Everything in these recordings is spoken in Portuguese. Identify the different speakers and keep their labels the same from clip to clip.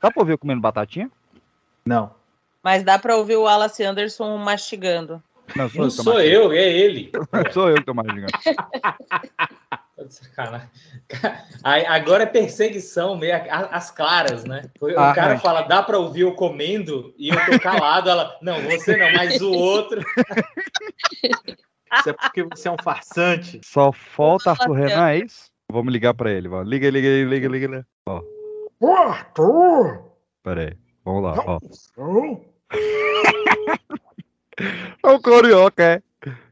Speaker 1: Dá pra ouvir eu comendo batatinha?
Speaker 2: Não.
Speaker 3: Mas dá pra ouvir o Wallace Anderson mastigando.
Speaker 1: Não,
Speaker 4: Não
Speaker 1: que tô
Speaker 4: sou eu, é ele.
Speaker 1: mastigando. Sou eu que tô mastigando.
Speaker 4: Tá de sacanagem. Aí, Agora é perseguição, meio a- as claras, né? O
Speaker 1: Ah,
Speaker 4: cara
Speaker 1: é.
Speaker 4: fala, dá pra ouvir eu comendo? E eu tô calado. Ela, não, você não, mas o outro.
Speaker 2: Isso é porque você é um farsante.
Speaker 1: Só falta Arthur
Speaker 3: Marcelo.
Speaker 1: Renan, é isso? Vamos ligar pra ele. Vamos. Liga, liga, liga, liga, liga, liga. Ó,
Speaker 2: Arthur!
Speaker 1: pera aí. Vamos lá, ó.
Speaker 2: Não,
Speaker 1: É o Corioca, é.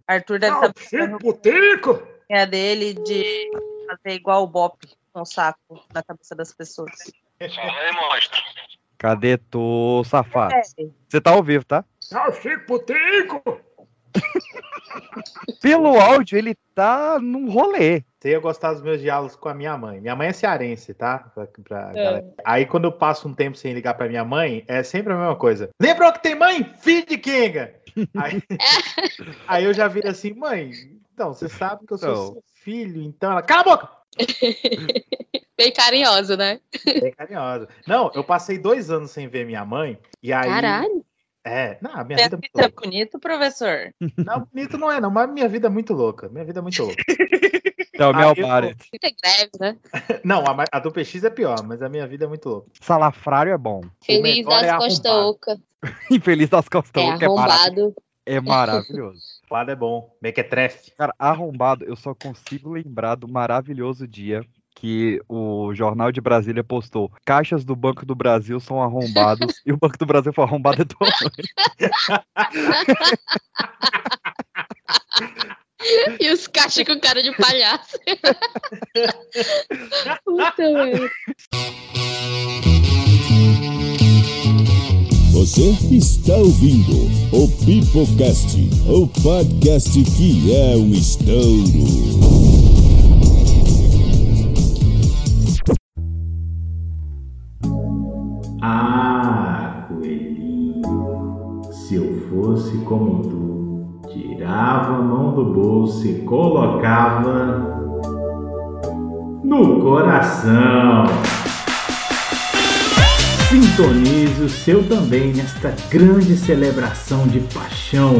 Speaker 3: Arthur
Speaker 2: Ah,
Speaker 3: deve
Speaker 2: tá
Speaker 3: estar pensando
Speaker 2: boteco!
Speaker 3: na ideia dele de fazer igual o Bop com o saco na cabeça das pessoas.
Speaker 5: Fala aí, monstro.
Speaker 1: Cadê tu, safado?
Speaker 2: Ah,
Speaker 3: É,
Speaker 1: Você tá ao vivo, tá?
Speaker 2: Não, Chico Boteco!
Speaker 1: Pelo áudio, ele tá num rolê.
Speaker 2: Você ia gostar dos meus diálogos com a minha mãe. Minha mãe é cearense, tá? Pra-
Speaker 6: É.
Speaker 2: pra galera. Aí quando eu passo um tempo sem ligar pra minha mãe, é sempre a mesma coisa. Lembrou que tem mãe? Filho de Kenga! Aí, aí eu já viro assim, mãe, então, você sabe que eu sou
Speaker 1: Não.
Speaker 2: seu filho, então ela. Cala a boca!
Speaker 6: Bem carinhoso, né?
Speaker 2: Bem carinhosa. Não, eu passei dois anos sem ver minha mãe, e aí.
Speaker 6: Caralho.
Speaker 2: É, não, a minha
Speaker 3: Você
Speaker 2: vida é muito
Speaker 3: é
Speaker 2: louca.
Speaker 3: bonito, professor?
Speaker 2: Não, bonito não é, não, mas minha vida é muito louca. Minha vida é muito louca.
Speaker 1: É o Mel
Speaker 2: eu-
Speaker 1: Barrett.
Speaker 6: Tem greve, né?
Speaker 2: Não, a, ma- a do PX é pior, mas a minha vida é muito louca.
Speaker 1: Salafrário é bom.
Speaker 6: Feliz
Speaker 2: melhor é
Speaker 6: das Costa
Speaker 2: arrombado.
Speaker 6: Oca.
Speaker 1: Infeliz das costas.
Speaker 6: É
Speaker 1: que é, maravilhoso.
Speaker 6: arrombado.
Speaker 1: é maravilhoso.
Speaker 2: O lado é bom. Mequetrefe.
Speaker 1: Cara, arrombado, eu só consigo lembrar do maravilhoso dia que o Jornal de Brasília postou. Caixas do Banco do Brasil são arrombados e o Banco do Brasil foi arrombado do
Speaker 6: E os caixas com cara de palhaço. Puta, velho.
Speaker 7: Você está ouvindo o Pipocast, o podcast que é um estouro.
Speaker 8: Ah, coelhinho, se eu fosse como tu, tirava a mão do bolso e colocava no coração. Sintonize o seu também nesta grande celebração de paixão,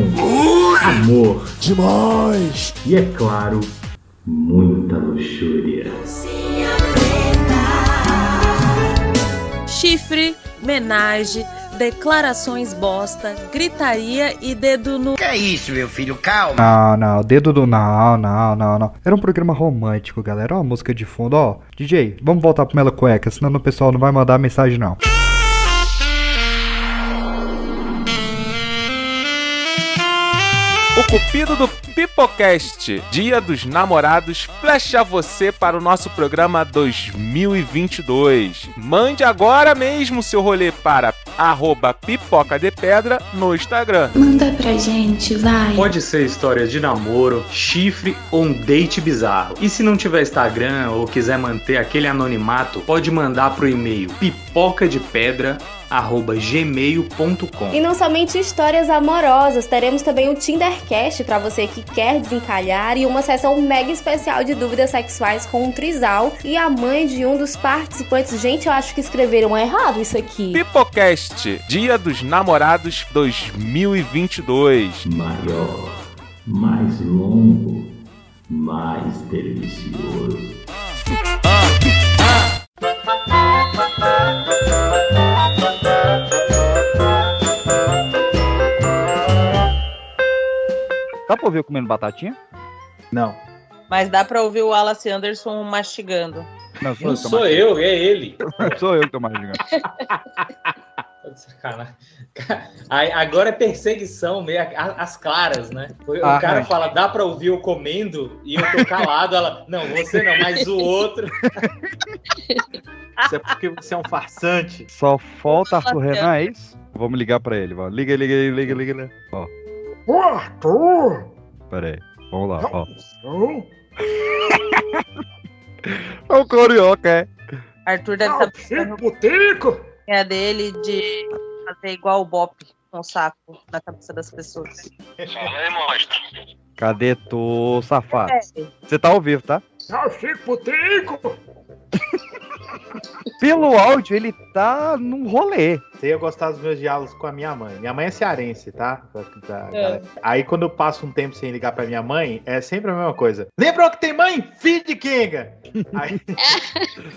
Speaker 8: amor
Speaker 7: Demais!
Speaker 8: e, é claro, muita luxúria.
Speaker 3: Chifre, menage, declarações bosta, gritaria e dedo no.
Speaker 1: Não, não, dedo do não, não, não, não. Era um programa romântico, galera. Ó, a música de fundo, ó. DJ, vamos voltar pro Mela Cueca, senão o pessoal não vai mandar mensagem, não.
Speaker 9: O Cupido do Pipocast, Dia dos Namorados, flecha você para o nosso programa 2022. Mande agora mesmo seu rolê para arroba pipoca de pedra no Instagram.
Speaker 10: Manda pra gente, vai.
Speaker 8: Pode ser histórias de namoro, chifre ou um date bizarro. E se não tiver Instagram ou quiser manter aquele anonimato, pode mandar pro e-mail pipocadepedra@gmail.com.
Speaker 10: não somente histórias amorosas, teremos também o Tindercast para você que quer desencalhar e uma sessão mega especial de dúvidas sexuais com um trisal e a mãe de um dos participantes. Gente, eu acho que escreveram errado isso aqui.
Speaker 9: Pipocast, Dia dos Namorados 2022.
Speaker 8: Maior, mais longo, mais delicioso.
Speaker 1: Dá pra ouvir eu comendo batatinha?
Speaker 2: Não.
Speaker 3: Mas dá pra ouvir o Wallace Anderson mastigando.
Speaker 1: Não,
Speaker 4: Não
Speaker 1: que tô
Speaker 4: sou eu, é ele.
Speaker 1: mastigando. Sou eu que tô mastigando.
Speaker 4: Tá de sacanagem. Aí, Agora é perseguição, meio a- as claras, né? O
Speaker 1: Ah,
Speaker 4: cara
Speaker 1: é.
Speaker 4: fala, dá pra ouvir eu comendo? E eu tô calado. Ela, não, você não, mas o outro.
Speaker 2: Isso é porque você é um farsante.
Speaker 1: Só falta Arthur
Speaker 3: Marcelo.
Speaker 1: Renan, é isso? Vamos ligar pra ele, vamos. Liga, liga, liga, liga, liga.
Speaker 2: Arthur!
Speaker 1: Pera aí. Vamos lá, ó.
Speaker 2: Não,
Speaker 1: É o Corioca, é.
Speaker 3: Arthur
Speaker 2: Ah,
Speaker 3: deve estar pensando
Speaker 2: Boteco!
Speaker 3: na ideia dele de fazer igual o Bop com o saco na cabeça das pessoas.
Speaker 5: Fala aí, monstro.
Speaker 1: Cadê tu,
Speaker 2: Ah,
Speaker 1: safado?
Speaker 3: É.
Speaker 1: Você tá ao vivo, tá?
Speaker 2: Não, Chico Boteco!
Speaker 1: Pelo áudio, ele tá num rolê.
Speaker 2: Você ia gostar dos meus diálogos com a minha mãe. Minha mãe é cearense, tá? Pra- pra galera. Aí quando eu passo um tempo sem ligar pra minha mãe, é sempre a mesma coisa. Lembrou que tem mãe? Filho de Kenga! Aí,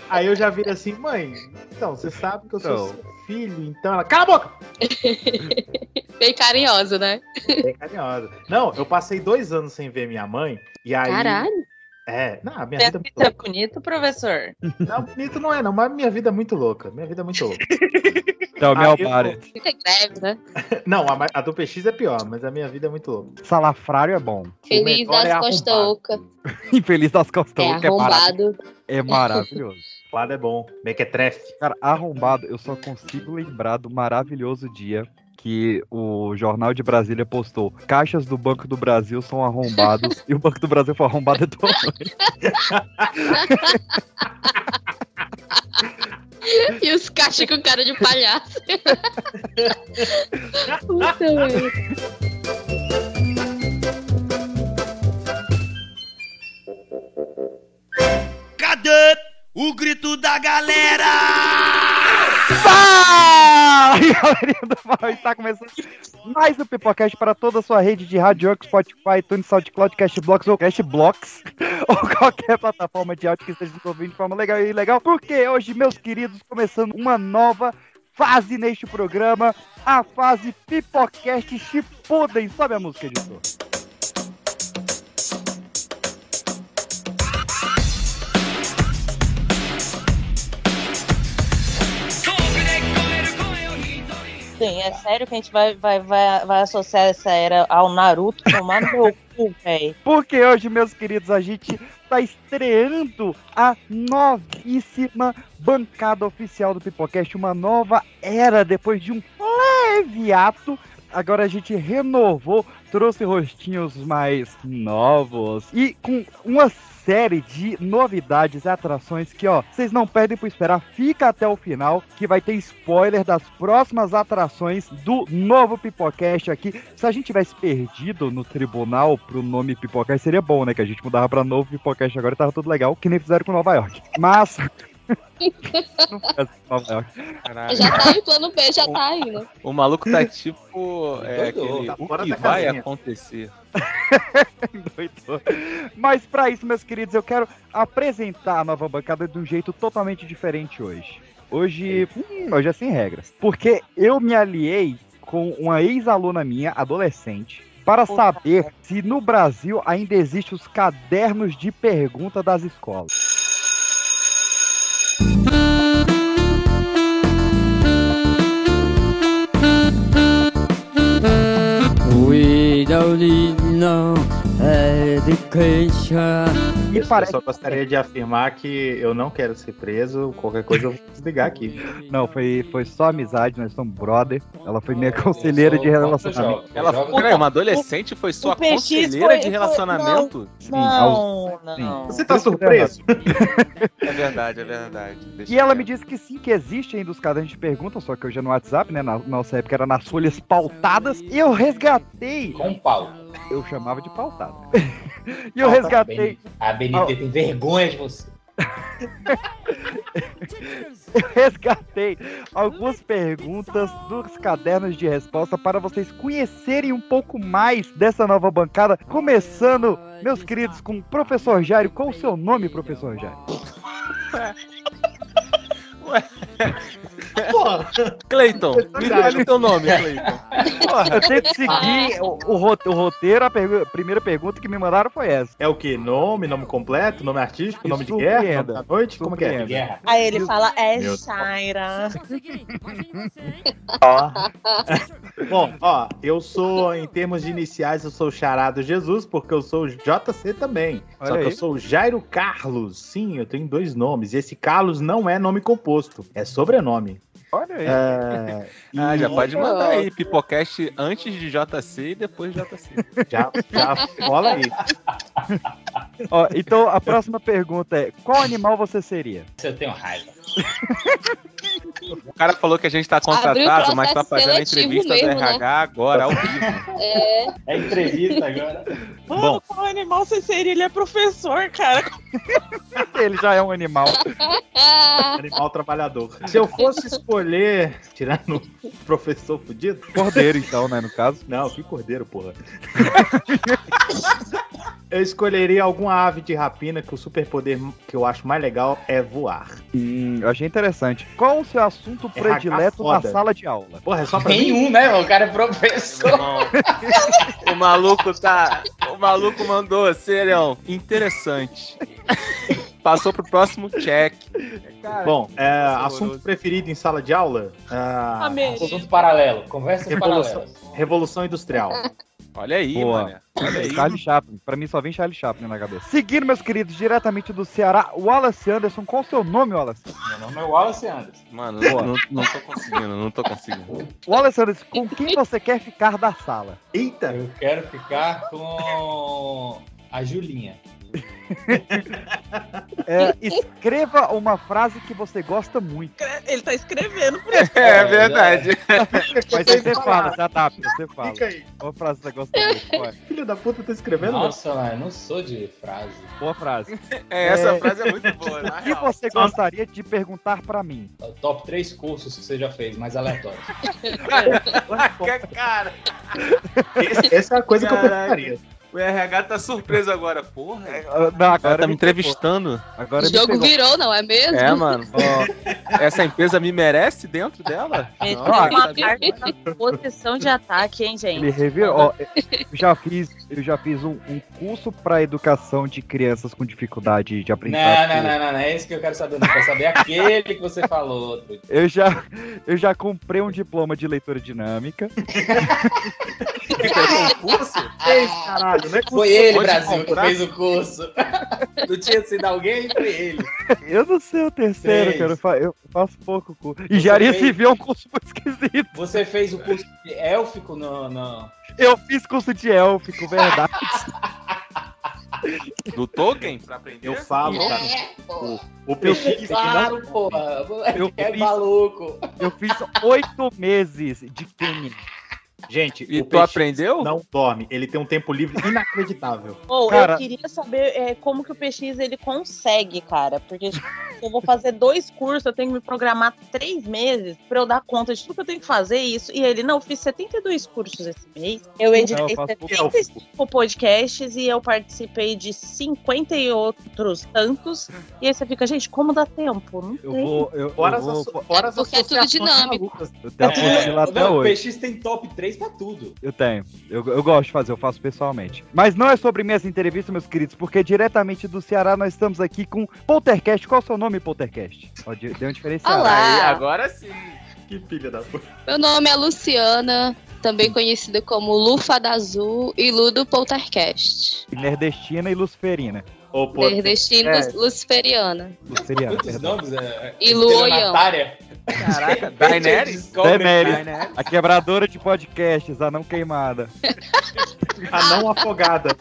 Speaker 2: aí eu já viro assim, mãe, então, você sabe que eu sou
Speaker 1: Então.
Speaker 2: seu filho, então ela. Cala a boca!
Speaker 6: Bem carinhosa, né?
Speaker 2: Bem É carinhosa. Não, eu passei dois anos sem ver minha mãe, e aí.
Speaker 6: Caralho.
Speaker 2: É, não, a minha
Speaker 3: Você
Speaker 2: vida é muito
Speaker 3: tá
Speaker 2: louca.
Speaker 3: bonito, professor?
Speaker 2: Não, bonito não é, não, mas minha vida é muito louca. Minha vida é muito louca.
Speaker 1: Então,
Speaker 2: Ah,
Speaker 1: meu
Speaker 2: eu-
Speaker 1: Barrett.
Speaker 6: Muita greve, né?
Speaker 2: Não, a, a do PX é pior, mas a minha vida é muito louca.
Speaker 1: Salafrário é bom.
Speaker 6: Feliz
Speaker 2: melhor é
Speaker 6: das Costa
Speaker 2: arrombado.
Speaker 6: Oca.
Speaker 1: Infeliz das costas,
Speaker 6: É
Speaker 1: que é, maravilhoso.
Speaker 6: arrombado.
Speaker 1: é maravilhoso.
Speaker 2: Lado é bom. Mequetrefe.
Speaker 1: Cara, arrombado, eu só consigo lembrar do maravilhoso dia que o Jornal de Brasília postou. Caixas do Banco do Brasil são arrombados e o Banco do Brasil foi arrombado do
Speaker 6: E os caixas com cara de palhaço. Puta, velho.
Speaker 11: Cadê o grito da galera?
Speaker 1: Fala, galerinha do mal, está começando mais um Pipocast para toda a sua rede de rádio, Anchor, Spotify, iTunes, SoundCloud, Cashbox ou Cashblocks, ou qualquer plataforma de áudio que esteja desenvolvendo de forma legal e ilegal, porque hoje, meus queridos, começando uma nova fase neste programa, a fase Pipocast Chipudem. Sobe a música, editor.
Speaker 3: Sim, é sério que a gente vai, vai, vai, vai associar essa era ao Naruto tomar meu cu, velho.
Speaker 1: Porque hoje, meus queridos, a gente tá estreando a novíssima bancada oficial do Pipocast, uma nova era depois de um leve ato. Agora a gente renovou, trouxe rostinhos mais novos e com uma série de novidades e atrações que, ó, vocês não perdem por esperar. Fica até o final que vai ter spoiler das próximas atrações do novo Pipocast aqui. Se a gente tivesse perdido no tribunal pro nome Pipocast, seria bom, né? Que a gente mudava pra novo Pipocast agora e tava tudo legal, que nem fizeram com Nova York. Mas. Não faz com Nova York.
Speaker 9: Caralho.
Speaker 6: Já tá aí, o plano B já tá aí, né?
Speaker 9: O maluco tá tipo. É,
Speaker 2: Doidou,
Speaker 9: aquele,
Speaker 2: tá
Speaker 9: o
Speaker 2: fora
Speaker 9: que
Speaker 2: da
Speaker 9: vai
Speaker 2: casinha.
Speaker 9: acontecer?
Speaker 1: Doidou. Mas pra isso, meus queridos, eu quero apresentar a nova bancada de um jeito totalmente diferente hoje. Hoje, hum, hoje é sem regras. Porque eu me aliei com uma ex-aluna minha, adolescente, para
Speaker 3: Puta
Speaker 1: saber se no Brasil ainda existem os cadernos de pergunta das escolas.
Speaker 11: We don't need no education.
Speaker 1: E
Speaker 2: Eu
Speaker 1: parece. é.
Speaker 2: só gostaria de afirmar que eu não quero ser preso. Qualquer coisa eu vou desligar aqui.
Speaker 1: Não, foi, foi só amizade, nós somos brother. Ela foi
Speaker 4: É,
Speaker 1: minha conselheira É de
Speaker 4: um
Speaker 1: relacionamento.
Speaker 9: Ela
Speaker 4: Joga-
Speaker 9: cara, uma adolescente foi sua
Speaker 3: o PX
Speaker 9: conselheira
Speaker 3: foi-
Speaker 9: de
Speaker 3: foi-
Speaker 9: relacionamento.
Speaker 1: Sim, aos-
Speaker 3: Não, não.
Speaker 2: Você tá surpreso?
Speaker 9: É verdade, é verdade. Deixa
Speaker 1: E ela
Speaker 9: quieto.
Speaker 1: me disse que sim, que existe ainda os cadernos de perguntas, só que hoje é no WhatsApp, né? Na nossa época era nas folhas pautadas. E eu resgatei.
Speaker 4: Com pau.
Speaker 1: Eu chamava de pautada. e eu
Speaker 4: Pauta
Speaker 1: resgatei.
Speaker 4: A BNT
Speaker 1: Ah.
Speaker 4: tem vergonha de você.
Speaker 1: resgatei algumas perguntas dos cadernos de resposta para vocês conhecerem um pouco mais dessa nova bancada. Começando, meus queridos, com o professor Jairo. Qual o seu nome, professor Jairo?
Speaker 2: Porra,
Speaker 9: Cleiton, me dá o teu nome, Cleiton.
Speaker 1: Eu tento
Speaker 3: É,
Speaker 1: seguir o, o rote- o roteiro. A pergu- primeira pergunta que me mandaram foi essa.
Speaker 2: é o quê? Nome, nome completo, nome artístico, nome de
Speaker 1: Surpreenda.
Speaker 2: guerra, nome da noite? Como que é?
Speaker 1: Surpreenda.
Speaker 4: Guerra.
Speaker 3: Aí ele fala, é
Speaker 2: Meu Deus.
Speaker 3: Shaira.
Speaker 1: Ah,
Speaker 2: Bom, ó, eu sou, em termos de iniciais, eu sou o Charado Jesus, porque eu sou o JC também. Só
Speaker 1: Olha
Speaker 2: que eu
Speaker 1: aí.
Speaker 2: sou o Jairo Carlos. Sim, eu tenho dois nomes. E esse Carlos não é nome composto, é sobrenome.
Speaker 1: Olha aí. Hum.
Speaker 2: É,
Speaker 9: Ah, já
Speaker 2: e-
Speaker 9: pode mandar aí, Pipocast antes de JC e depois de JC.
Speaker 2: Já, já rola aí.
Speaker 1: Ó, então a próxima pergunta é: qual animal você seria?
Speaker 4: Isso eu tenho raiva.
Speaker 9: O cara falou que a gente tá contratado, mas tá fazendo a entrevista
Speaker 3: seletivo
Speaker 9: do
Speaker 3: mesmo, né?
Speaker 9: RH agora, ao vivo.
Speaker 3: É.
Speaker 4: É entrevista agora.
Speaker 3: Mano,
Speaker 9: Bom.
Speaker 3: como animal sem ser, ele é professor, cara.
Speaker 1: Ele já é um animal.
Speaker 2: Animal trabalhador. Se eu fosse escolher, tirando o professor fudido.
Speaker 1: Cordeiro, então, né, no caso?
Speaker 2: Não, que cordeiro, porra. Eu escolheria alguma ave de rapina que o superpoder que eu acho mais legal é voar.
Speaker 1: Hum, eu achei interessante. Qual o seu assunto
Speaker 2: É
Speaker 1: predileto na
Speaker 2: foda.
Speaker 1: sala de aula?
Speaker 2: Porra, é só pra mim.
Speaker 4: Nenhum, né? O cara é professor.
Speaker 9: O maluco tá. O maluco mandou, serião. Interessante. Passou pro próximo check. Cara,
Speaker 2: Bom, é,
Speaker 9: saboroso.
Speaker 2: assunto preferido em sala de aula? Ah,
Speaker 3: Amém.
Speaker 4: Assunto paralelo. Conversas
Speaker 2: Revolução.
Speaker 4: paralelas.
Speaker 2: Revolução Industrial.
Speaker 9: Olha aí,
Speaker 1: Boa.
Speaker 9: mano. Olha aí.
Speaker 1: Charlie Chaplin. Pra mim só vem Charlie Chaplin na cabeça. Seguindo, meus queridos, diretamente do Ceará, Wallace Anderson. Qual o seu nome, Wallace?
Speaker 4: Meu nome é Wallace Anderson.
Speaker 9: Mano, não, não, não tô conseguindo, não tô conseguindo.
Speaker 1: Wallace Anderson, com quem você quer ficar da sala?
Speaker 2: Eita!
Speaker 4: Eu quero ficar com a Julinha.
Speaker 1: É, escreva uma frase que você gosta muito.
Speaker 3: Ele tá escrevendo.
Speaker 9: É verdade.
Speaker 1: Mas você fala, se adapta, você fala.
Speaker 2: Fica aí.
Speaker 1: Uma frase que você gosta muito. vai.
Speaker 2: Filho da puta, tá escrevendo?
Speaker 4: Nossa, mano, eu não sou de frase.
Speaker 1: Boa frase.
Speaker 9: É, essa frase é muito boa, na
Speaker 1: O que
Speaker 9: real.
Speaker 1: você gostaria de perguntar pra mim?
Speaker 4: É Top três cursos que você já fez, mais aleatórios.
Speaker 9: Cara,
Speaker 2: Essa é a coisa que eu
Speaker 9: Caraca.
Speaker 2: perguntaria.
Speaker 9: o RH tá surpreso agora,
Speaker 4: É.
Speaker 9: porra.
Speaker 1: Ah, Não,
Speaker 9: Agora tá me
Speaker 1: me
Speaker 9: entrevistando.
Speaker 1: pegou. Agora
Speaker 6: O
Speaker 1: me
Speaker 6: jogo
Speaker 1: pegou.
Speaker 6: virou, não é mesmo?
Speaker 9: É, mano. Ó, essa empresa me merece dentro dela?
Speaker 3: Ele
Speaker 9: Não,
Speaker 3: tá
Speaker 9: tá
Speaker 3: uma marca na posição de ataque, hein, gente?
Speaker 1: Ele revirou. Ó, eu já fiz, eu já fiz um, um curso pra educação de crianças com dificuldade de
Speaker 4: Não,
Speaker 1: aprendizagem.
Speaker 4: não, não, não, não. É isso que eu quero saber. Não quero saber aquele que você falou. doido.
Speaker 1: Eu já, eu já comprei um diploma de leitura dinâmica.
Speaker 2: Fez, caralho, né?
Speaker 4: Foi ele,
Speaker 9: Pode
Speaker 4: Brasil, que
Speaker 9: comprar?
Speaker 4: fez o curso. Não tinha sido alguém, foi ele.
Speaker 1: Eu não sei o terceiro,
Speaker 4: Fez.
Speaker 1: cara. Eu fa- Eu faço pouco curso. Engenharia
Speaker 4: fez?
Speaker 1: civil é um curso muito esquisito.
Speaker 4: Você fez o curso de élfico no. no...
Speaker 1: Eu fiz curso de élfico, verdade.
Speaker 9: Do Tolkien? Pra aprender?
Speaker 2: Eu falo, cara.
Speaker 6: É, pô.
Speaker 2: O peixe que não.
Speaker 4: Claro, porra.
Speaker 1: Eu
Speaker 4: É
Speaker 1: fiz-
Speaker 4: maluco.
Speaker 1: Eu fiz oito meses de química.
Speaker 2: Gente,
Speaker 9: E
Speaker 2: o
Speaker 9: tu
Speaker 2: peixe
Speaker 9: aprendeu?
Speaker 2: não dorme. Ele tem um tempo livre inacreditável.
Speaker 3: Ou
Speaker 1: Cara-
Speaker 3: eu queria saber é, como que o PX ele consegue, cara. Porque tipo, se eu vou fazer dois cursos, eu tenho que me programar três meses pra eu dar conta de tudo que eu tenho que fazer isso. E ele, não, eu fiz 72 cursos esse mês. Eu editei
Speaker 1: Não, eu faço pouco.
Speaker 3: 75 podcasts e eu participei de 50 e outros tantos. E aí você fica, gente, como dá tempo? Não
Speaker 1: Eu
Speaker 3: tem.
Speaker 1: vou. Eu, eu
Speaker 2: Fora as,
Speaker 1: vou.
Speaker 2: asso- fora as
Speaker 6: porque é tudo
Speaker 2: associações
Speaker 6: dinâmico.
Speaker 2: malucas.
Speaker 1: Eu
Speaker 4: Tá
Speaker 1: tenho a apostila até
Speaker 4: Não, É. o
Speaker 1: hoje.
Speaker 4: PX tem top 3 pra tudo.
Speaker 1: Eu tenho. Eu, eu gosto de fazer, eu faço pessoalmente. Mas não é sobre minhas entrevistas, meus queridos, porque diretamente do Ceará nós estamos aqui com Poltercast. Qual é o seu nome, Poltercast? Ó, de- deu um diferencial.
Speaker 6: Olá.
Speaker 9: Aí, agora sim.
Speaker 2: Que filha da puta.
Speaker 6: Meu nome é Luciana, também conhecida como Lufa da Azul e Lu do Poltercast.
Speaker 1: Nerdestina e Luciferina.
Speaker 2: Ô, pô,
Speaker 6: Nerdestina
Speaker 2: é.
Speaker 6: luciferiana.
Speaker 1: Luciferiana,
Speaker 4: Muitos
Speaker 1: perdão.
Speaker 4: nomes. É,
Speaker 6: E Luoyama.
Speaker 9: Caraca, Daenerys?
Speaker 1: Daenerys.
Speaker 9: Daenerys.
Speaker 1: A quebradora de podcasts, a não queimada.
Speaker 2: a não afogada.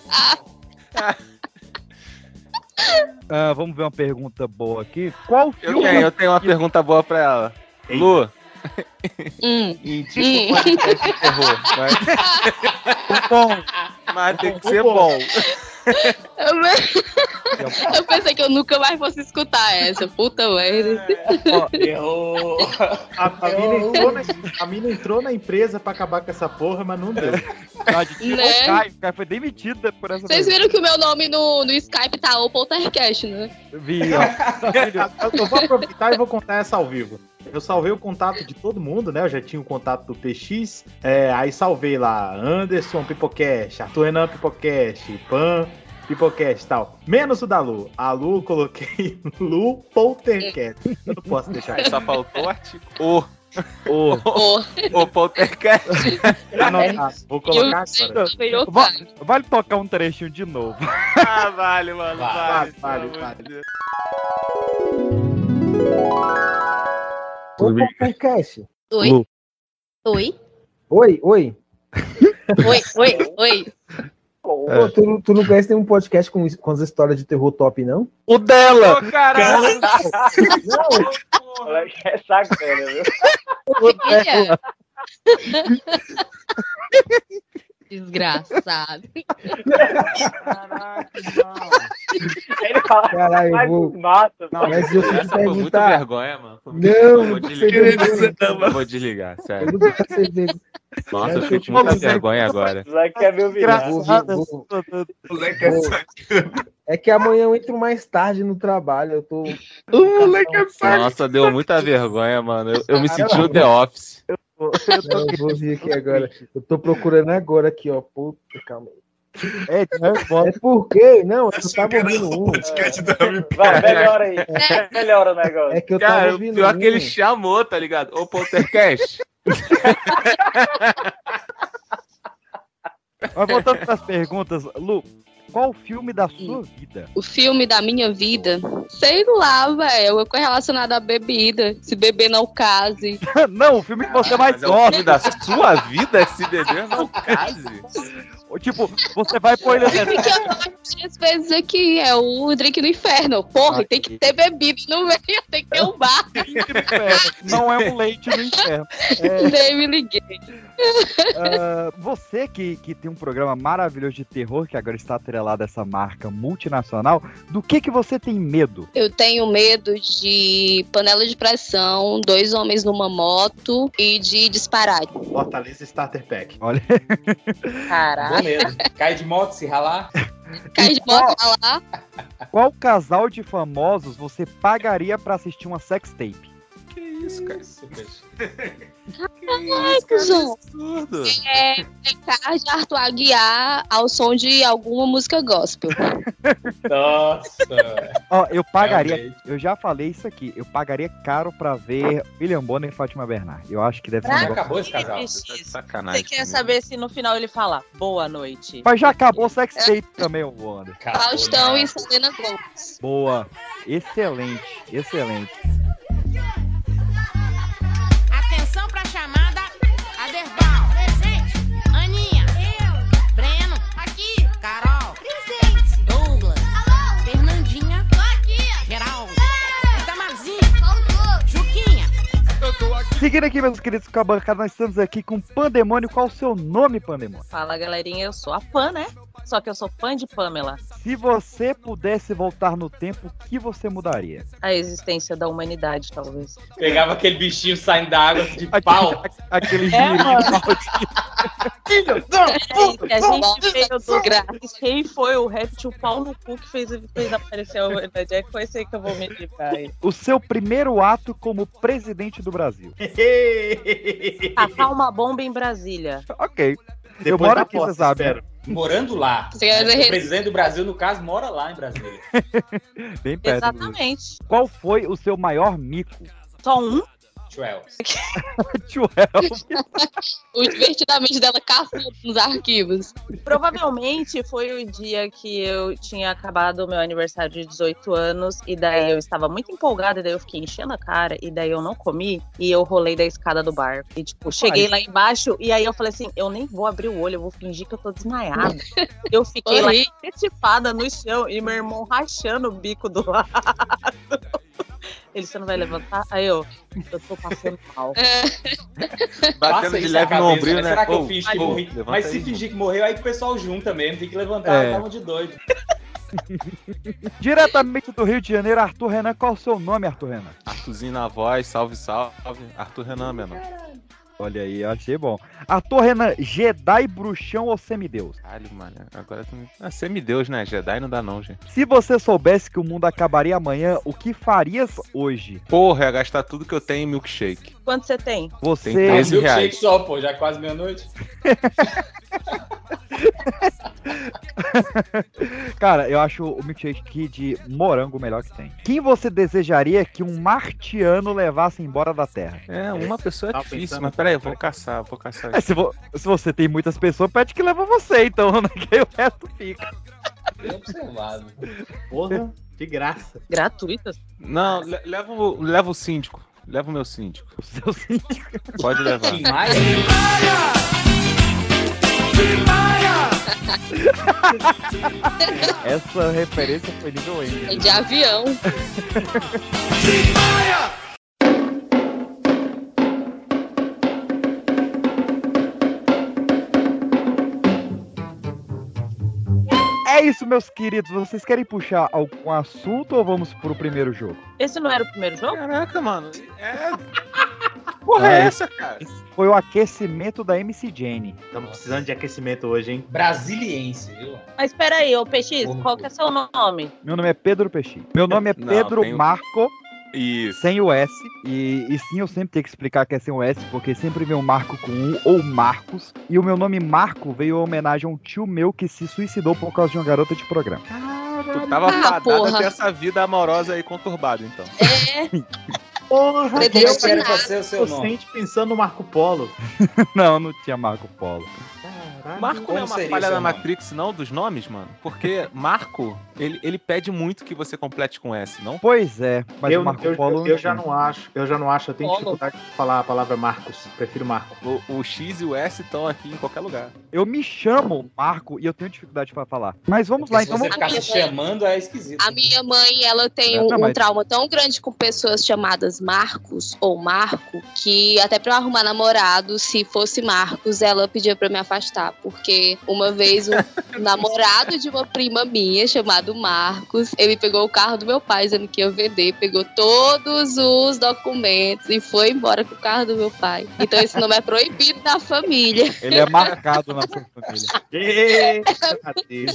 Speaker 1: Ah, vamos ver uma pergunta boa aqui. Qual
Speaker 9: Eu
Speaker 1: filme?
Speaker 9: tenho, eu tenho uma pergunta boa pra ela.
Speaker 2: Eita.
Speaker 9: Lu,
Speaker 6: Hum.
Speaker 9: indica
Speaker 6: Hum.
Speaker 9: o podcast de terror. Mas,
Speaker 1: Bom,
Speaker 9: mas tem que
Speaker 2: Bom,
Speaker 9: ser
Speaker 2: bom.
Speaker 9: bom.
Speaker 6: Eu eu pensei que eu nunca mais fosse escutar essa, puta merda.
Speaker 4: Errou.
Speaker 2: A, a, mina entrou na, a mina entrou na empresa pra acabar com essa porra, mas não deu.
Speaker 1: verdade, tirou
Speaker 6: Né?
Speaker 1: o Caio. O Caio foi demitido por essa
Speaker 6: Vocês viram que o meu nome no, no Skype tá o Poltercast, né?
Speaker 1: pergunta. Vi, ó.
Speaker 2: Eu- Eu vou aproveitar e vou contar essa ao vivo. Eu salvei o contato de todo mundo, né? Eu já tinha o contato do PX. é, aí salvei lá Anderson Pipocast, Arthur Renan Pipocast, Pan Pipocast e tal. Menos o da Lu. A Lu eu coloquei Lu Poltercast. Eu não posso deixar.
Speaker 9: Só faltou o artigo. O,
Speaker 2: Ô,
Speaker 6: Pô,
Speaker 9: o podcast.
Speaker 2: anotado. Vou colocar
Speaker 6: eu
Speaker 2: agora.
Speaker 6: também otário.
Speaker 1: Va- Vale tocar um trechinho de novo.
Speaker 9: Ah, vale, mano.
Speaker 2: Vale,
Speaker 9: Vale,
Speaker 2: vale,
Speaker 9: pelo amor de Deus.
Speaker 12: Ô, podcast.
Speaker 6: Oi?
Speaker 1: Lu.
Speaker 6: Oi?
Speaker 12: Oi, oi.
Speaker 6: Oi, oi, oi.
Speaker 13: Pô, tu, tu não conhece nenhum podcast com, com as histórias de terror top, não?
Speaker 14: O dela!
Speaker 13: Ô, caralho!
Speaker 2: Moleque, é sacana, viu?
Speaker 6: é? Desgraçado.
Speaker 2: Ele fala,
Speaker 13: Caralho,
Speaker 2: vai
Speaker 13: eu vou...
Speaker 2: pro mato.
Speaker 13: Não, mas eu tenho que
Speaker 14: Foi muito
Speaker 13: perguntar.
Speaker 14: vergonha, mano. Foi
Speaker 13: Não, não
Speaker 14: muito- vou
Speaker 13: tem
Speaker 14: desligar.
Speaker 13: vergonha,
Speaker 14: Eu Vou desligar, sério.
Speaker 13: Eu não posso ser dele.
Speaker 14: Nossa, eu
Speaker 13: Cara,
Speaker 14: fiquei
Speaker 13: eu
Speaker 14: com muita
Speaker 13: tô-
Speaker 14: vergonha agora.
Speaker 2: Moleque é meu
Speaker 13: Vou- vou- vou- vou- É que amanhã eu entro mais tarde no trabalho, eu tô...
Speaker 14: O moleque é Nossa, deu muita vergonha, mano. Eu, eu me senti o The Office.
Speaker 13: Não, eu vou vir aqui agora. Eu tô procurando agora aqui, ó. Puta, calma aí. É, é porque, não, tu tava ouvindo um.
Speaker 2: Vai, melhora aí. Melhora o negócio.
Speaker 13: É que eu
Speaker 14: Cara,
Speaker 13: tava
Speaker 14: o
Speaker 13: ouvindo
Speaker 14: pior é que ele
Speaker 13: um.
Speaker 14: chamou, tá ligado? Ô, Poltercast.
Speaker 1: Mas voltando para as perguntas, Lu, qual o filme da sua vida?
Speaker 6: O filme da minha vida, sei lá, velho, é correlacionado à bebida. Se beber não case.
Speaker 1: Não, o filme que você mais
Speaker 14: Mas é o
Speaker 1: gosta.
Speaker 14: filme da sua vida, se beber, não case.
Speaker 1: Ou, tipo, você vai pôr ele
Speaker 6: O filme que eu acho às vezes aqui é o Drink no Inferno. Porra, tem que ter bebida no meio, tem que ter um bar.
Speaker 1: Não é um leite no inferno. É,
Speaker 6: Nem me liguei.
Speaker 1: ah, você que, que tem um programa maravilhoso de terror, que agora está atrelado a essa marca multinacional, do que, que você tem medo?
Speaker 6: Eu tenho medo de panela de pressão, dois homens numa moto e de disparar.
Speaker 15: Fortaleza Starter Pack.
Speaker 1: Olha.
Speaker 6: Caraca.
Speaker 4: Bom mesmo. Cai de moto se ralar.
Speaker 6: Cai de moto pra lá.
Speaker 1: Qual casal de famosos você pagaria pra assistir uma sex tape?
Speaker 14: Que isso, é cara?
Speaker 6: Ai, cuzão.
Speaker 14: Absurdo.
Speaker 6: É, Ricardo Arthur Aguiar ao som de alguma música gospel.
Speaker 4: Nossa.
Speaker 1: Ó, eu pagaria,
Speaker 4: Realmente.
Speaker 1: eu já falei isso aqui, eu pagaria caro pra ver William Bonner e Fátima Bernard. Eu acho que deve ser um
Speaker 3: Pra
Speaker 1: negócio...
Speaker 14: Acabou esse casal.
Speaker 3: Isso.
Speaker 14: Tá de
Speaker 3: Você
Speaker 14: sacanagem.
Speaker 3: quer
Speaker 14: comigo.
Speaker 3: saber se no final ele fala boa noite?
Speaker 1: Mas já acabou o sex
Speaker 3: É.
Speaker 1: tape também, o Wander.
Speaker 6: Faustão
Speaker 4: né?
Speaker 6: e Selena Gomes.
Speaker 1: Boa. Excelente, excelente.
Speaker 10: Atenção pra chamada. Aderbal. Presente. Aninha. Eu. Breno. Aqui. Carol. Presente. Douglas. Alô. Fernandinha. Tô aqui. Geraldo. Tamarzinha. Faltou. Juquinha. Eu tô aqui.
Speaker 1: Seguindo aqui, meus queridos, com a bancada, nós estamos aqui com Pandemônio. Qual o seu nome, Pandemônio?
Speaker 3: Fala, galerinha, eu sou a Pan, né? Só que eu sou fã de Pamela.
Speaker 1: Se você pudesse voltar no tempo, o que você mudaria?
Speaker 3: A existência da humanidade, talvez.
Speaker 4: Pegava aquele bichinho saindo da água de pau.
Speaker 1: Aquele
Speaker 3: É, mano.
Speaker 1: Filho,
Speaker 3: Que a gente veio do
Speaker 6: Desgraça.
Speaker 3: Quem foi o réptil pau no cu que fez, fez aparecer a humanidade? É com esse aí que eu vou me livrar aí.
Speaker 1: O seu primeiro ato como presidente do Brasil.
Speaker 3: Tacar uma bomba em Brasília.
Speaker 1: Ok. eu
Speaker 15: Depois
Speaker 1: moro
Speaker 15: da
Speaker 1: aqui,
Speaker 15: posse,
Speaker 1: você sabe.
Speaker 15: espero.
Speaker 4: Morando lá.
Speaker 6: Você quer dizer-
Speaker 4: O presidente do Brasil, no caso, mora lá em Brasília.
Speaker 1: Bem perto.
Speaker 3: Exatamente.
Speaker 1: Qual foi o seu maior mico?
Speaker 3: Só um?
Speaker 4: Joel.
Speaker 1: Tio
Speaker 6: O divertidamente dela caçando nos arquivos.
Speaker 3: Provavelmente foi o dia que eu tinha acabado o meu aniversário de 18 anos e daí eu estava muito empolgada e daí eu fiquei enchendo a cara e daí eu não comi e eu rolei da escada do bar. E tipo, cheguei lá embaixo e aí eu falei assim, eu nem vou abrir o olho, eu vou fingir que eu tô desmaiada. Eu fiquei lá
Speaker 6: Oi.
Speaker 3: petifada no chão e meu irmão rachando o bico do lado. Ele, você não vai levantar? Aí eu, eu tô passando mal.
Speaker 6: é,
Speaker 14: Batendo
Speaker 4: Passa
Speaker 14: de
Speaker 4: isso
Speaker 14: leve
Speaker 4: na
Speaker 14: no
Speaker 4: cabeça,
Speaker 14: ombrio,
Speaker 4: mas
Speaker 14: né?
Speaker 4: Será que
Speaker 14: Ô,
Speaker 4: eu fingi que
Speaker 14: ô,
Speaker 4: morri?
Speaker 14: levanta
Speaker 4: Mas
Speaker 14: aí,
Speaker 4: se
Speaker 14: mano.
Speaker 4: fingir que morreu, aí o pessoal junta mesmo, tem que levantar,
Speaker 1: É.
Speaker 4: tava de doido.
Speaker 1: Diretamente do Rio de Janeiro, Arthur Renan. Qual o seu nome, Arthur Renan?
Speaker 14: Arthurzinho na voz, salve, salve. Arthur Renan, meu nome.
Speaker 1: Olha aí, eu achei bom. Arthur Renan, Jedi, bruxão ou semideus?
Speaker 14: Caralho, mano. Agora tu me. Ah, semideus, né? Jedi não dá, não, gente.
Speaker 1: Se você soubesse que o mundo acabaria amanhã, o que farias hoje?
Speaker 14: Porra, ia gastar tudo que eu tenho em milkshake.
Speaker 3: Quanto você tem?
Speaker 1: Você.
Speaker 14: Tem 13
Speaker 4: Milkshake
Speaker 14: reais.
Speaker 4: só, pô, já é quase meia-noite.
Speaker 1: Cara, eu acho o milkshake de morango o melhor que tem. Quem você desejaria que um martiano levasse embora da Terra?
Speaker 14: É, uma pessoa é
Speaker 15: Tá
Speaker 14: difícil,
Speaker 15: pensando,
Speaker 14: mas peraí, eu vou caçar, vou caçar.
Speaker 1: É, se, vo- se você tem muitas pessoas, pede que leva você, então, né? Que aí o resto fica.
Speaker 4: Bem observado.
Speaker 2: né?
Speaker 15: Porra, de graça.
Speaker 3: Gratuitas?
Speaker 14: Não, le- leva o, leva o síndico. Leva o meu síndico.
Speaker 1: O seu síndico.
Speaker 14: Pode levar.
Speaker 4: Tim Maia?
Speaker 1: Essa referência foi nível
Speaker 6: É
Speaker 1: N.
Speaker 6: de avião.
Speaker 1: É isso, meus queridos. Vocês querem puxar algum assunto ou vamos pro primeiro jogo?
Speaker 3: Esse não era o primeiro jogo?
Speaker 14: Caraca, mano. É. Porra, é
Speaker 1: Ai.
Speaker 14: essa, cara?
Speaker 1: Foi o aquecimento da MC Jane.
Speaker 2: Estamos precisando de aquecimento hoje, hein?
Speaker 4: Brasiliense, viu?
Speaker 3: Mas peraí, ô PX, qual que é seu nome?
Speaker 1: Meu nome é Pedro Peixinho. Meu nome é
Speaker 9: Não,
Speaker 1: Pedro
Speaker 9: tem o-
Speaker 1: Marco.
Speaker 9: Isso.
Speaker 1: Sem o S. E, e sim, eu sempre tenho que explicar que é sem o S, porque sempre vem o Marco com um ou Marcos. E o meu nome Marco veio em homenagem a um tio meu que se suicidou por causa de uma garota de programa.
Speaker 14: Tu tava
Speaker 1: Ah,
Speaker 14: fadada
Speaker 1: porra. É
Speaker 14: ter essa vida amorosa aí conturbada, então.
Speaker 6: É,
Speaker 2: Porra,
Speaker 14: Pretendo
Speaker 2: eu
Speaker 14: tirar
Speaker 2: cara,
Speaker 14: você o seu nome.
Speaker 2: inocente pensando no Marco Polo.
Speaker 1: não, não tinha Marco Polo.
Speaker 9: Marco não é
Speaker 14: Como
Speaker 9: uma
Speaker 14: seria
Speaker 9: falha
Speaker 14: seu
Speaker 9: da
Speaker 14: nome?
Speaker 9: Matrix, não, dos nomes, mano? Porque Marco, ele, ele pede muito que você complete com S, não?
Speaker 1: Pois é, mas
Speaker 2: eu,
Speaker 1: o Marco
Speaker 2: eu,
Speaker 1: Polo.
Speaker 2: eu já não acho, eu já não acho, eu tenho
Speaker 9: Polo.
Speaker 2: dificuldade de falar a palavra Marcos, prefiro Marco.
Speaker 9: O, o X e o S estão aqui em qualquer lugar.
Speaker 1: Eu me chamo Marco e eu tenho dificuldade pra falar. Mas vamos lá,
Speaker 4: se
Speaker 1: então.
Speaker 4: você
Speaker 1: vamos-
Speaker 4: ficar se chamando, é esquisito.
Speaker 6: A minha mãe, ela tem um,
Speaker 1: Não,
Speaker 6: um
Speaker 1: mas-
Speaker 6: trauma tão grande com pessoas chamadas Marcos ou Marco, que até pra eu arrumar namorado, se fosse Marcos, ela pedia pra eu me afastar. Porque uma vez um namorado de uma prima minha, chamado Marcos, ele pegou o carro do meu pai, dizendo que ia vender, pegou todos os documentos e foi embora com o carro do meu pai. Então esse nome é proibido na família.
Speaker 1: Ele é marcado na sua família.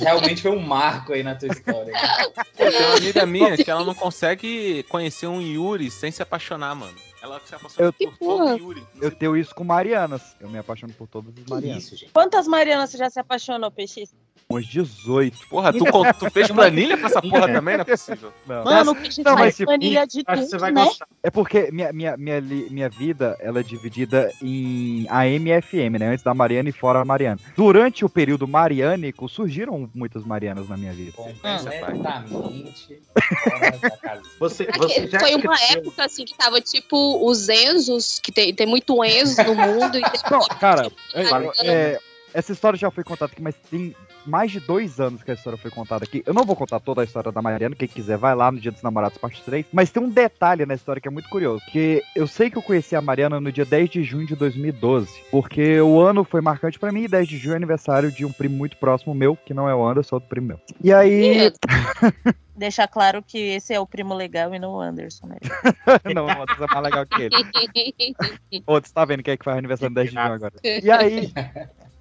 Speaker 4: Realmente foi um marco aí na tua história. Tá
Speaker 9: Pô, tem uma amiga minha que ela não consegue conhecer um Yuri sem se apaixonar, mano. Ela se apaixonou
Speaker 1: Eu-
Speaker 9: por todo Yuri.
Speaker 1: Eu tenho isso com Marianas. Eu me apaixono por todas as Marianas.
Speaker 9: isso, gente?
Speaker 3: Quantas Marianas você já se apaixonou, PX?
Speaker 1: Umas 18.
Speaker 9: Porra, tu, con- tu fez planilha pra essa porra também? Não é possível.
Speaker 1: Não.
Speaker 3: Mano, o Cristian faz planilha de
Speaker 1: acho que
Speaker 3: tudo, né?
Speaker 1: É porque minha, minha, minha, li- minha vida ela é dividida em AM e FM, né? Antes da Mariana e fora a Mariana. Durante o período mariânico, surgiram muitas Marianas na minha vida.
Speaker 4: Completamente.
Speaker 2: Você,
Speaker 6: Aquele- Foi uma época assim que tava tipo os Enzos, que tem, tem muito Enzo no mundo. E
Speaker 1: Não, cara, é-
Speaker 6: Mariana.
Speaker 1: é, essa história já foi contada aqui, mas tem mais de dois anos que a história foi contada aqui. Eu não vou contar toda a história da Mariana, quem quiser vai lá no Dia dos Namorados, parte 3. Mas tem um detalhe na história que é muito curioso, que eu sei que eu conheci a Mariana no dia 10 de junho de 2012, porque o ano foi marcante pra mim, e 10 de junho é aniversário de um primo muito próximo meu, que não é o Anderson, é outro primo meu. E aí...
Speaker 3: Deixar claro que esse é o primo legal e não o Anderson, né?
Speaker 1: não, o Anderson é mais legal que ele. Outros tá vendo quem é que faz aniversário no 10 de junho agora. E aí,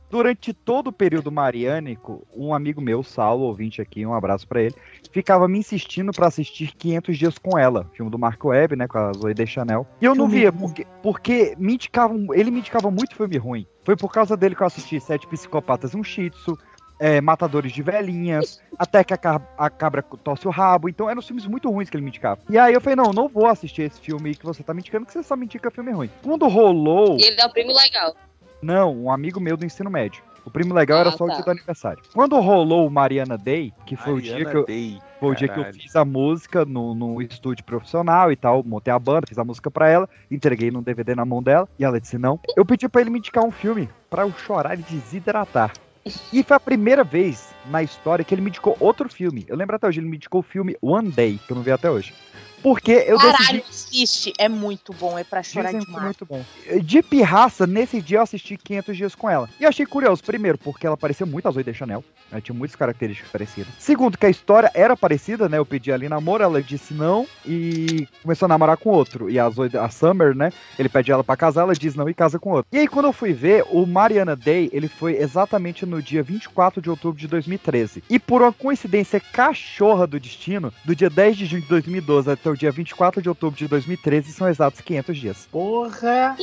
Speaker 1: durante todo o período mariânico, um amigo meu, Saulo, ouvinte aqui, um abraço pra ele, ficava me insistindo pra assistir 500 Dias com Ela, filme do Marco Webb, né, com a Zoe Deschanel. E eu não
Speaker 12: Filme
Speaker 1: via, porque, porque me indicavam, ele me indicava muito filme ruim. Foi por causa dele que eu assisti Sete Psicopatas e um Shih Tzu, é, Matadores de Velhinhas, até que a, ca- a cabra torce o rabo. Então eram filmes muito ruins que ele me indicava. E aí eu falei, não, não vou assistir esse filme que você tá me indicando, que você só me indica filme ruim. Quando rolou...
Speaker 6: E ele é um primo legal.
Speaker 1: Não, um amigo meu do ensino médio. O primo legal era
Speaker 6: Ah,
Speaker 1: só o
Speaker 6: tá.
Speaker 1: dia do aniversário. Quando rolou o Mariana Day, que foi o dia
Speaker 9: Mariana
Speaker 1: que eu.
Speaker 9: Day,
Speaker 1: foi o dia que eu
Speaker 9: caralho.
Speaker 1: fiz a música no, no estúdio profissional e tal, montei a banda, fiz a música pra ela, entreguei num DVD na mão dela e ela disse não. Eu pedi pra ele me indicar um filme pra eu chorar e desidratar. E foi a primeira vez na história que ele me indicou outro filme. Eu lembro até hoje, ele me indicou o filme One Day, que eu não vi até hoje. Porque eu decidi
Speaker 3: Caralho, assiste. É muito bom, é pra chorar
Speaker 1: Dizem que
Speaker 3: demais.
Speaker 1: é muito bom. de pirraça, nesse dia eu assisti 500 dias com ela. E eu achei curioso, primeiro, porque ela parecia muito a Zoe de Chanel. Ela tinha muitas características parecidas. Segundo, que a história era parecida, né? Eu pedi ali namoro, ela disse não e começou a namorar com outro. E a, Zoe, a Summer, né? Ele pede ela pra casar, ela diz não e casa com outro. E aí, quando eu fui ver, o Mariana Day, ele foi exatamente no dia 24 de outubro de 2013. E por uma coincidência cachorra do destino, do dia 10 de junho de 2012 até o dia 24 de outubro de 2013, são exatos 500 dias.
Speaker 2: Porra!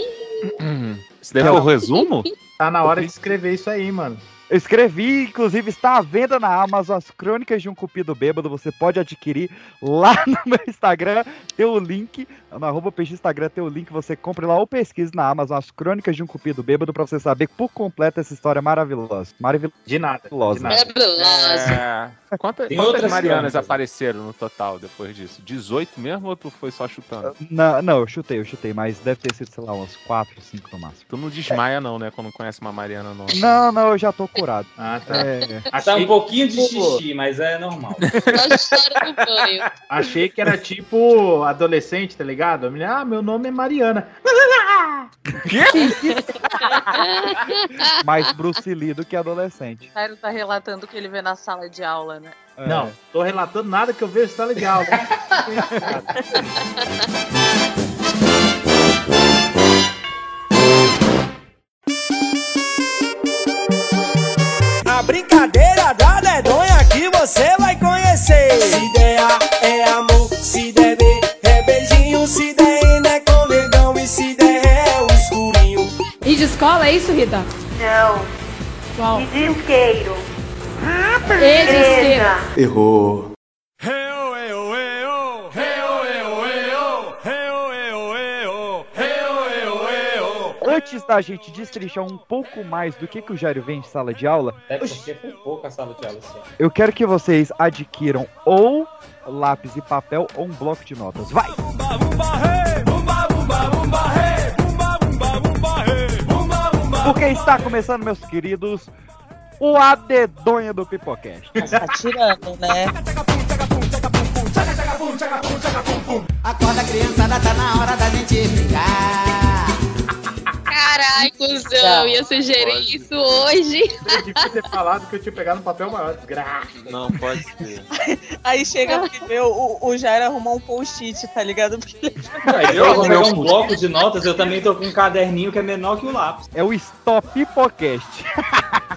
Speaker 9: Isso daí foi o resumo?
Speaker 2: Tá na hora de escrever isso aí, mano.
Speaker 1: Eu escrevi, inclusive está à venda na Amazon as Crônicas de um Cupido Bêbado. Você pode adquirir lá no meu Instagram. Tem o link, no arroba peixe Instagram tem o link. Você compre lá ou pesquise na Amazon as Crônicas de um Cupido Bêbado para você saber por completo essa história maravilhosa. Maravilhosa.
Speaker 2: De nada.
Speaker 6: É,
Speaker 1: Maravilhosa.
Speaker 6: Maravilhoso.
Speaker 9: É, Quanta-
Speaker 1: Tem
Speaker 9: quantas
Speaker 1: outras
Speaker 9: Marianas
Speaker 1: crônicas.
Speaker 9: apareceram no total depois disso? 18 mesmo ou tu foi só chutando?
Speaker 1: Não, não, eu chutei, eu chutei, mas deve ter sido, sei lá, umas 4, 5 no máximo.
Speaker 9: Tu não desmaia não, né? Quando conhece uma Mariana nova.
Speaker 1: Não, não, eu já tô curado.
Speaker 2: Ah,
Speaker 9: tá.
Speaker 1: É.
Speaker 4: Tá um pouquinho de xixi, mas é normal.
Speaker 2: Achei que era tipo adolescente, tá ligado? A menina, ah, meu nome é Mariana.
Speaker 1: Mais Bruce Lee do que adolescente. É.
Speaker 3: O Cairo tá relatando o que ele vê na sala de aula, né?
Speaker 2: Não, tô relatando nada que eu vejo tá Né? em sala de aula.
Speaker 11: A brincadeira da dedonha que você vai conhecer. Se der A, é amor, se der B, é beijinho, se der N é com negão e se der ré é o escurinho.
Speaker 16: E de escola é isso, Rita? Não. Qual? E de isqueiro. Ah, E de isqueiro.
Speaker 17: Errou.
Speaker 1: Antes da gente destrinchar um pouco mais do que, que o Jairo vem de sala de aula,
Speaker 4: Até porque foi pouco a sala de aula. assim.
Speaker 1: eu quero que vocês adquiram ou lápis e papel ou um bloco de notas. Vai! Porque está começando, meus queridos, o Adedonha do Pipocast.
Speaker 3: Tá tirando, né?
Speaker 11: Acorda, criançada, tá na hora da gente brincar.
Speaker 6: Caralho, cuzão, ia sugerir isso hoje.
Speaker 2: Eu devia ter falado que eu tinha pegado um papel maior, desgraça.
Speaker 14: Não, pode ser.
Speaker 3: Aí chega porque meu, o, o Jairo arrumou um post-it, tá ligado? Porque ele-
Speaker 4: Aí eu vou pegar um bloco de notas, eu também tô com um caderninho que é menor que o lápis.
Speaker 1: É o Stop Pipocast.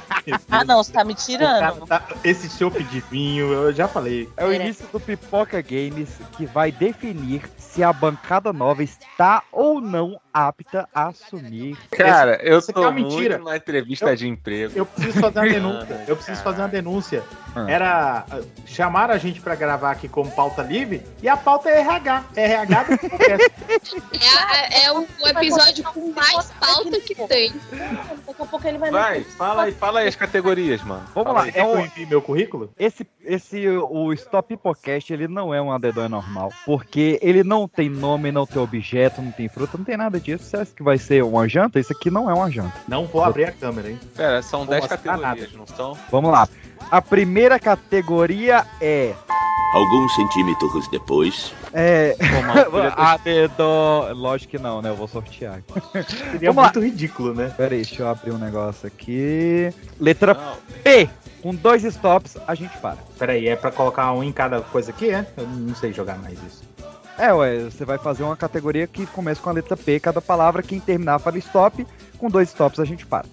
Speaker 3: Ah, não, você tá me tirando.
Speaker 2: O cara tá- esse chope de vinho, eu já falei.
Speaker 1: É o início do Pipoca Games que vai definir se a bancada nova está ou não apta a assumir.
Speaker 9: Cara, eu
Speaker 1: Isso aqui é
Speaker 9: tô
Speaker 1: uma mentira.
Speaker 9: muito na entrevista de emprego.
Speaker 2: Eu preciso fazer uma denúncia. Eu preciso fazer uma denúncia.
Speaker 1: Hum.
Speaker 2: Era. Chamaram a gente pra gravar aqui como pauta livre e a pauta é RH. RH do podcast.
Speaker 6: É, a- é o episódio com mais pauta que tem.
Speaker 3: Daqui a pouco ele
Speaker 9: Vai, fala aí, fala aí as categorias, mano.
Speaker 1: Vamos
Speaker 9: Fala
Speaker 1: lá,
Speaker 9: aí.
Speaker 1: é o-
Speaker 2: um meu currículo?
Speaker 1: Esse, esse o Stop Podcast, ele não é um adedonha normal, porque ele não tem nome, não tem objeto, não tem fruta, não tem nada disso. Você acha que vai ser uma janta? Isso aqui não é uma janta.
Speaker 2: Não vou abrir a câmera, hein?
Speaker 1: um-
Speaker 9: Pera, são 10
Speaker 2: mostrar
Speaker 9: categorias, não são?
Speaker 1: Vamos lá. A primeira categoria é.
Speaker 7: Alguns centímetros depois.
Speaker 1: É.
Speaker 7: mas podia ter-
Speaker 1: Adedo. Lógico que não, né? Eu vou sortear.
Speaker 2: Seria muito ridículo, né?
Speaker 1: Peraí, deixa eu abrir um negócio aqui. Letra P. Com dois stops, a gente para.
Speaker 2: Peraí, é pra colocar um em cada coisa aqui, é? Eu não sei jogar mais isso.
Speaker 1: É, ué, você vai fazer uma categoria que começa com a letra P, cada palavra, quem terminar fala stop, com dois stops a gente para.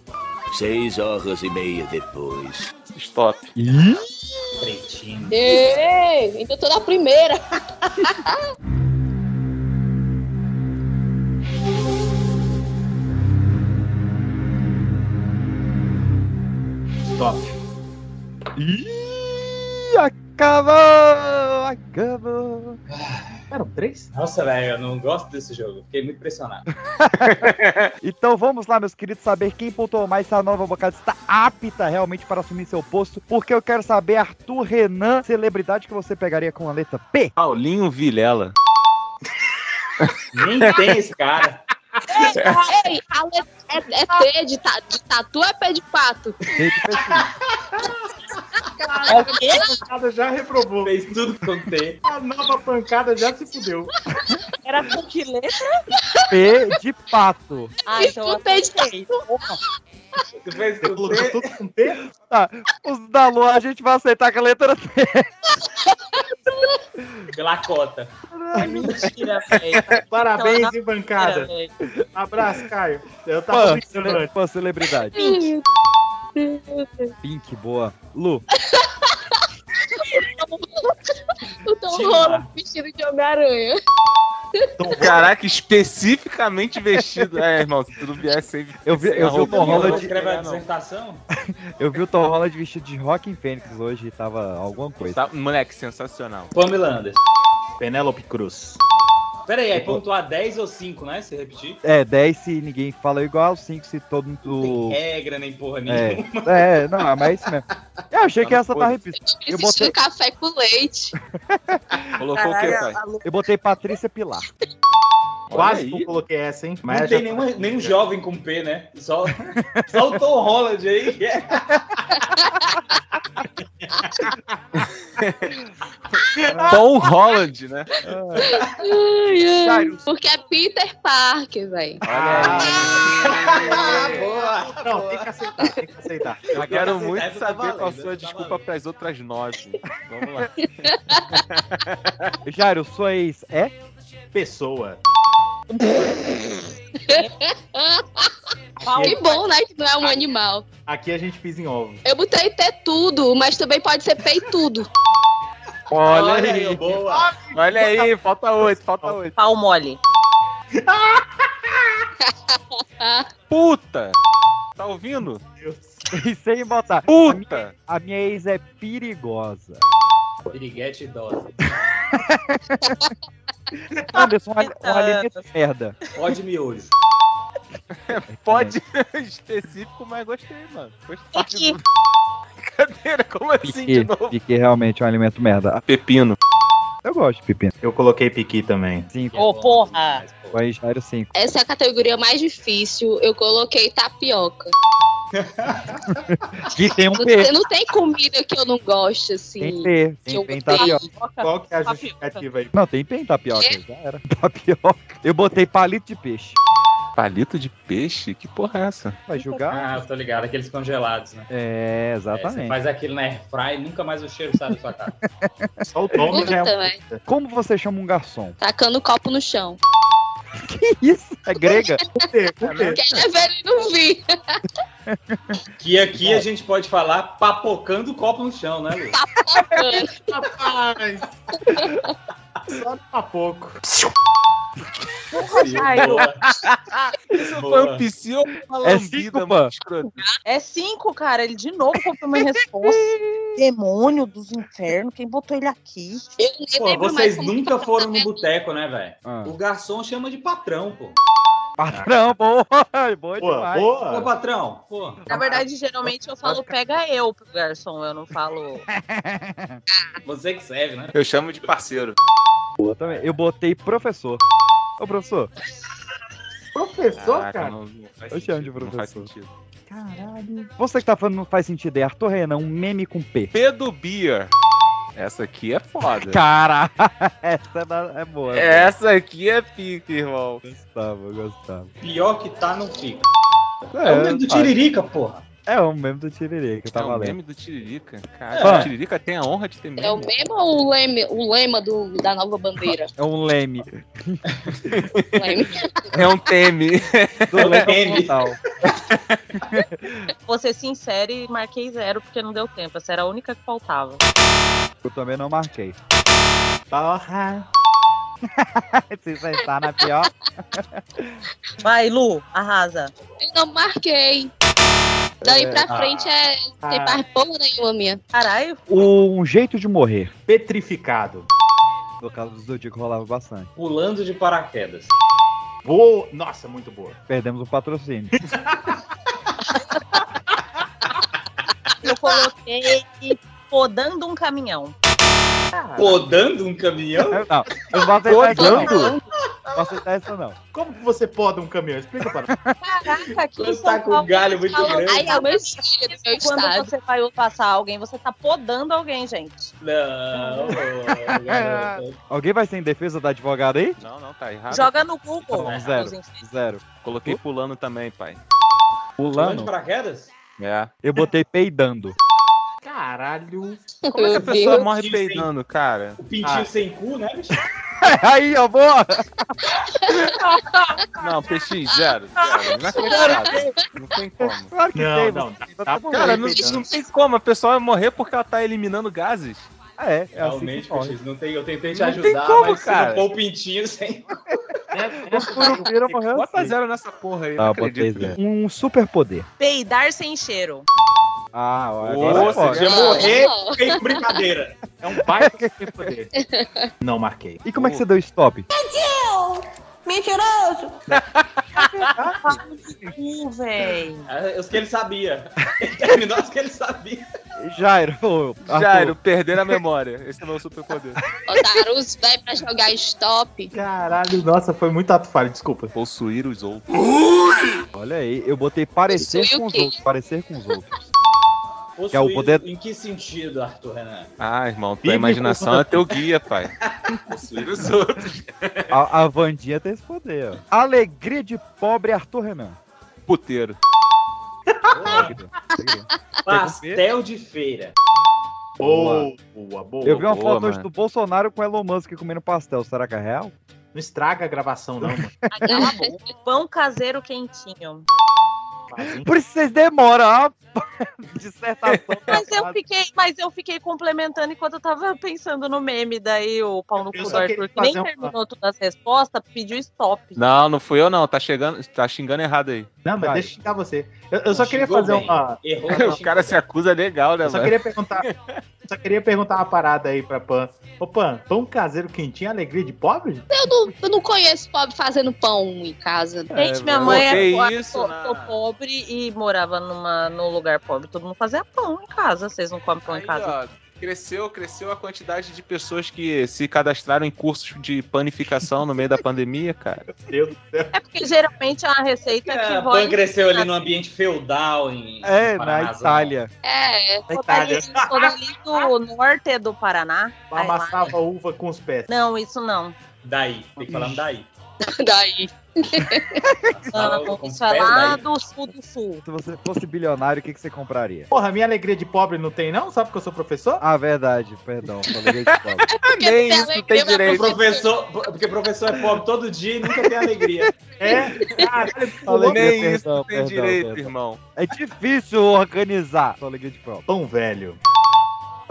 Speaker 7: Seis horas e meia depois.
Speaker 9: Stop.
Speaker 4: Pretinho.
Speaker 6: Ei, ainda tô na primeira.
Speaker 2: Top.
Speaker 1: Ih, acabou! Acabou!
Speaker 2: Eram três?
Speaker 4: Nossa, velho, eu não gosto desse jogo. Fiquei muito impressionado.
Speaker 1: Então vamos lá, meus queridos, saber quem pontuou mais se a nova bocada está apta realmente para assumir seu posto, porque eu quero saber, Arthur Renan, celebridade que você pegaria com a letra P.
Speaker 9: Paulinho Vilela.
Speaker 4: Nem tem esse cara.
Speaker 6: Ei, a letra é, é P de, ta, de tatu é pé de pato?
Speaker 3: É
Speaker 2: A pancada já reprovou.
Speaker 4: Fez tudo que contei.
Speaker 2: A nova pancada já se fudeu.
Speaker 3: Era com que letra?
Speaker 1: P de pato.
Speaker 3: Ah, então eu acertei.
Speaker 4: Tu fez
Speaker 2: Você colocou tudo com P?
Speaker 1: Tá, os da Lua a gente vai aceitar com a letra é P.
Speaker 4: Pela cota.
Speaker 3: É mentira, velho.
Speaker 2: Parabéns,
Speaker 3: Então,
Speaker 2: hein, bancada.
Speaker 3: velho.
Speaker 2: Abraço, Caio. Eu tava
Speaker 1: Pã,
Speaker 2: pensando
Speaker 1: cele-
Speaker 2: antes.
Speaker 1: pã, celebridade. Pink, boa. Lu,
Speaker 6: O Tom Holland vestido de Homem-Aranha.
Speaker 9: Caraca, especificamente vestido. É, irmão, se tu não viesse aí.
Speaker 1: Eu vi-
Speaker 9: é
Speaker 1: eu vi o Tom Holland-
Speaker 4: Escreve a dissertação?
Speaker 1: eu vi o Tom Holland vestido de Rockin' Fênix hoje e tava alguma coisa.
Speaker 9: Tá, moleque, sensacional.
Speaker 4: Pamela Anderson.
Speaker 2: Penélope Cruz.
Speaker 4: Pera aí, é pontuar 10 ou 5, né? Se repetir.
Speaker 1: É, 10 se ninguém fala igual, 5 se todo mundo.
Speaker 4: Regra, nem porra nenhuma.
Speaker 1: É, é, não, é mais isso mesmo. Eu achei que essa tá repetida. Eu
Speaker 6: Existe um
Speaker 1: botei,
Speaker 6: café com leite.
Speaker 4: Colocou o quê, pai?
Speaker 1: eu botei Patrícia Pilar.
Speaker 2: Quase que eu coloquei essa, hein?
Speaker 4: Não tem nenhuma- nenhum jovem com P, né? Só, só o Tom Holland aí. que é-
Speaker 14: Tom Holland, né?
Speaker 6: Ai, ai. Porque é Peter Parker, velho.
Speaker 9: Ah,
Speaker 4: Tá
Speaker 2: boa! tá. Ah, Não, tem que aceitar, tem que aceitar.
Speaker 14: Eu quero
Speaker 2: aceito,
Speaker 14: muito
Speaker 2: essa tá
Speaker 14: saber qual a
Speaker 2: valendo,
Speaker 14: sua
Speaker 2: tá
Speaker 14: desculpa para as outras nove. Vamos lá.
Speaker 1: Jairo, sua ex é?
Speaker 2: Pessoa.
Speaker 6: Ah, que bom, né? Que não é um animal.
Speaker 2: Aqui a gente pisa em ovo.
Speaker 6: Eu botei ter tudo, mas também pode ser peitudo.
Speaker 14: Olha,
Speaker 4: Olha
Speaker 14: aí.
Speaker 4: aí, boa.
Speaker 14: Olha aí, falta oito, falta oito.
Speaker 3: Pau mole.
Speaker 6: Ah,
Speaker 14: Puta! Tá ouvindo?
Speaker 1: E sem botar.
Speaker 14: Puta!
Speaker 1: A minha ex é perigosa.
Speaker 4: Piriguete idosa.
Speaker 1: Anderson, um olha, olha que merda.
Speaker 4: Pode miojo.
Speaker 14: É, Pode específico, mas gostei, mano. Gostei.
Speaker 4: Piqui.
Speaker 14: Brincadeira, como assim de novo?
Speaker 1: Pique realmente é um alimento merda.
Speaker 9: Pepino.
Speaker 1: Eu gosto de pepino.
Speaker 2: Eu coloquei piqui também.
Speaker 1: Cinco.
Speaker 6: Ô, porra!
Speaker 1: Vai Jairo 5.
Speaker 6: Essa é a categoria mais difícil. Eu coloquei tapioca.
Speaker 1: Que tem um
Speaker 6: Não
Speaker 1: P.
Speaker 6: tem, não tem comida que eu não gosto, assim.
Speaker 1: Tem P.
Speaker 6: que eu
Speaker 1: Tem, tem
Speaker 6: odeio.
Speaker 1: tapioca.
Speaker 2: Qual que é a justificativa aí?
Speaker 1: Não, tem, tem tapioca.
Speaker 6: Quê?
Speaker 1: Já era. Tapioca. Eu botei palito de peixe.
Speaker 9: Palito de peixe? Que porra é essa?
Speaker 1: Vai julgar?
Speaker 4: Ah, tô ligado, aqueles congelados, né?
Speaker 1: É,
Speaker 4: É, você
Speaker 1: exatamente.
Speaker 4: faz aquilo na airfry e nunca mais o cheiro sai da sua cara.
Speaker 2: Só o
Speaker 6: Puta,
Speaker 2: Tom já é um...
Speaker 6: velho.
Speaker 1: Como você chama um garçom?
Speaker 6: Tacando copo no chão.
Speaker 1: Que isso? É grega?
Speaker 6: Quer ver ele é não vi.
Speaker 4: Que aqui a gente pode falar papocando o copo no chão, né, Lu?
Speaker 2: Rapaz! um Só pra pouco.
Speaker 3: Jairo,
Speaker 14: Isso foi um psiu
Speaker 1: É cinco, mano.
Speaker 3: é cinco, cara. Ele de novo comprou uma resposta. Demônio dos infernos. Quem botou ele aqui?
Speaker 6: Eu nem
Speaker 4: Pô,
Speaker 6: lembro
Speaker 4: vocês
Speaker 6: mais um como
Speaker 4: nunca foram no boteco, né, velho?
Speaker 1: Ah.
Speaker 4: O garçom chama de patrão, pô.
Speaker 1: Patrão, boa. Boa
Speaker 2: Boa,
Speaker 1: demais.
Speaker 4: Ô,
Speaker 2: boa.
Speaker 4: patrão, pô.
Speaker 3: Na verdade, geralmente eu falo pega eu pro garçom. Eu não falo.
Speaker 4: Você que serve, né?
Speaker 9: Eu chamo de parceiro.
Speaker 1: Boa também. Eu botei professor. Ô, professor.
Speaker 2: Professor,
Speaker 9: Caraca,
Speaker 2: cara.
Speaker 9: não, não faz
Speaker 1: Eu te amo de
Speaker 9: sentido, não faz
Speaker 1: professor.
Speaker 9: sentido.
Speaker 1: Caralho. Você que tá falando não faz sentido. É Arthur Renan, um meme com P.
Speaker 9: Pedro Beer. Essa aqui é foda.
Speaker 1: Cara, essa é da- é boa.
Speaker 9: Essa aqui é pique, irmão.
Speaker 1: Gostava, eu gostava.
Speaker 4: Pior que tá, não fica. É, o
Speaker 1: É,
Speaker 4: mesmo do Tiririca, porra.
Speaker 1: É o meme do Tiririca, que tá
Speaker 14: um
Speaker 9: É o
Speaker 1: valendo.
Speaker 9: meme do Tiririca.
Speaker 1: Mano.
Speaker 9: Cara,
Speaker 14: É.
Speaker 9: o Tiririca tem a honra de ter meme.
Speaker 6: É o mesmo ou o lema, o lema do, da nova bandeira?
Speaker 1: É um leme.
Speaker 6: O lema.
Speaker 9: É um teme.
Speaker 1: Do
Speaker 4: É um
Speaker 1: leme
Speaker 4: meme.
Speaker 1: total.
Speaker 3: Vou ser sincera e marquei zero porque não deu tempo. Essa era a única que faltava.
Speaker 1: Eu também não marquei.
Speaker 2: Porra.
Speaker 1: Você vai estar na pior.
Speaker 3: Vai, Lu, arrasa.
Speaker 6: Eu não marquei. Daí pra frente é. Não tem
Speaker 2: Ah.
Speaker 6: mais porra nenhuma minha.
Speaker 3: Caralho,
Speaker 1: O- Um jeito de morrer.
Speaker 2: Petrificado.
Speaker 1: No caso do Zodíaco rolava bastante.
Speaker 4: Pulando de paraquedas.
Speaker 2: Boa. Nossa, muito boa.
Speaker 1: Perdemos o patrocínio.
Speaker 3: eu coloquei podando um caminhão.
Speaker 6: Ah.
Speaker 4: Podando um caminhão?
Speaker 1: não, eu não vou aceitar isso não. Não vou aceitar isso não.
Speaker 2: Como que você poda um caminhão? Explica para nós.
Speaker 3: Caraca, aqui em
Speaker 4: Quando
Speaker 3: São
Speaker 4: tá com um
Speaker 3: Paulo.
Speaker 4: galho muito
Speaker 6: Ai,
Speaker 4: grande.
Speaker 6: é o meu estilo do meu
Speaker 3: Quando
Speaker 6: estado.
Speaker 3: você vai ultrapassar alguém, você tá podando alguém, gente.
Speaker 4: Não, ô, garoto.
Speaker 1: Alguém vai ser em defesa da advogada aí?
Speaker 9: Não, não, tá
Speaker 2: Ah,
Speaker 9: errado.
Speaker 3: Joga no Google.
Speaker 2: tá
Speaker 1: Não, zero.
Speaker 3: os infernos.
Speaker 1: Zero.
Speaker 9: Coloquei pulando também, pai.
Speaker 4: Pulando de
Speaker 1: Pulando,
Speaker 4: paraquedas?
Speaker 9: É.
Speaker 1: eu botei peidando.
Speaker 2: Caralho.
Speaker 9: Como é que a
Speaker 6: Meu
Speaker 9: pessoa
Speaker 6: Deus.
Speaker 9: morre
Speaker 4: Sim,
Speaker 9: peidando, cara?
Speaker 4: O pintinho
Speaker 2: Ah.
Speaker 4: sem cu, né, bicho?
Speaker 1: Aí, ó, boa!
Speaker 9: Não, PX, zero. zero. Inacreditável. Não tem como.
Speaker 1: Claro que
Speaker 2: Não,
Speaker 1: tem,
Speaker 2: não.
Speaker 1: você
Speaker 2: Tá,
Speaker 1: tá
Speaker 2: bom.
Speaker 1: Cara,
Speaker 9: Cara,
Speaker 1: não-
Speaker 9: não, tem como. A pessoa vai morrer porque ela tá eliminando gases.
Speaker 1: Ah, é, é assim
Speaker 4: Realmente,
Speaker 1: que morre.
Speaker 4: PX, não tem, eu tentei te
Speaker 9: Não tem
Speaker 4: ajudar,
Speaker 9: como,
Speaker 4: mas
Speaker 9: cara.
Speaker 4: se não for o pintinho sem...
Speaker 1: O Curupira morreu
Speaker 9: Bota
Speaker 1: assim.
Speaker 9: zero nessa porra aí.
Speaker 1: Tá,
Speaker 9: não
Speaker 1: botei
Speaker 9: acredito.
Speaker 1: zero. Um superpoder.
Speaker 3: Peidar sem cheiro.
Speaker 1: Ah,
Speaker 2: agora
Speaker 1: agora pode.
Speaker 2: pode. Você morrer
Speaker 6: não.
Speaker 2: sem brincadeira. É um baita sem poder. Não marquei.
Speaker 1: E como é que você deu stop?
Speaker 3: Mentiu! Mentiroso! Cu, véi.
Speaker 4: Ah, Os que ele sabia. Ele terminou os que ele sabia.
Speaker 1: Jairo. ô, Arthur.
Speaker 14: Jairo, perder a memória. Esse é o meu superpoder.
Speaker 6: Botaram os velhos pra jogar stop.
Speaker 2: Caralho, nossa, foi muito ato falho, desculpa.
Speaker 14: Possuir os outros.
Speaker 1: Olha aí, eu botei parecer
Speaker 6: Possui o
Speaker 1: com os
Speaker 6: quê?
Speaker 1: outros. Parecer com os outros.
Speaker 4: Possuído,
Speaker 1: Que é o poder-
Speaker 4: Em que sentido, Arthur Renan?
Speaker 9: Ah, irmão, tua imaginação é teu guia, pai.
Speaker 4: Possuir os outros.
Speaker 1: A, a Vandinha tem esse poder. ó. Alegria de pobre Arthur Renan.
Speaker 14: Puteiro.
Speaker 4: Pastel de feira.
Speaker 2: Boa, boa, boa.
Speaker 1: Eu vi uma
Speaker 2: boa,
Speaker 1: foto hoje
Speaker 2: mano.
Speaker 1: do Bolsonaro com Elon Musk comendo pastel. Será que é real?
Speaker 2: Não estraga a gravação, não, mano.
Speaker 6: Ah,
Speaker 3: Aquela boca. Um Pão caseiro quentinho.
Speaker 2: um
Speaker 1: Por isso vocês demoram, ó. Dissertação.
Speaker 3: Mas eu fiquei, mas eu fiquei complementando enquanto eu tava pensando no meme, daí o pau no
Speaker 2: Eu
Speaker 3: cu do
Speaker 2: só queria
Speaker 3: Arthur, que nem
Speaker 2: fazer um-
Speaker 3: terminou todas as respostas, pediu stop.
Speaker 9: Não, não fui eu não, tá chegando, tá xingando errado aí.
Speaker 2: Não, mas deixa eu xingar você. Eu, eu só queria fazer uma.
Speaker 9: Errou, o cara se acusa legal, né,
Speaker 2: Eu só
Speaker 9: mano?
Speaker 2: queria perguntar. Só queria perguntar uma parada aí pra Pan. Ô, Pan, pão caseiro quentinho é alegria de pobre?
Speaker 6: Eu não, eu não conheço pobre fazendo pão em casa.
Speaker 3: Gente, minha mãe
Speaker 2: que
Speaker 3: é pobre,
Speaker 2: isso,
Speaker 3: sou,
Speaker 2: né?
Speaker 3: sou pobre e morava numa, num lugar pobre. Todo mundo fazia pão em casa. Vocês não comem pão em casa.
Speaker 9: ó, cresceu, cresceu a quantidade de pessoas que se cadastraram em cursos de panificação no meio da pandemia, cara.
Speaker 2: Deus.
Speaker 3: É porque geralmente a receita que
Speaker 4: A
Speaker 3: rola.
Speaker 4: É, Pan cresceu ali num ambiente feudal em
Speaker 1: É,
Speaker 4: no
Speaker 1: na
Speaker 4: Paraná,
Speaker 1: Itália.
Speaker 6: É,
Speaker 2: Na
Speaker 3: sou dali,
Speaker 2: Itália.
Speaker 3: sou dali do norte é do Paraná. Aí lá-
Speaker 2: Amassava uva com os pés.
Speaker 3: Não, isso não.
Speaker 4: Daí, tem que falar um daí.
Speaker 6: Daí.
Speaker 3: Não,
Speaker 2: com
Speaker 3: isso é
Speaker 2: pé
Speaker 3: lá
Speaker 2: daí.
Speaker 3: do sul do sul. É
Speaker 1: Se você fosse bilionário, o que, que você compraria?
Speaker 2: Porra, minha alegria de pobre não tem, não? Só porque eu sou professor?
Speaker 1: Ah, verdade, perdão. Falei de pobre.
Speaker 6: Nem isso tem
Speaker 4: O professor, porque professor é pobre todo dia e nunca tem alegria.
Speaker 2: É? Caralho,
Speaker 1: Falei
Speaker 9: Nem
Speaker 1: perdão,
Speaker 9: isso tu tem
Speaker 1: perdão,
Speaker 9: direito,
Speaker 1: perdão.
Speaker 9: irmão.
Speaker 1: É difícil organizar. Só liguei de prova.
Speaker 2: Pão velho.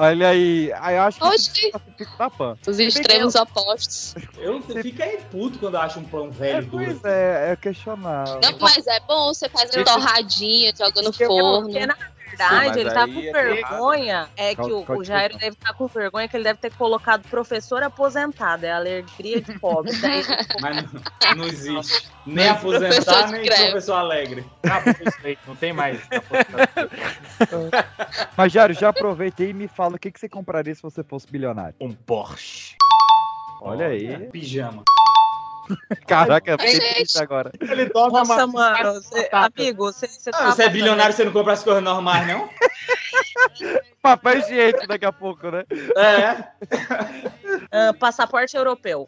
Speaker 1: Olha aí. Aí eu acho que
Speaker 6: Oxi.
Speaker 1: isso fica na pan.
Speaker 6: Os extremos opostos.
Speaker 4: Eu fico aí puto quando eu acho um pão
Speaker 1: É,
Speaker 4: velho duro.
Speaker 1: pois é, é questionável.
Speaker 6: Não, mas é bom você fazer torradinha, joga no forno.
Speaker 3: Porque, na
Speaker 9: Sim, mas
Speaker 3: verdade, ele tá
Speaker 9: aí
Speaker 3: com
Speaker 9: é
Speaker 3: vergonha. É que
Speaker 1: Cal-
Speaker 3: o, o
Speaker 1: cal-
Speaker 3: Jairo deve estar com vergonha que ele deve ter colocado professor aposentado. É alegria de pobre. Daí ele ficou
Speaker 4: Mas não, não existe. Nem aposentar,
Speaker 6: Professor
Speaker 4: nem
Speaker 6: escreve.
Speaker 4: professor alegre.
Speaker 2: Acabou isso aí, não tem mais.
Speaker 1: Mas, Jário, já aproveita aí e me fala o que, que você compraria se você fosse bilionário.
Speaker 2: Um Porsche.
Speaker 1: Olha aí.
Speaker 4: É Pijama.
Speaker 1: Caraca, fiquei
Speaker 6: gente.
Speaker 1: triste agora.
Speaker 2: Ele dorme
Speaker 3: Nossa,
Speaker 2: amassado.
Speaker 3: mano, cê- tá
Speaker 2: batata.
Speaker 3: amigo, você você
Speaker 4: Ah, você é bilionário, você não compra as coisas normais, não?
Speaker 1: Papai higiênico daqui a pouco, né?
Speaker 4: É.
Speaker 3: Ah, passaporte europeu.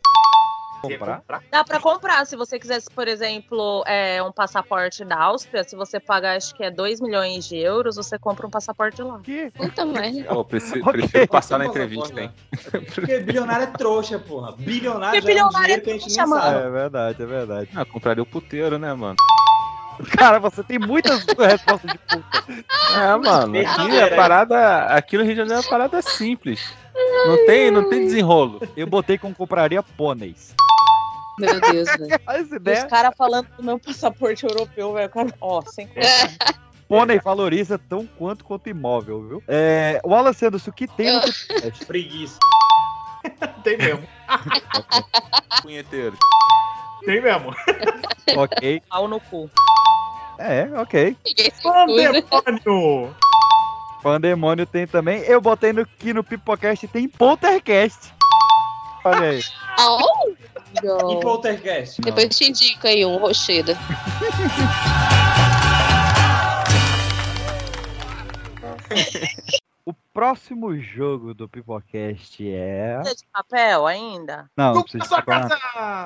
Speaker 1: Comprar?
Speaker 3: Dá pra comprar, se você quisesse, por exemplo, é, um passaporte da Áustria, se você pagar, acho que é 2 milhões de euros, você compra um passaporte lá.
Speaker 1: Que?
Speaker 6: Puta merda.
Speaker 9: Eu prefiro,
Speaker 1: Ok.
Speaker 9: prefiro passar na entrevista, hein?
Speaker 4: Porque bilionário é trouxa, porra. Bilionário
Speaker 3: Porque
Speaker 4: já é um
Speaker 3: bilionário
Speaker 4: dinheiro
Speaker 3: é
Speaker 4: que a gente nem
Speaker 3: trouxa, mano.
Speaker 4: sabe.
Speaker 1: É verdade, é verdade.
Speaker 9: Ah, compraria o puteiro, né, mano?
Speaker 1: Cara, você tem muitas respostas de puta.
Speaker 9: É, mano, aqui a parada. Aqui no Rio de Janeiro é uma parada simples. Não tem, não tem desenrolo.
Speaker 1: Eu botei que eu compraria pôneis.
Speaker 6: Meu Deus, velho.
Speaker 1: Olha essa
Speaker 3: Os
Speaker 4: É.
Speaker 1: ideia.
Speaker 3: caras falando do meu passaporte europeu, velho. cara, Ó, sem contar.
Speaker 1: Pônei valoriza tão quanto quanto imóvel, viu? É, o Alan Sanders, o que tem no
Speaker 6: Eu-
Speaker 1: podcast?
Speaker 4: É Preguiça.
Speaker 2: Tem mesmo,
Speaker 9: Punheteiro.
Speaker 2: tem mesmo.
Speaker 1: ok.
Speaker 3: Pau no cu.
Speaker 1: É, ok.
Speaker 6: Ninguém se acusa.
Speaker 2: Pandemônio!
Speaker 1: Pandemônio tem também. Eu botei no que no Pipocast tem Poltercast. Olha aí.
Speaker 6: Oh,
Speaker 4: E
Speaker 6: não.
Speaker 4: poltercast?
Speaker 6: Depois eu te indico aí um rochedo.
Speaker 1: O próximo jogo do Pipocast é.
Speaker 3: Precisa de papel ainda?
Speaker 1: Não, não
Speaker 2: Não
Speaker 1: precisa
Speaker 2: precisa
Speaker 1: de falar.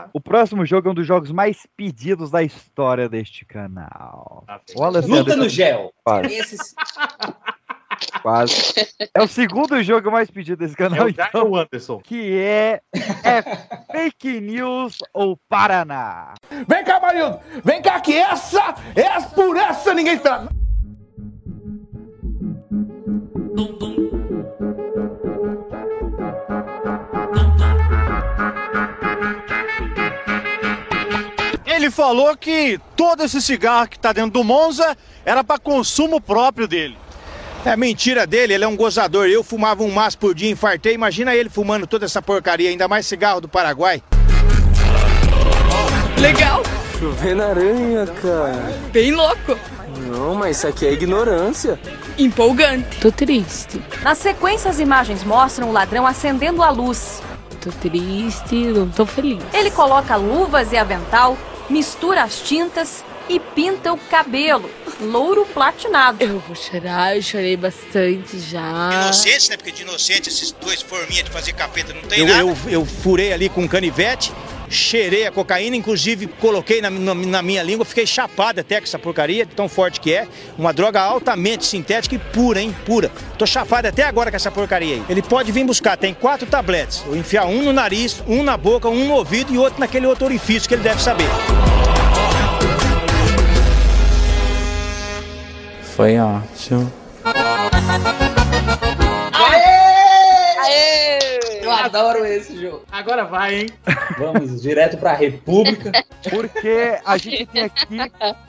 Speaker 2: casa!
Speaker 1: O próximo jogo é um dos jogos mais pedidos da história deste canal. O
Speaker 9: é
Speaker 1: Alessandro
Speaker 4: Luta no gel.
Speaker 1: Quase,
Speaker 4: Esses...
Speaker 1: quase. É o segundo jogo mais pedido desse
Speaker 2: É
Speaker 1: canal,
Speaker 2: o
Speaker 1: então,
Speaker 2: Jairo Anderson.
Speaker 1: que é, é Fake News ou Paraná.
Speaker 11: Vem cá, Marildo! Vem cá que essa, essa por essa ninguém espera.
Speaker 17: Ele falou tá que todo esse cigarro que está dentro do Monza era para consumo próprio dele. É mentira dele, ele é um gozador. Eu fumava um maço por dia, infartei. Imagina ele fumando toda essa porcaria, ainda mais cigarro do Paraguai.
Speaker 18: Legal. Chovendo aranha, cara. Bem louco. Não, mas isso aqui é ignorância.
Speaker 19: Empolgante. Tô triste.
Speaker 20: Na sequência, as imagens mostram o ladrão acendendo a luz.
Speaker 19: Tô triste, não tô feliz.
Speaker 20: Ele coloca luvas e avental, mistura as tintas e pinta o cabelo. Louro platinado.
Speaker 19: Eu vou chorar, eu chorei bastante já.
Speaker 17: Inocente, né? Porque de inocente, esses dois forminhas de fazer capeta não tem eu, nada. Eu, eu furei ali com um canivete, cheirei a cocaína, inclusive coloquei na, na- na minha língua, fiquei chapado até com essa porcaria, de tão forte que é. Uma droga altamente sintética e pura, hein? Pura. Tô chapado até agora com essa porcaria aí. Ele pode vir buscar, tem quatro tabletes. Eu enfiar um no nariz, um na boca, um no ouvido e outro naquele outro orifício que ele deve saber.
Speaker 18: Foi ótimo.
Speaker 4: Aê! Eu adoro esse jogo. Agora vai, hein? Vamos direto pra República.
Speaker 1: Porque a gente tem aqui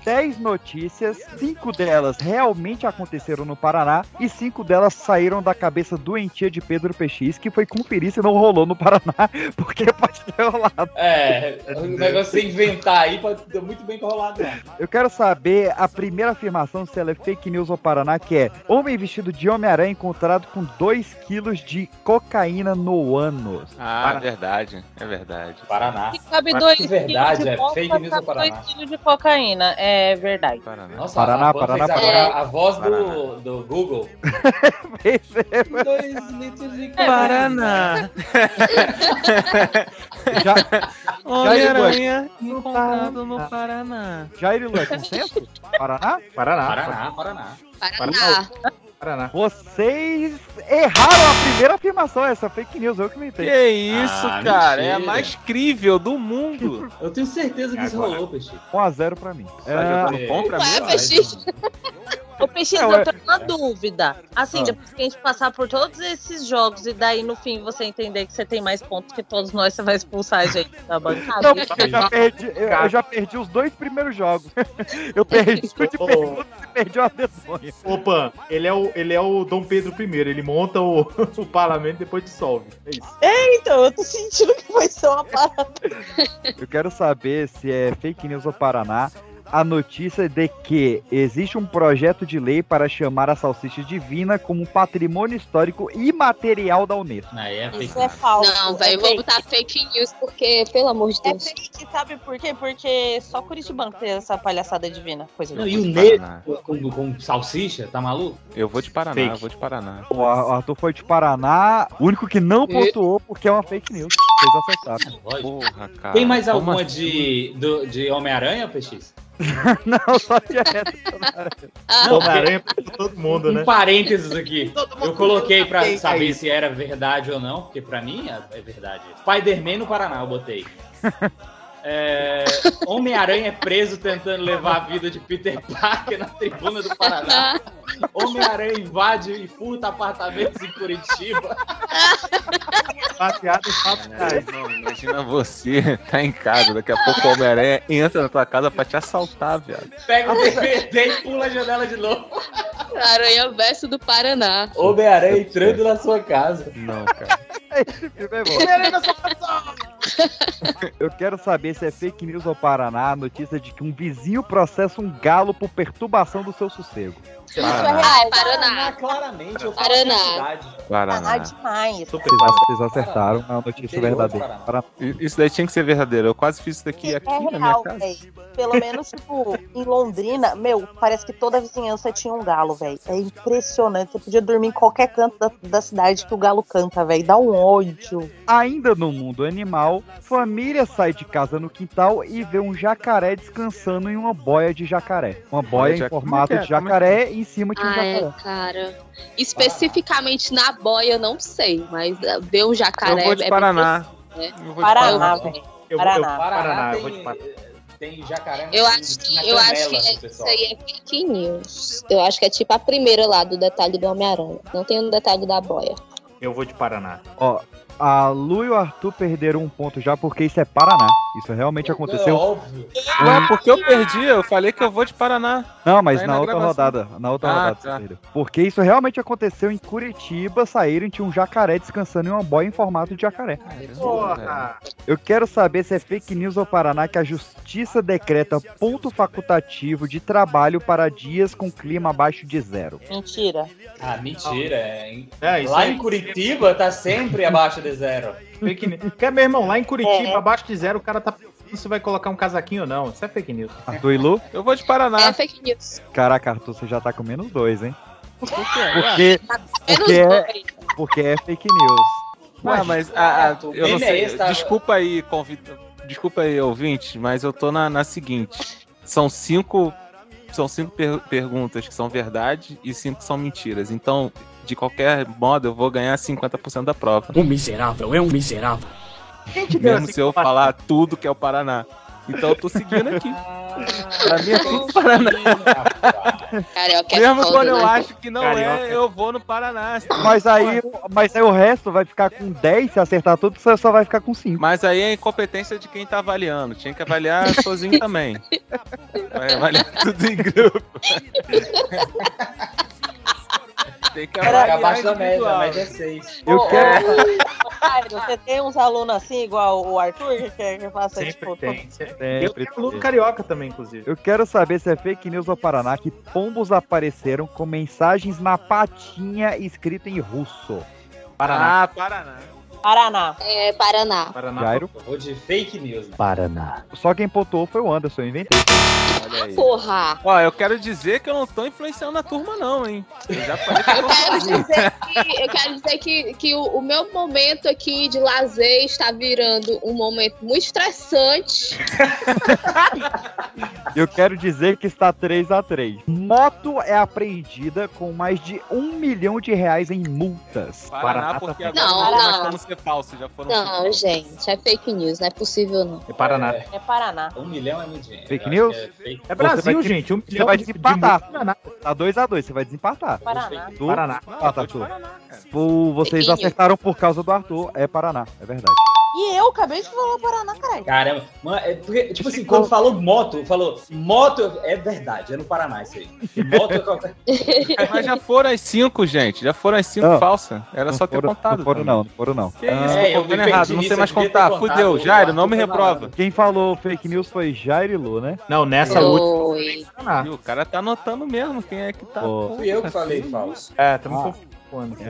Speaker 1: 10 notícias, cinco delas realmente aconteceram no Paraná e cinco delas saíram da cabeça doentia de Pedro PX, que foi conferir se não rolou no Paraná, porque pode ter rolado.
Speaker 4: É, o negócio é inventar aí pode ter muito bem rolado. né?
Speaker 1: Eu quero saber a primeira afirmação, se ela é fake news ou Paraná, que é homem vestido de Homem-Aranha encontrado com 2 quilos de cocaína no ânus.
Speaker 14: Ah, verdade. É verdade.
Speaker 4: Paraná.
Speaker 3: Que cabe dois quilos de coca, cabe dois quilos de cocaína. É verdade.
Speaker 4: Nossa,
Speaker 1: Paraná,
Speaker 4: a voz
Speaker 1: Paraná,
Speaker 4: fez a-
Speaker 1: Paraná.
Speaker 4: A voz
Speaker 1: Paraná.
Speaker 4: do, do Google. Dois litros de
Speaker 1: É, Paraná. Já,
Speaker 21: Homem-Aranha
Speaker 1: no
Speaker 21: encontrado no Paraná.
Speaker 1: Jair Lua, é consenso? Paraná?
Speaker 2: Paraná.
Speaker 4: Paraná, Paraná.
Speaker 1: Paraná. Vocês erraram a primeira afirmação, essa é fake news, eu que me entendo.
Speaker 14: Que isso,
Speaker 1: Ah,
Speaker 14: cara? É a
Speaker 1: mentira.
Speaker 14: mais crível do mundo.
Speaker 4: Eu tenho certeza
Speaker 1: que isso Agora. rolou,
Speaker 4: Peixe.
Speaker 1: 1x0 pra mim.
Speaker 14: Tá jogando
Speaker 1: É,
Speaker 14: bom pra
Speaker 3: Ué,
Speaker 14: mim?
Speaker 3: Peixe. Ô, Peixe,
Speaker 1: Não,
Speaker 3: eu
Speaker 1: é-
Speaker 3: tô na dúvida. Assim,
Speaker 1: Ah.
Speaker 3: depois que a gente passar por todos esses jogos e daí no fim você entender que você tem mais pontos que todos nós, você vai expulsar a gente da bancada.
Speaker 1: Não, porque eu já perdi, eu, eu já perdi os dois primeiros jogos. Eu perdi o de perguntas e perdi o adesonha.
Speaker 2: Opa, ele é o, ele é o Dom Pedro I, ele monta o, o parlamento e depois dissolve. É isso.
Speaker 3: É, então, eu tô sentindo que vai ser uma parada.
Speaker 1: Eu quero saber se é fake news ou Paraná. A notícia de que existe um projeto de lei para chamar a salsicha divina como patrimônio histórico imaterial da Unesco.
Speaker 4: Aí é
Speaker 6: fake.
Speaker 3: É falso. É
Speaker 6: Não, velho, eu vou botar fake news porque, pelo amor de Deus.
Speaker 3: E sabe por quê? Porque só Curitibano tem essa palhaçada divina. Coisa
Speaker 4: Não,
Speaker 3: do
Speaker 4: e o
Speaker 3: tipo.
Speaker 4: negro com, com salsicha, tá maluco?
Speaker 14: Eu vou de Paraná,
Speaker 4: Fake.
Speaker 14: eu vou de Paraná.
Speaker 1: O Ar- o Arthur foi de Paraná, o único que não pontuou porque é uma fake news. Vocês acertaram.
Speaker 14: Porra, cara.
Speaker 4: Tem mais
Speaker 1: como
Speaker 4: alguma
Speaker 1: assim?
Speaker 4: de, do- de Homem-Aranha, PX?
Speaker 1: Não, só tinha essa.
Speaker 2: Homem-Aranha pra todo mundo,
Speaker 4: um
Speaker 2: né?
Speaker 4: parênteses aqui. Eu coloquei pra
Speaker 2: Tem,
Speaker 4: saber
Speaker 2: aí.
Speaker 4: se era verdade ou não, porque pra mim é é verdade. Spider-Man no Paraná, eu botei. É, Homem-Aranha é preso tentando levar a vida de Peter Parker na tribuna do Paraná. Homem-Aranha invade e furta apartamentos em Curitiba.
Speaker 2: Baseado em fatos
Speaker 1: É.
Speaker 2: reais.
Speaker 14: Não, imagina você, tá em casa, daqui a pouco o Homem-Aranha entra na tua casa pra te assaltar, viado.
Speaker 4: Pega o DVD e pula a janela de novo.
Speaker 6: Aranha verso do Paraná.
Speaker 4: Homem-Aranha entrando na sua casa.
Speaker 14: Não, cara.
Speaker 1: Esse filme é bom. Eu quero saber se é fake news ou Paraná a notícia de que um vizinho processa um galo por perturbação do seu sossego.
Speaker 6: Ah, é Paraná.
Speaker 4: Claramente, eu é
Speaker 6: falo Paraná.
Speaker 3: Ah, demais.
Speaker 1: Vocês acertaram a notícia
Speaker 14: Interior do
Speaker 1: verdadeira. Paraná.
Speaker 14: I- Isso daí tinha que ser verdadeiro. Eu quase fiz isso daqui aqui
Speaker 3: é
Speaker 14: na minha
Speaker 3: real,
Speaker 14: casa.
Speaker 3: velho. Pelo menos, tipo, em Londrina, meu, parece que toda a vizinhança tinha um galo, velho. É impressionante. Você podia dormir em qualquer canto da, da cidade que o galo canta, velho. Dá um ódio.
Speaker 1: Ainda no mundo animal, família sai de casa no quintal e vê um jacaré descansando em uma boia de jacaré. Uma boia
Speaker 14: de
Speaker 1: em
Speaker 14: jac-
Speaker 1: formato
Speaker 14: Como é
Speaker 1: de
Speaker 14: que é? Como é que
Speaker 1: jacaré em cima de um
Speaker 6: Ah, é,
Speaker 1: jacaré.
Speaker 6: cara. Especificamente na boia, eu não sei, mas ah, ver um jacaré.
Speaker 14: Eu vou de
Speaker 6: é bem
Speaker 14: Paraná.
Speaker 6: possível, né?
Speaker 14: Eu vou de
Speaker 6: Paraná,
Speaker 14: Paraná.
Speaker 6: velho.
Speaker 2: Eu vou- eu-
Speaker 6: Paraná.
Speaker 2: Paraná, eu
Speaker 4: tem, eh,
Speaker 2: vou de Paraná.
Speaker 4: tem jacaré
Speaker 6: Eu acho que,
Speaker 4: na
Speaker 6: eu acho
Speaker 4: canela
Speaker 6: que
Speaker 4: do
Speaker 6: é- isso
Speaker 4: pessoal.
Speaker 6: aí é fake news. Eu acho que é tipo a primeira lá do detalhe do Homem-Aranha. Não tem um detalhe da boia.
Speaker 2: Eu vou de Paraná.
Speaker 1: Ó, a Lu e o Arthur perderam um ponto já porque isso é Paraná. Isso realmente
Speaker 4: é
Speaker 1: aconteceu.
Speaker 14: Ué, é porque eu perdi, eu falei que eu vou de Paraná.
Speaker 1: Não, mas
Speaker 14: Aí
Speaker 1: na, outra
Speaker 14: gravação.
Speaker 1: rodada. Na outra
Speaker 14: Ah,
Speaker 1: rodada,
Speaker 14: tá.
Speaker 1: sério. Porque isso realmente aconteceu em Curitiba, saíram e tinha um jacaré descansando em uma boia em formato de jacaré.
Speaker 2: Porra!
Speaker 1: Eu quero saber se é fake news ou Paraná que a justiça decreta ponto facultativo de trabalho para dias com clima abaixo de zero.
Speaker 3: Mentira.
Speaker 4: Ah, mentira. é, hein?
Speaker 2: É, isso
Speaker 4: Lá
Speaker 2: aí.
Speaker 4: em Curitiba tá sempre abaixo de zero.
Speaker 2: Fake news. Porque, meu irmão, lá em Curitiba, abaixo de zero, o cara tá. Isso vai colocar um casaquinho ou não? Isso é fake news.
Speaker 1: Arthur e Lu?
Speaker 14: Eu vou de Paraná.
Speaker 6: É fake news.
Speaker 1: Caraca, Arthur, você já tá com menos dois, hein?
Speaker 6: Ué,
Speaker 1: Porque,
Speaker 6: tá menos
Speaker 1: porque, é,
Speaker 6: dois.
Speaker 1: porque é fake news.
Speaker 14: Ué, Ah, mas a, a- eu não
Speaker 4: meme é
Speaker 14: sei.
Speaker 4: esse, tá?
Speaker 14: Desculpa aí, convido. Desculpa aí, ouvinte, mas eu tô na, na seguinte. São cinco. São cinco per- perguntas que são verdade e cinco são mentiras. Então, de qualquer modo, eu vou ganhar 50% da prova.
Speaker 18: O miserável é um miserável.
Speaker 14: Mesmo se eu falar tudo que é o Paraná. Então eu tô seguindo aqui.
Speaker 4: Ah,
Speaker 14: pra mim é tudo Paraná.
Speaker 4: é
Speaker 6: Carioca
Speaker 14: Mesmo
Speaker 6: todo,
Speaker 14: quando eu
Speaker 6: né?
Speaker 14: acho que não
Speaker 1: Carioca.
Speaker 14: é, eu vou no Paraná.
Speaker 1: Mas aí, mas aí o resto vai ficar com 10, se acertar tudo, você só vai ficar com 5.
Speaker 14: Mas aí é incompetência de quem tá avaliando. Tinha que avaliar sozinho também. Vai avaliar tudo em grupo. Tem que
Speaker 4: Era
Speaker 14: avaliar
Speaker 4: abaixo da média,
Speaker 14: individual.
Speaker 4: a média é 6.
Speaker 1: Eu
Speaker 3: Ô,
Speaker 1: quero-
Speaker 3: ô, ô, Caio, você tem uns alunos assim, igual o Arthur, que quer que faça, tipo,
Speaker 2: Tem, sempre tem.
Speaker 1: Sempre
Speaker 2: é, eu tenho um aluno
Speaker 1: tem.
Speaker 2: carioca também, inclusive.
Speaker 1: Eu quero saber se é fake news ou Paraná que pombos apareceram com mensagens na patinha escrita em russo.
Speaker 14: Ah, Paraná.
Speaker 3: Paraná.
Speaker 6: É, Paraná.
Speaker 2: Paraná.
Speaker 1: Jairo?
Speaker 4: Eu vou de fake news. né?
Speaker 2: Paraná.
Speaker 1: Só quem pontuou foi o Anderson, eu inventei.
Speaker 14: Olha aí.
Speaker 6: Porra.
Speaker 14: Ó, eu quero dizer que eu não tô influenciando a turma, não, hein? Eu já falei que eu
Speaker 6: Eu
Speaker 14: tô
Speaker 6: quero
Speaker 14: sozinho.
Speaker 6: dizer que, eu quero dizer que, que o, o meu momento aqui de lazer está virando um momento muito estressante.
Speaker 1: Eu quero dizer que está 3 a 3 Moto é apreendida com mais de um milhão de reais em multas.
Speaker 14: Paraná, porque agora
Speaker 6: Não,
Speaker 14: não, tem mais
Speaker 6: não.
Speaker 14: como ser falso, já foram cinco.
Speaker 6: Não, gente, é fake news, não é possível não.
Speaker 2: É Paraná.
Speaker 3: É Paraná.
Speaker 4: Um milhão é muito dinheiro.
Speaker 1: Fake
Speaker 4: Eu
Speaker 1: news?
Speaker 4: acho que fake.
Speaker 2: É Brasil,
Speaker 1: Você vai te-
Speaker 2: gente. Um
Speaker 1: Você vai desempatar. Tá 2 a 2 você vai desempatar.
Speaker 3: Paraná.
Speaker 1: Do-
Speaker 2: Paraná.
Speaker 1: Ah, tá, Arthur. Pô, Vocês
Speaker 6: Fake
Speaker 1: acertaram por causa do Arthur. É Paraná, é verdade.
Speaker 3: E eu acabei de falar Paraná, caralho.
Speaker 4: Caramba, mano, é porque, tipo assim, quando falou moto, falou moto, é verdade, é no Paraná isso aí. Moto é qualquer-
Speaker 14: Mas já foram as cinco, gente. Já foram as cinco
Speaker 1: Não.
Speaker 14: falsas. Era
Speaker 1: Não
Speaker 14: só ter
Speaker 1: foram-
Speaker 14: contado. tá
Speaker 1: Não foram,
Speaker 14: também.
Speaker 1: não, não foram, não.
Speaker 14: Que
Speaker 1: Ah,
Speaker 14: isso,
Speaker 4: É,
Speaker 14: eu
Speaker 4: eu
Speaker 14: tô
Speaker 4: me
Speaker 14: errado,
Speaker 4: perdi
Speaker 14: não sei
Speaker 4: nisso,
Speaker 14: mais
Speaker 4: eu devia
Speaker 14: contar.
Speaker 4: ter contado.
Speaker 14: Fudeu, Jairo, não me
Speaker 4: Arthur foi
Speaker 14: reprova.
Speaker 1: Ah, Quem falou fake news foi Jair e Lu, né?
Speaker 2: Não, nessa última.
Speaker 6: Oi.
Speaker 14: E o cara tá anotando mesmo quem é que tá.
Speaker 1: Pô.
Speaker 4: né? Fui eu que falei falso.
Speaker 2: É, tamo
Speaker 1: Ah.
Speaker 2: confundindo.
Speaker 1: É,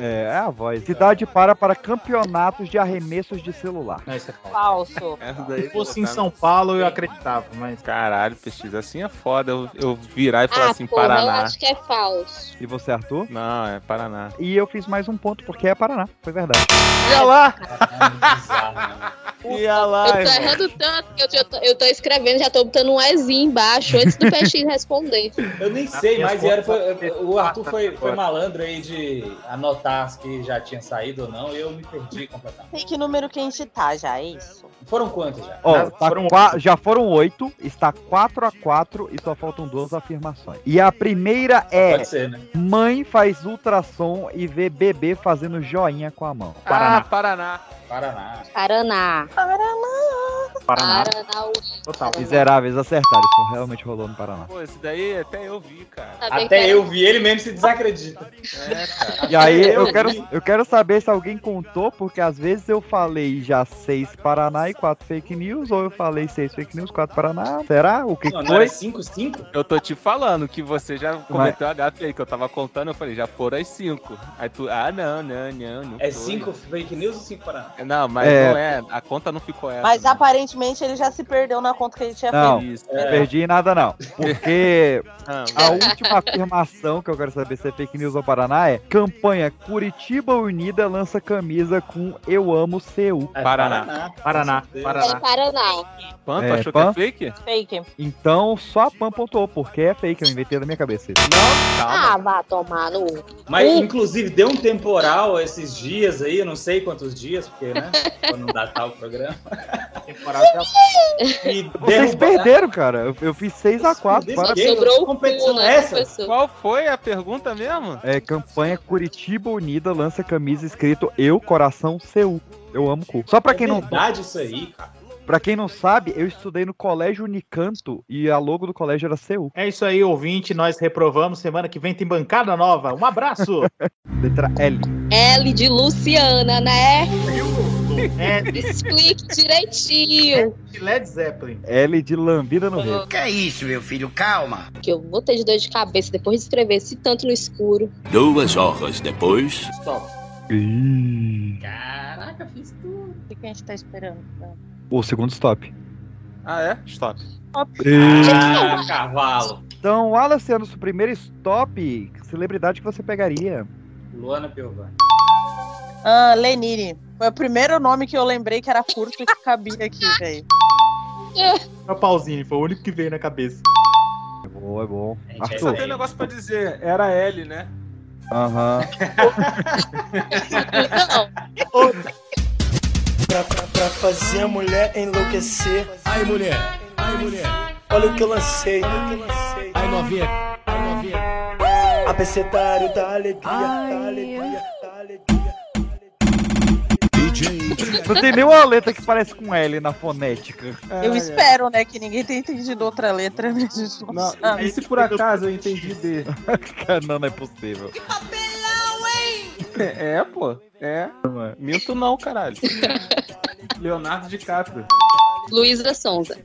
Speaker 1: é, é a voz. Cidade para para campeonatos de arremessos de celular.
Speaker 2: Não, isso é falso.
Speaker 3: Falso.
Speaker 14: Essa
Speaker 2: Se
Speaker 14: daí,
Speaker 2: fosse
Speaker 14: pô,
Speaker 2: em
Speaker 14: tá-
Speaker 2: São Paulo, eu acreditava, mas.
Speaker 14: Caralho, PX, assim é foda eu, eu virar e falar
Speaker 6: Ah,
Speaker 14: assim,
Speaker 6: porra, eu
Speaker 14: Paraná.
Speaker 6: acho que é falso.
Speaker 1: E você, Arthur?
Speaker 14: Não, é Paraná.
Speaker 1: E eu fiz mais um ponto porque é Paraná, foi verdade.
Speaker 14: Ia lá!
Speaker 6: Puta,
Speaker 14: Ia lá,
Speaker 6: eu tô
Speaker 14: irmão.
Speaker 6: errando tanto que eu, eu, tô, eu tô escrevendo, já tô botando um Ezinho embaixo antes do PX responder.
Speaker 4: Eu nem sei,
Speaker 2: minhas
Speaker 4: mas era,
Speaker 2: contas-
Speaker 4: foi- o Arthur foi, foi malandro aí de anotar as que já tinha saído ou não, e eu me perdi completamente.
Speaker 3: Sei que número que a gente tá já, é isso?
Speaker 4: Foram quantas já?
Speaker 1: Ó,
Speaker 2: Já
Speaker 1: tá
Speaker 2: foram
Speaker 1: qua- já foram oito, está 4 a 4 e só faltam duas afirmações. E a primeira é:
Speaker 4: Pode ser, né?
Speaker 1: mãe faz ultrassom e vê bebê fazendo joinha com a mão.
Speaker 6: Ah.
Speaker 14: Paraná. Ah, Paraná.
Speaker 4: Paraná.
Speaker 6: Paraná.
Speaker 3: Paraná.
Speaker 2: Paraná.
Speaker 6: Paraná.
Speaker 2: Total.
Speaker 1: Miseráveis, acertaram. Isso realmente rolou no Paraná.
Speaker 14: Pô, esse daí até eu vi, cara.
Speaker 4: Até eu vi, ele mesmo se desacredita.
Speaker 14: É, cara.
Speaker 1: E aí eu
Speaker 4: vi.
Speaker 1: quero, eu quero saber se alguém contou, porque às vezes eu falei já seis Paraná e quatro fake news, ou eu falei seis fake news, quatro Paraná. Será? O que
Speaker 4: Não,
Speaker 1: que
Speaker 4: não era
Speaker 1: foi?
Speaker 4: 5, 5?
Speaker 14: Eu tô te falando que você já cometeu a gafe aí, que eu tava contando, eu falei, já foram as cinco. Aí tu, ah, não, não, não, não.
Speaker 4: É
Speaker 14: foi.
Speaker 4: 5 fake news ou 5 Paraná?
Speaker 14: Não, mas
Speaker 1: É.
Speaker 14: não é. A conta não ficou essa.
Speaker 3: Mas
Speaker 14: né?
Speaker 3: aparentemente ele já se perdeu na conta que ele tinha feito.
Speaker 1: Não,
Speaker 14: Isso. é.
Speaker 1: não
Speaker 4: É.
Speaker 1: perdi nada não. Porque
Speaker 14: Ah,
Speaker 1: a última afirmação que eu quero saber se é fake news ou Paraná é campanha Curitiba Unida lança camisa com Eu Amo CU.
Speaker 4: É
Speaker 14: Paraná.
Speaker 2: Paraná,
Speaker 6: É
Speaker 2: Paraná.
Speaker 6: Paraná.
Speaker 14: Pan, tu
Speaker 1: É,
Speaker 14: achou
Speaker 1: Pan?
Speaker 14: que é fake?
Speaker 3: Fake.
Speaker 1: Então só a Pan pontuou, porque é fake, eu inventei na minha cabeça.
Speaker 14: Não, calma.
Speaker 6: Ah, vá tomar no.
Speaker 4: Mas,
Speaker 6: Ih.
Speaker 4: inclusive, deu um temporal esses dias aí, eu não sei quantos dias, porque, né? Quando não dá tal programa.
Speaker 2: Temporada é a-
Speaker 4: E
Speaker 1: Vocês
Speaker 4: derruba-
Speaker 1: perderam, cara. Eu, eu fiz 6 a 4
Speaker 4: Vocês
Speaker 1: Parabéns.
Speaker 4: perderam?
Speaker 6: Sobrou
Speaker 4: Que
Speaker 6: o
Speaker 4: competição
Speaker 6: cu,
Speaker 4: é
Speaker 6: né,
Speaker 4: essa?
Speaker 6: professor?
Speaker 14: Qual foi a pergunta mesmo?
Speaker 1: É, campanha Curitiba Unida lança camisa escrito Eu Coração CU. Eu amo cu. Só pra
Speaker 4: É
Speaker 1: quem não.
Speaker 4: verdade isso aí, cara.
Speaker 1: Pra quem não sabe, eu estudei no colégio Unicanto e a logo do colégio era CU.
Speaker 2: É isso aí, ouvinte. Nós reprovamos. Semana que vem tem bancada nova. Um abraço.
Speaker 1: Letra L.
Speaker 6: L de Luciana, né?
Speaker 2: É,
Speaker 6: Explique direitinho.
Speaker 2: de Led Zeppelin.
Speaker 1: L de lambida no rei.
Speaker 6: Que é isso, meu filho? Calma. Que eu vou ter de dor de cabeça depois de escrever esse tanto no escuro.
Speaker 7: Duas horas depois.
Speaker 4: Stop.
Speaker 1: Ih.
Speaker 4: Caraca, fiz tudo.
Speaker 3: O que que a gente tá esperando?
Speaker 1: O segundo stop.
Speaker 14: Ah, é? Stop.
Speaker 4: Ah, cavalo.
Speaker 1: Então, Wallace, é nosso primeiro stop. Celebridade que você pegaria?
Speaker 4: Luana Piovani.
Speaker 3: Ah, Lenine. Foi o primeiro nome que eu lembrei que era curto e que cabia aqui, velho.
Speaker 2: É o pauzinho, foi o único que veio na cabeça.
Speaker 1: É bom, é bom.
Speaker 14: Eu só
Speaker 1: Arthur.
Speaker 14: tenho um negócio pra dizer. Era L, né?
Speaker 1: Aham.
Speaker 11: Pra, pra- pra fazer a mulher enlouquecer. Ai, mulher. Ai, mulher. Olha o que eu lancei. Ai, novinha. Ai, novinha. Apecetário da alegria. Da alegria.
Speaker 1: Não tem nenhuma letra que parece com L na fonética.
Speaker 3: Eu espero, né, que ninguém tenha entendido outra letra, né? A gente não, sabe.
Speaker 1: e se por acaso eu entendi D? não, não é possível.
Speaker 14: É, pô. É. Minto não, caralho. Leonardo DiCaprio.
Speaker 6: Luísa Sonza.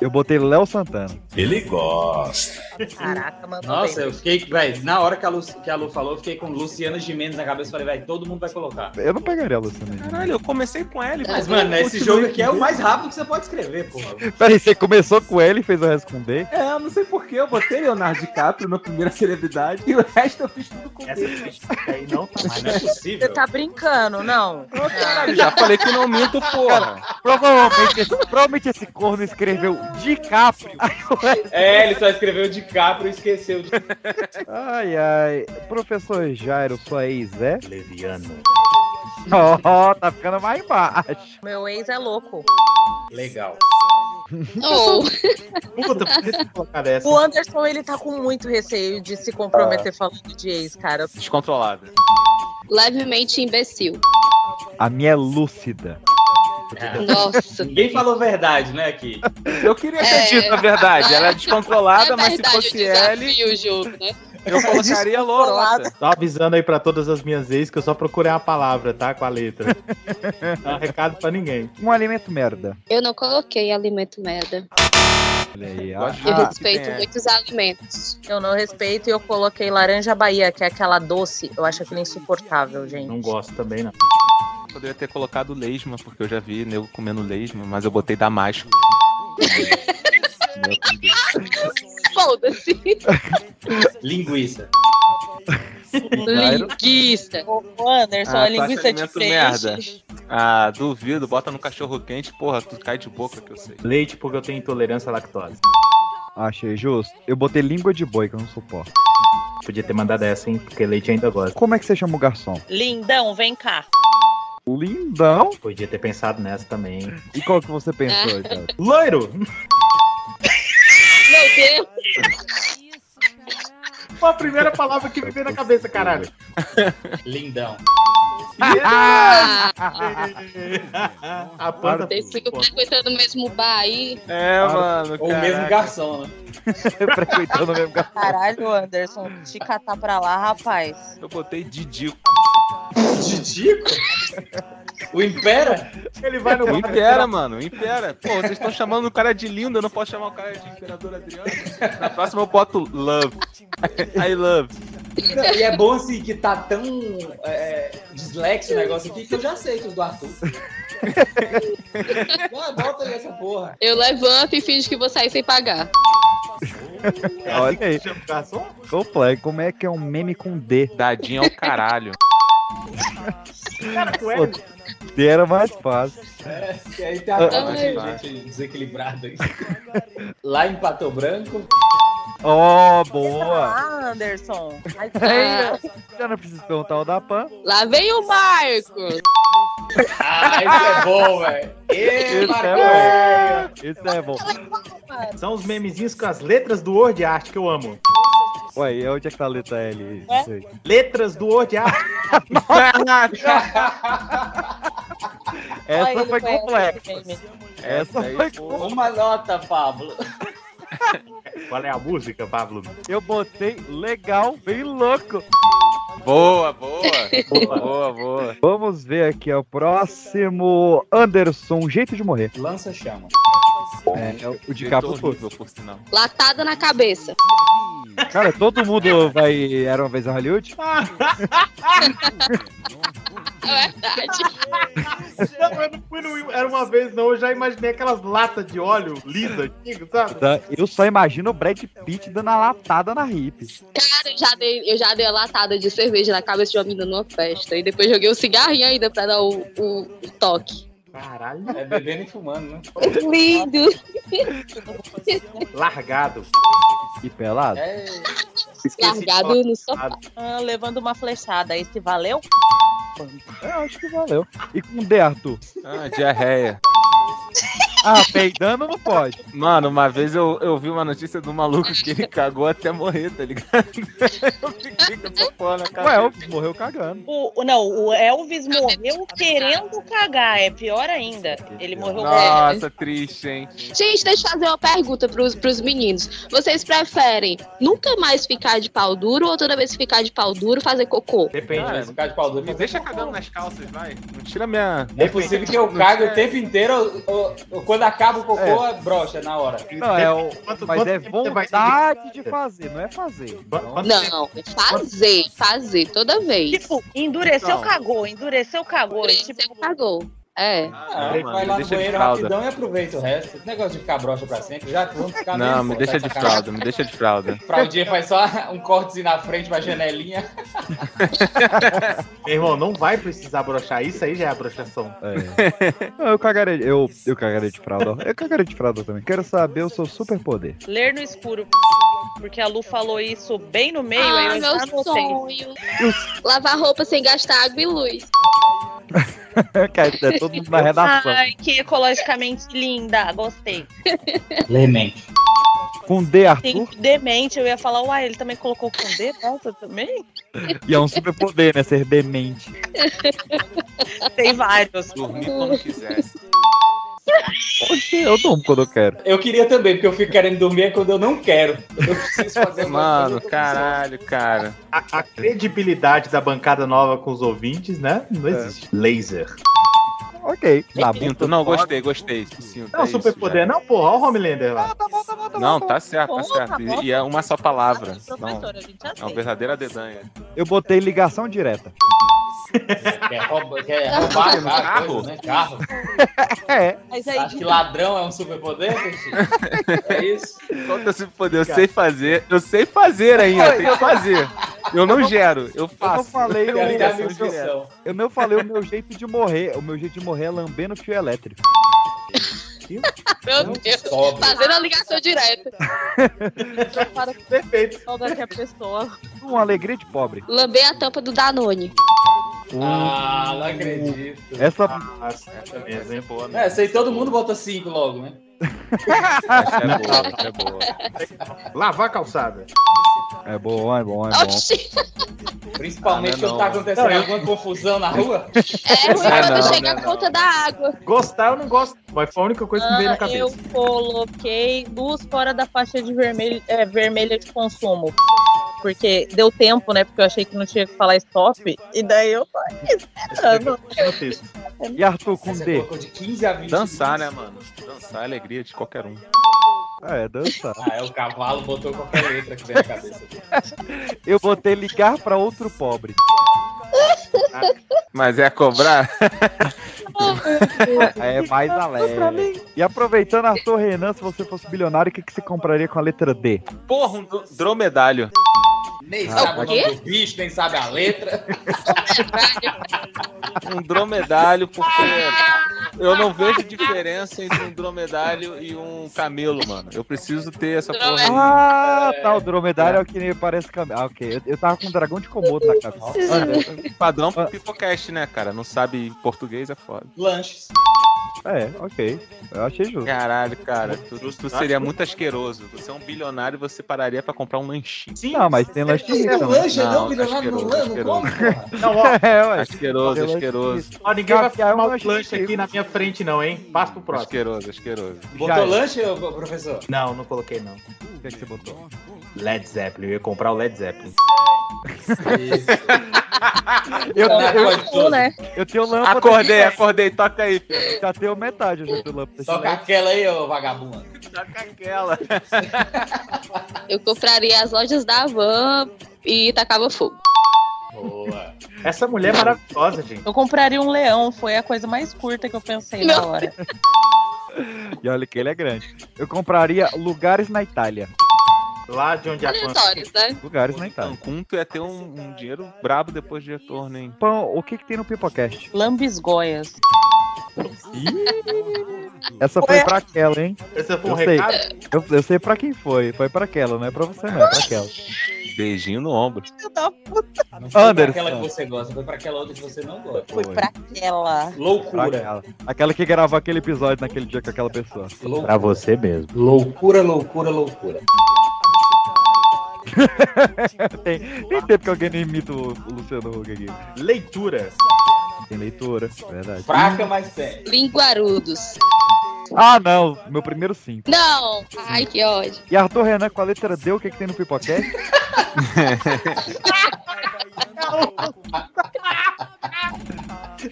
Speaker 1: Eu botei Léo Santana.
Speaker 7: Ele gosta.
Speaker 3: Caraca, mano.
Speaker 4: Nossa, eu fiquei, velho, na hora que a, Lu, que a Lu falou, eu fiquei com Luciana Gimenez na cabeça. Falei, velho, todo mundo vai colocar.
Speaker 1: Eu não pegaria a Luciana. Gimenez.
Speaker 14: Caralho, eu comecei com L.
Speaker 4: Mas,
Speaker 14: pô.
Speaker 4: mano, esse
Speaker 14: Continuei
Speaker 4: jogo
Speaker 14: com
Speaker 4: aqui é o
Speaker 14: D.
Speaker 4: mais rápido que você pode escrever, porra.
Speaker 1: Peraí, você começou com L e fez o resto com D?
Speaker 14: É, eu não sei porquê, eu botei Leonardo DiCaprio na primeira celebridade e o resto eu fiz tudo com
Speaker 4: Essa
Speaker 2: é
Speaker 14: ele.
Speaker 4: aí não tá mais, não
Speaker 2: né?
Speaker 4: é possível.
Speaker 3: Você tá brincando, não?
Speaker 14: Caralho, já falei que não minto, porra.
Speaker 1: Provavelmente, esse- provavelmente esse corno escreveu DiCaprio.
Speaker 4: É, ele só escreveu de capro e esqueceu de.
Speaker 1: Ai, ai. Professor Jairo, sua ex é?
Speaker 2: Leviano.
Speaker 1: Ó, ó, tá ficando mais baixo.
Speaker 3: Meu ex é louco.
Speaker 4: Legal.
Speaker 6: Oh.
Speaker 2: Puta, por que você colocar essa?
Speaker 3: O Anderson, ele tá com muito receio de se comprometer falando de ex, cara.
Speaker 14: Descontrolada.
Speaker 6: Levemente imbecil.
Speaker 1: A minha é lúcida.
Speaker 6: Nossa.
Speaker 4: Ah, Ninguém falou verdade, né, aqui?
Speaker 14: Eu queria ter dito, na verdade. Ela é descontrolada,
Speaker 6: É
Speaker 14: mas se
Speaker 6: verdade, eu
Speaker 14: fosse L,
Speaker 6: desafio o jogo, né?
Speaker 14: eu colocaria Lorota.
Speaker 2: Só avisando aí pra todas as minhas ex que eu só procurei a palavra, tá? Com a letra. Não é recado pra ninguém.
Speaker 1: Um alimento merda.
Speaker 6: Eu não coloquei alimento merda.
Speaker 1: Olha aí, ó.
Speaker 6: Eu
Speaker 1: Ah,
Speaker 6: respeito
Speaker 1: é.
Speaker 6: muitos alimentos.
Speaker 3: Eu não respeito e eu coloquei laranja Bahia, que é aquela doce. Eu acho aquilo insuportável, gente.
Speaker 2: Não gosto também, não.
Speaker 14: Poderia ter colocado lesma, porque eu já vi nego comendo lesma, mas eu botei Damasco.
Speaker 6: Foda-se.
Speaker 4: Linguiça.
Speaker 6: Linguiça.
Speaker 3: Ô, Anderson, a
Speaker 14: Ah,
Speaker 3: linguiça
Speaker 14: taxa
Speaker 3: de
Speaker 14: alimento
Speaker 3: peixe.
Speaker 14: merda. Ah, duvido, bota no cachorro quente, porra, tu cai de boca que eu sei.
Speaker 2: Leite porque eu tenho intolerância à lactose.
Speaker 1: Achei justo. Eu botei língua de boi, que eu não suporto.
Speaker 2: Podia ter mandado essa, hein? Porque leite ainda gosta.
Speaker 1: Como é que você chama o garçom?
Speaker 3: Lindão, vem cá.
Speaker 1: Lindão.
Speaker 2: Podia ter pensado nessa também. hein?
Speaker 1: E qual que você pensou, cara?
Speaker 2: Loiro!
Speaker 6: Meu Deus.
Speaker 2: Foi a primeira palavra que me veio na cabeça, caralho.
Speaker 4: Lindão.
Speaker 2: a planta.
Speaker 6: Vocês ficam frequentando o mesmo bar aí.
Speaker 14: É, mano.
Speaker 4: Ou o mesmo garçom, né?
Speaker 1: Frequentando o mesmo garçom.
Speaker 3: Caralho, Anderson, te catar pra lá, rapaz.
Speaker 14: Eu botei Didico.
Speaker 4: Didico? O Impera?
Speaker 2: Ele vai no
Speaker 14: O
Speaker 2: bar-
Speaker 14: Impera, mano, o Impera. Pô, vocês estão chamando o cara de lindo, eu não posso chamar o cara de Imperador Adriano. Na próxima eu boto Love. I love.
Speaker 4: Não, e é bom assim que tá tão é, dislexo o negócio aqui que eu já sei que os do Arthur. Não, bota aí essa porra.
Speaker 6: Eu levanto e finge que vou sair sem pagar.
Speaker 1: Olha aí.
Speaker 2: Garçom?
Speaker 1: Opa, e como é que é um meme com D?
Speaker 14: Dadinho ao caralho.
Speaker 2: Cara, com
Speaker 1: Pô,
Speaker 2: L.
Speaker 1: D era mais fácil.
Speaker 4: É, que aí tem a cara
Speaker 14: Ai.
Speaker 4: de gente desequilibrada aqui. Lá em Pato Branco.
Speaker 1: Ó, boa.
Speaker 3: Ah, Anderson. Ai,
Speaker 1: Ah.
Speaker 3: cara.
Speaker 1: Já não preciso perguntar o da Pan.
Speaker 6: Lá vem o Marcos.
Speaker 4: Ah, isso é bom, velho. Ê,
Speaker 1: Isso
Speaker 4: Marcão.
Speaker 1: é bom. Isso é bom.
Speaker 2: São os memezinhos com as letras do Word Art que eu amo.
Speaker 1: Ué, e onde é que tá a letra L?
Speaker 3: Ué?
Speaker 1: Isso aí.
Speaker 2: Letras do Word Art.
Speaker 1: Essa
Speaker 3: Olha, ele
Speaker 1: foi
Speaker 3: conhece
Speaker 1: complexa.
Speaker 3: esse meme.
Speaker 1: É
Speaker 4: Essa foi uma nota, Pablo.
Speaker 2: Qual é a música, Pablo?
Speaker 1: Eu botei legal, bem louco.
Speaker 14: Boa, boa. boa, boa, boa.
Speaker 1: Vamos ver aqui, ó, o próximo. Anderson, jeito de morrer.
Speaker 4: Lança chama.
Speaker 1: É, é o- o de capa
Speaker 14: horrível, por sinal.
Speaker 6: Latada na cabeça.
Speaker 1: Cara, todo mundo vai. Era uma vez a Hollywood?
Speaker 6: É verdade.
Speaker 2: Não, eu não fui no Era uma vez, não. Eu já imaginei aquelas latas de óleo lisa, antigo, sabe?
Speaker 1: Tá, Eu só imagino o Brad Pitt dando a latada na hippie.
Speaker 6: Cara, eu já, dei, eu já dei a latada de cerveja na cabeça de uma menina numa festa. E depois joguei um cigarrinho ainda pra dar o, o, o toque.
Speaker 2: Caralho.
Speaker 4: É bebendo e fumando, né?
Speaker 6: Lindo.
Speaker 2: Largado.
Speaker 1: E pelado?
Speaker 3: Largado
Speaker 6: no
Speaker 3: sofá. Ah, levando uma flechada. Esse valeu?
Speaker 1: Eu acho que valeu. E com o D, Arthur?
Speaker 14: Ah, diarreia.
Speaker 1: Ah, peidando não pode.
Speaker 14: Mano, uma vez eu, eu vi uma notícia do maluco que ele cagou até morrer, tá ligado?
Speaker 1: Ué, Elvis morreu cagando.
Speaker 3: O, o- não, o Elvis morreu querendo cagar. É pior ainda. Ele morreu
Speaker 14: Nossa, triste, hein?
Speaker 6: Gente, deixa eu fazer uma pergunta pros, pros meninos. Vocês preferem nunca mais ficar de pau duro ou toda vez que ficar de pau duro fazer cocô?
Speaker 4: Depende, né, mas ficar de pau duro. Me
Speaker 14: deixa cagando nas calças, vai. Não tira minha.
Speaker 4: É possível que eu cague o tempo inteiro, eu- eu- eu- quando acaba o cocô, brocha na hora.
Speaker 1: Não, é o- mas é vontade de fazer, não é fazer.
Speaker 6: Não, é fazer, fazer, toda vez.
Speaker 3: Tipo, endureceu,
Speaker 6: Então.
Speaker 3: cagou. Endureceu, cagou. tipo,
Speaker 6: cagou. É.
Speaker 4: Ah,
Speaker 14: Não,
Speaker 4: ele
Speaker 14: mano,
Speaker 4: vai
Speaker 14: me
Speaker 4: lá no
Speaker 14: deixa de
Speaker 4: banheiro
Speaker 14: fralda.
Speaker 4: rapidão e aproveita o resto. Esse negócio de ficar broxa pra sempre, já vamos ficar
Speaker 14: Não,
Speaker 4: mesmo,
Speaker 14: me
Speaker 4: pô,
Speaker 14: deixa
Speaker 4: tá
Speaker 14: de
Speaker 4: sacanagem.
Speaker 14: fralda, me deixa de fralda.
Speaker 4: Fraldinha faz só um cortezinho na frente, uma janelinha.
Speaker 2: Meu irmão, não vai precisar brochar. Isso aí já é abrochação.
Speaker 1: Não, eu cagaria. Eu, eu cagaria de fralda. Eu cagaria de fralda também. Quero saber o seu superpoder.
Speaker 3: ler no escuro. Porque a Lu falou isso bem tá no meio.
Speaker 6: Ah,
Speaker 3: aí eu
Speaker 6: meu
Speaker 3: já anotei.
Speaker 6: sonho. Lavar roupa sem gastar água e luz.
Speaker 1: Cara, é todo
Speaker 14: Ah,
Speaker 1: mundo na redação.
Speaker 3: Ai, que ecologicamente linda. Gostei.
Speaker 4: Lemente.
Speaker 1: Com D,
Speaker 3: Tem
Speaker 1: Arthur.
Speaker 3: demente. Eu ia falar, uai, ele também colocou com D? Nossa, também?
Speaker 1: E é um superpoder, né? Ser demente.
Speaker 3: Tem vários.
Speaker 14: Dormir quando quisesse.
Speaker 1: Porque eu durmo quando eu quero.
Speaker 4: Eu queria também, porque eu fico querendo dormir é quando eu não quero. Eu preciso fazer uma
Speaker 14: Mano, caralho, cara.
Speaker 2: A, a credibilidade da bancada nova com os ouvintes, né? Não existe. Laser.
Speaker 1: Ok.
Speaker 2: Tá
Speaker 14: Sinto, não, gostei, gostei. Sinto,
Speaker 2: Não,
Speaker 14: é isso,
Speaker 2: Tá um superpoder não, porra. Olha o Homelander
Speaker 1: É,
Speaker 2: lá.
Speaker 1: né?
Speaker 14: já. Não, tá certo, tá
Speaker 3: Porra,
Speaker 14: certo. E- E é uma só palavra.
Speaker 3: Tá
Speaker 14: Não, é uma verdadeira dedanha.
Speaker 1: Eu botei ligação direta.
Speaker 4: Quer roubar, quer roubar
Speaker 1: Carro?
Speaker 14: um
Speaker 4: carro, né? Carro.
Speaker 1: É.
Speaker 3: Mas aí,
Speaker 4: Acho que ladrão é um superpoder, Peixinho? É isso?
Speaker 14: Qual que é o superpoder? Eu sei fazer, eu sei fazer ainda, tem que fazer. Eu não gero, eu né?
Speaker 1: Eu não
Speaker 14: faço.
Speaker 1: falei
Speaker 14: Eu ligar a minha
Speaker 1: o.
Speaker 14: instrução.
Speaker 1: Eu não falei o meu jeito de morrer. O meu jeito de morrer é lambendo fio elétrico.
Speaker 6: Meu Deus.
Speaker 1: sobe.
Speaker 6: Fazendo a ligação direta.
Speaker 3: para
Speaker 2: Perfeito.
Speaker 3: saudar que a pessoa.
Speaker 1: Uma alegria de pobre.
Speaker 6: Lambei a tampa do Danone.
Speaker 14: Hum.
Speaker 4: Ah, não acredito.
Speaker 1: Essa. é
Speaker 2: essa mesmo, hein?
Speaker 14: Boa,
Speaker 4: É, sei todo mundo bota cinco logo, né?
Speaker 14: é boa, é boa.
Speaker 2: É. Lavar a calçada.
Speaker 1: É bom, é bom, é bom.
Speaker 4: Principalmente
Speaker 14: Ah, não é
Speaker 4: quando tá
Speaker 14: não.
Speaker 4: acontecendo
Speaker 14: Não,
Speaker 4: alguma confusão na rua.
Speaker 6: É ruim
Speaker 2: Ah,
Speaker 6: quando
Speaker 2: não,
Speaker 6: chega a conta da água.
Speaker 2: Gostar eu não gosto. Mas foi a única coisa que me veio na
Speaker 3: Ah, eu
Speaker 2: cabeça.
Speaker 3: coloquei duas fora da faixa de vermelho, é, vermelha de consumo. Porque deu tempo, né? Porque eu achei que não tinha que falar stop. E daí eu falei, esperando.
Speaker 2: é
Speaker 1: E Arthur com
Speaker 14: Você
Speaker 1: D.
Speaker 14: colocou
Speaker 4: de 15 a 20
Speaker 14: Dançar, né, mano? Dançar é alegria de qualquer um.
Speaker 1: É, dançar.
Speaker 4: Ah, é o cavalo, botou qualquer letra que vem na cabeça.
Speaker 1: Eu botei ligar pra outro pobre.
Speaker 14: Mas é cobrar?
Speaker 1: É mais alegre. E aproveitando, Arthur Renan, se você fosse bilionário, o que, que você compraria com a letra D?
Speaker 14: Porra, um dro- dromedário.
Speaker 4: Nem
Speaker 1: Ah,
Speaker 4: sabe o
Speaker 1: o
Speaker 4: nome
Speaker 1: quê?
Speaker 4: do bicho, nem sabe a letra.
Speaker 14: Um dromedário, porque eu não vejo diferença entre um dromedário e um camelo, mano. Eu preciso ter essa porra aí.
Speaker 1: Ah, tá. O dromedário é o que nem parece camelo. Ah, ok. Eu, eu tava com um dragão de Komodo na cabeça.
Speaker 14: Padrão pipocast, né, cara? Não sabe português é foda.
Speaker 4: Lanches.
Speaker 1: É, ok. Eu achei justo.
Speaker 14: Caralho, cara, tu, tu seria muito asqueroso. Você é um bilionário e você pararia pra comprar um lanchinho.
Speaker 1: Sim, não, mas tem lanchinho.
Speaker 14: Não,
Speaker 1: também.
Speaker 2: Não, ó.
Speaker 14: É, ué. Asqueroso, asqueroso.
Speaker 2: Ó, ninguém vai ficar mal lanche aqui na minha frente, não, hein? Passa pro próximo.
Speaker 14: Asqueroso, asqueroso.
Speaker 4: Botou lanche, ô, professor?
Speaker 2: Não, não coloquei, não. O
Speaker 1: que, você botou?
Speaker 2: Led Zeppelin. Eu ia comprar o Led Zeppelin.
Speaker 1: Eu,
Speaker 2: Não,
Speaker 1: eu,
Speaker 2: acordou, né?
Speaker 1: eu tenho lâmpada.
Speaker 14: Acordei,
Speaker 1: acordei, toca aí, filho. Já tenho metade, eu já tenho lâmpada.
Speaker 4: Toca aquela aí, ô vagabundo.
Speaker 14: Toca aquela.
Speaker 6: Eu compraria as lojas da Van e tacava fogo.
Speaker 2: Boa. Essa mulher é maravilhosa, gente.
Speaker 3: Eu compraria um leão, foi a coisa mais curta que eu pensei na hora.
Speaker 1: E olha que ele é grande. Eu compraria lugares na Itália.
Speaker 2: Lá de onde a
Speaker 6: né?
Speaker 1: Lugares na Itália.
Speaker 14: Cancún, tu ia ter um, um dinheiro brabo depois de retorno, hein?
Speaker 1: Pão, o que que tem no Pipocast?
Speaker 3: Lambisgoias.
Speaker 1: Essa foi pra aquela, hein?
Speaker 2: Essa foi
Speaker 1: eu
Speaker 2: um
Speaker 1: sei.
Speaker 2: recado?
Speaker 1: Eu, eu sei pra quem foi. Foi pra aquela, não é pra você não, é pra aquela.
Speaker 14: Beijinho no ombro.
Speaker 4: Não foi pra
Speaker 1: Anderson.
Speaker 4: aquela que você gosta, foi pra aquela outra que você não gosta.
Speaker 1: Foi pra
Speaker 3: Ela.
Speaker 1: Pra
Speaker 4: Loucura.
Speaker 1: aquela. Aquela que gravou aquele episódio naquele dia com aquela pessoa.
Speaker 4: Loucura.
Speaker 2: Pra você mesmo.
Speaker 4: Loucura, loucura, loucura.
Speaker 1: tem, tem tempo que alguém não imita o o Luciano Huck aqui.
Speaker 2: Leitura.
Speaker 1: Tem leitura, verdade.
Speaker 4: Fraca, mas séria.
Speaker 6: Linguarudos.
Speaker 1: Ah, não. Meu primeiro sim.
Speaker 6: Não! Ai, que ódio.
Speaker 1: E Arthur Renan com a letra D, o que, que tem no Pipocast?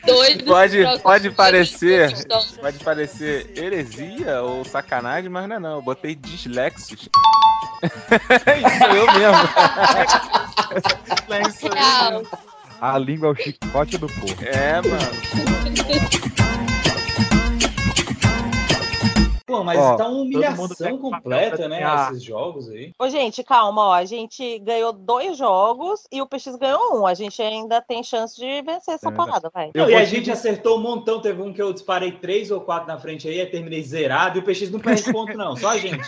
Speaker 6: Doido.
Speaker 14: Pode,
Speaker 6: troca-
Speaker 14: pode parecer,
Speaker 6: Doido.
Speaker 14: pode parecer heresia ou sacanagem, mas não é não. Eu botei dislexos. Isso eu
Speaker 2: é
Speaker 14: mesmo. Isso eu
Speaker 6: Real.
Speaker 1: A língua é o chicote do povo.
Speaker 14: É, mano.
Speaker 4: Pô, mas
Speaker 1: Ó,
Speaker 4: tá uma
Speaker 2: todo
Speaker 4: humilhação
Speaker 2: mundo quer-
Speaker 4: completa, né?
Speaker 2: Ah.
Speaker 4: Esses jogos aí.
Speaker 3: Ô, gente, calma, ó. A gente ganhou dois jogos e o PX ganhou um. A gente ainda tem chance de vencer essa
Speaker 1: É.
Speaker 3: parada, vai.
Speaker 1: Eu
Speaker 4: Não, e
Speaker 1: vou
Speaker 4: a
Speaker 1: te
Speaker 4: gente
Speaker 1: dizer-
Speaker 4: acertou um montão. Teve um que eu disparei três ou quatro na frente aí, aí terminei zerado e o PX não perde ponto, não. Só a gente.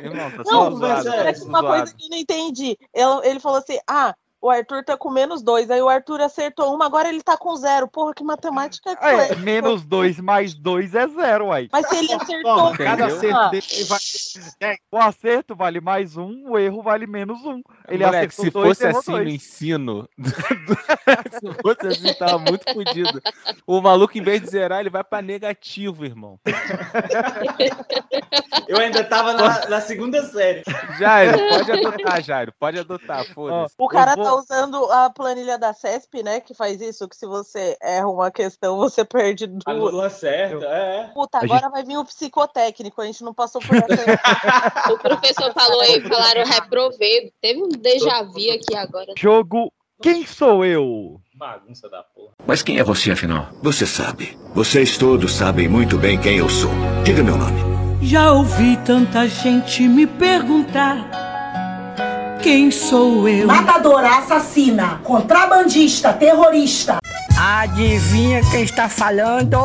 Speaker 14: Irmão, tá
Speaker 3: Não,
Speaker 14: sendo
Speaker 3: mas
Speaker 14: zoado,
Speaker 4: é,
Speaker 3: era
Speaker 14: tá sendo
Speaker 3: uma coisa
Speaker 14: zoado.
Speaker 3: que eu não entendi. Ele, ele falou assim: ah, o Arthur tá com menos dois. Aí o Arthur acertou uma, agora ele tá com zero. Porra, que matemática é,
Speaker 1: É,
Speaker 3: essa?
Speaker 1: menos dois mais dois é zero, uai.
Speaker 3: Mas se ele acertou.
Speaker 2: Toma, cada
Speaker 14: Entendeu?
Speaker 2: acerto
Speaker 3: Ah.
Speaker 2: dele ele vai.
Speaker 1: O É, um acerto vale mais um, o erro vale menos um. Ele acertou
Speaker 14: Moleque, se
Speaker 1: dois,
Speaker 14: fosse
Speaker 1: errou
Speaker 14: assim no
Speaker 1: dois.
Speaker 14: ensino, se fosse assim, tava muito fodido. O maluco, em vez de zerar, ele vai pra negativo, irmão.
Speaker 4: Eu ainda tava na, na segunda série.
Speaker 14: Jairo, pode adotar, Jairo, pode adotar, foda-se.
Speaker 1: Ó,
Speaker 3: O cara
Speaker 1: eu vou-
Speaker 3: tá usando a planilha da CESP, né? Que faz isso, que se você erra uma questão, você perde
Speaker 4: A
Speaker 3: duas.
Speaker 4: Lula certa, é.
Speaker 3: Puta,
Speaker 1: gente-
Speaker 3: agora vai vir o psicotécnico. A gente não passou por essa.
Speaker 6: O professor falou aí, falaram reprovei. Teve um déjà vu aqui agora.
Speaker 1: Jogo Quem Sou Eu?
Speaker 4: Bagunça da porra.
Speaker 7: Mas quem é você afinal? Você sabe. Vocês todos sabem muito bem quem eu sou. Diga meu nome.
Speaker 10: Já ouvi tanta gente me perguntar quem sou eu.
Speaker 22: Matadora, assassina, contrabandista, terrorista.
Speaker 10: Adivinha quem está falando?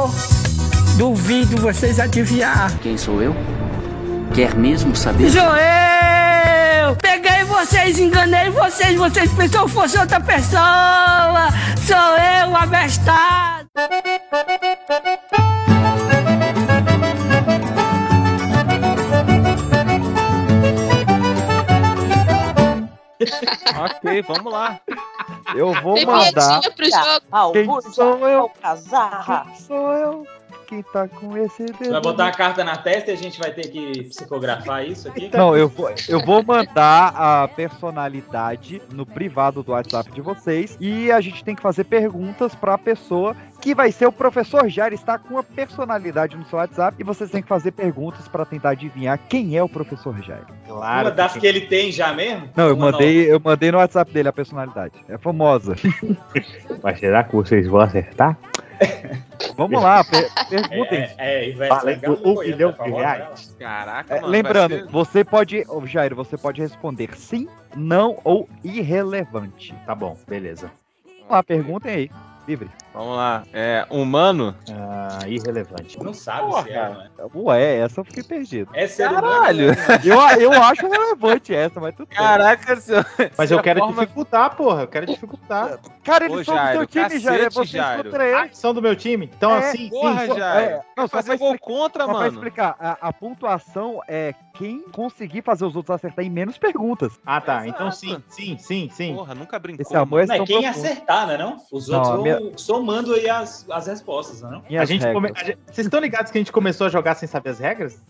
Speaker 10: Duvido vocês adivinhar.
Speaker 18: Quem sou eu? Quer mesmo saber?
Speaker 10: Sou eu! Peguei vocês, enganei vocês, vocês pensaram que fosse outra pessoa! Sou eu, abestado!
Speaker 14: Ok, vamos lá.
Speaker 1: Eu vou
Speaker 6: Tem
Speaker 1: mandar.
Speaker 6: vinhetinha pro jogo.
Speaker 1: Quem sou eu?
Speaker 3: Casarra.
Speaker 1: Quem sou eu? Quem tá com esse dedo?
Speaker 4: Vai botar a carta na testa e a gente vai ter que psicografar isso aqui.
Speaker 1: Não, eu vou, eu vou mandar a personalidade no privado do WhatsApp de vocês e a gente tem que fazer perguntas pra pessoa que vai ser o professor Jair está com a personalidade no seu WhatsApp e vocês têm que fazer perguntas pra tentar adivinhar quem é o professor Jair.
Speaker 4: Uma
Speaker 2: Claro.
Speaker 4: das
Speaker 2: que
Speaker 4: que ele tem já mesmo?
Speaker 1: Não, eu
Speaker 4: Uma
Speaker 1: mandei, eu mandei no WhatsApp dele a personalidade. É famosa.
Speaker 2: tem. Mas será que vocês vão acertar?
Speaker 1: Vamos lá, per-
Speaker 4: nova.
Speaker 1: perguntem.
Speaker 4: É, é, é Ivete
Speaker 2: Falei
Speaker 4: Sangalo
Speaker 2: um
Speaker 4: foi
Speaker 2: bilhão
Speaker 4: essa,
Speaker 2: de
Speaker 4: famosa,
Speaker 2: reais.
Speaker 14: Caraca,
Speaker 1: É,
Speaker 14: mano.
Speaker 1: lembrando,
Speaker 14: vai ser-
Speaker 1: você pode, ô, Jair, você pode responder sim, não ou irrelevante.
Speaker 2: Tá bom, beleza.
Speaker 1: Vamos lá, perguntem aí. Livre.
Speaker 14: Vamos lá. É humano?
Speaker 2: Ah, irrelevante.
Speaker 4: Não sabe se é, não é.
Speaker 1: Ué, essa eu fiquei perdido.
Speaker 4: É ser humano.
Speaker 1: Caralho! Eu, eu acho relevante essa, mas tudo bem.
Speaker 14: Caraca, senhor.
Speaker 2: Mas eu quero dificultar, porra. Eu quero dificultar.
Speaker 1: Cara, eles
Speaker 14: Ô,
Speaker 1: são do seu
Speaker 14: Jairo,
Speaker 1: time, Jairo. É
Speaker 14: cacete,
Speaker 1: vocês
Speaker 14: Jairo.
Speaker 1: contra eles.
Speaker 2: Ah, são do meu time? Então,
Speaker 1: É,
Speaker 2: assim,
Speaker 1: porra,
Speaker 2: sim.
Speaker 1: Jairo. Não, só pra
Speaker 14: fazer um gol
Speaker 1: explicar-
Speaker 14: contra,
Speaker 1: Só pra
Speaker 14: mano.
Speaker 1: explicar, a, a pontuação é quem conseguir fazer os outros acertar em menos perguntas.
Speaker 2: Ah, tá. Então, sim, sim, sim, sim.
Speaker 14: Porra, nunca brincou.
Speaker 1: Esse amor é
Speaker 4: Não, é
Speaker 1: tão
Speaker 4: quem
Speaker 1: profundo.
Speaker 4: acertar, né? Não? Os
Speaker 1: Não,
Speaker 4: outros
Speaker 1: a
Speaker 4: vão
Speaker 1: minha-
Speaker 4: somando aí as, as respostas, né? Não?
Speaker 1: E
Speaker 2: A
Speaker 1: as
Speaker 2: gente come-
Speaker 1: regras?
Speaker 2: a gente- Vocês estão ligados que a gente começou a jogar sem saber as regras?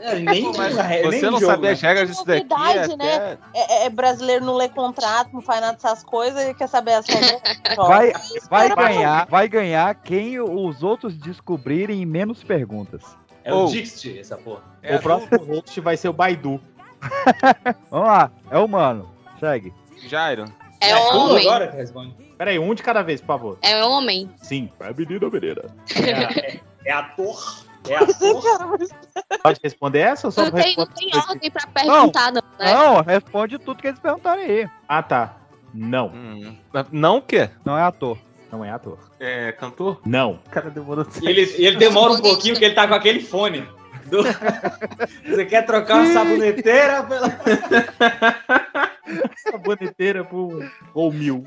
Speaker 4: É, nem,
Speaker 14: Você
Speaker 4: nem
Speaker 14: não
Speaker 4: jogo,
Speaker 14: sabia
Speaker 4: né?
Speaker 14: as regras disso daqui.
Speaker 3: Novidade,
Speaker 14: até-
Speaker 3: né? É, é brasileiro não lê contrato, não faz nada dessas coisas, ele quer saber as regras.
Speaker 1: Vai,
Speaker 14: tá
Speaker 1: vai, ganhar, vai ganhar quem os outros descobrirem em menos perguntas.
Speaker 4: É o Dixit, essa porra.
Speaker 14: É,
Speaker 1: É,
Speaker 2: o próximo host vai ser o Baidu.
Speaker 1: Vamos lá, é humano. Segue.
Speaker 14: Jairo.
Speaker 6: É homem.
Speaker 4: que responde.
Speaker 2: Peraí, um de cada vez, por favor.
Speaker 6: É homem.
Speaker 2: Sim. É menino ou menina?
Speaker 4: É ator. É ator.
Speaker 2: Pode responder essa ou só
Speaker 6: Não tem, não
Speaker 2: responde?
Speaker 6: tem ordem pra perguntar, não, né?
Speaker 1: Não, responde tudo que eles perguntarem aí.
Speaker 2: Ah, tá. Não.
Speaker 14: Hum. Não o quê?
Speaker 1: Não é ator.
Speaker 2: Não é ator.
Speaker 14: É cantor?
Speaker 2: Não.
Speaker 14: O cara demorou
Speaker 4: E ele, e ele demora um pouquinho porque ele tá com aquele fone. do- Você quer trocar uma saboneteira pela.
Speaker 2: Saboneteira por. Ou mil.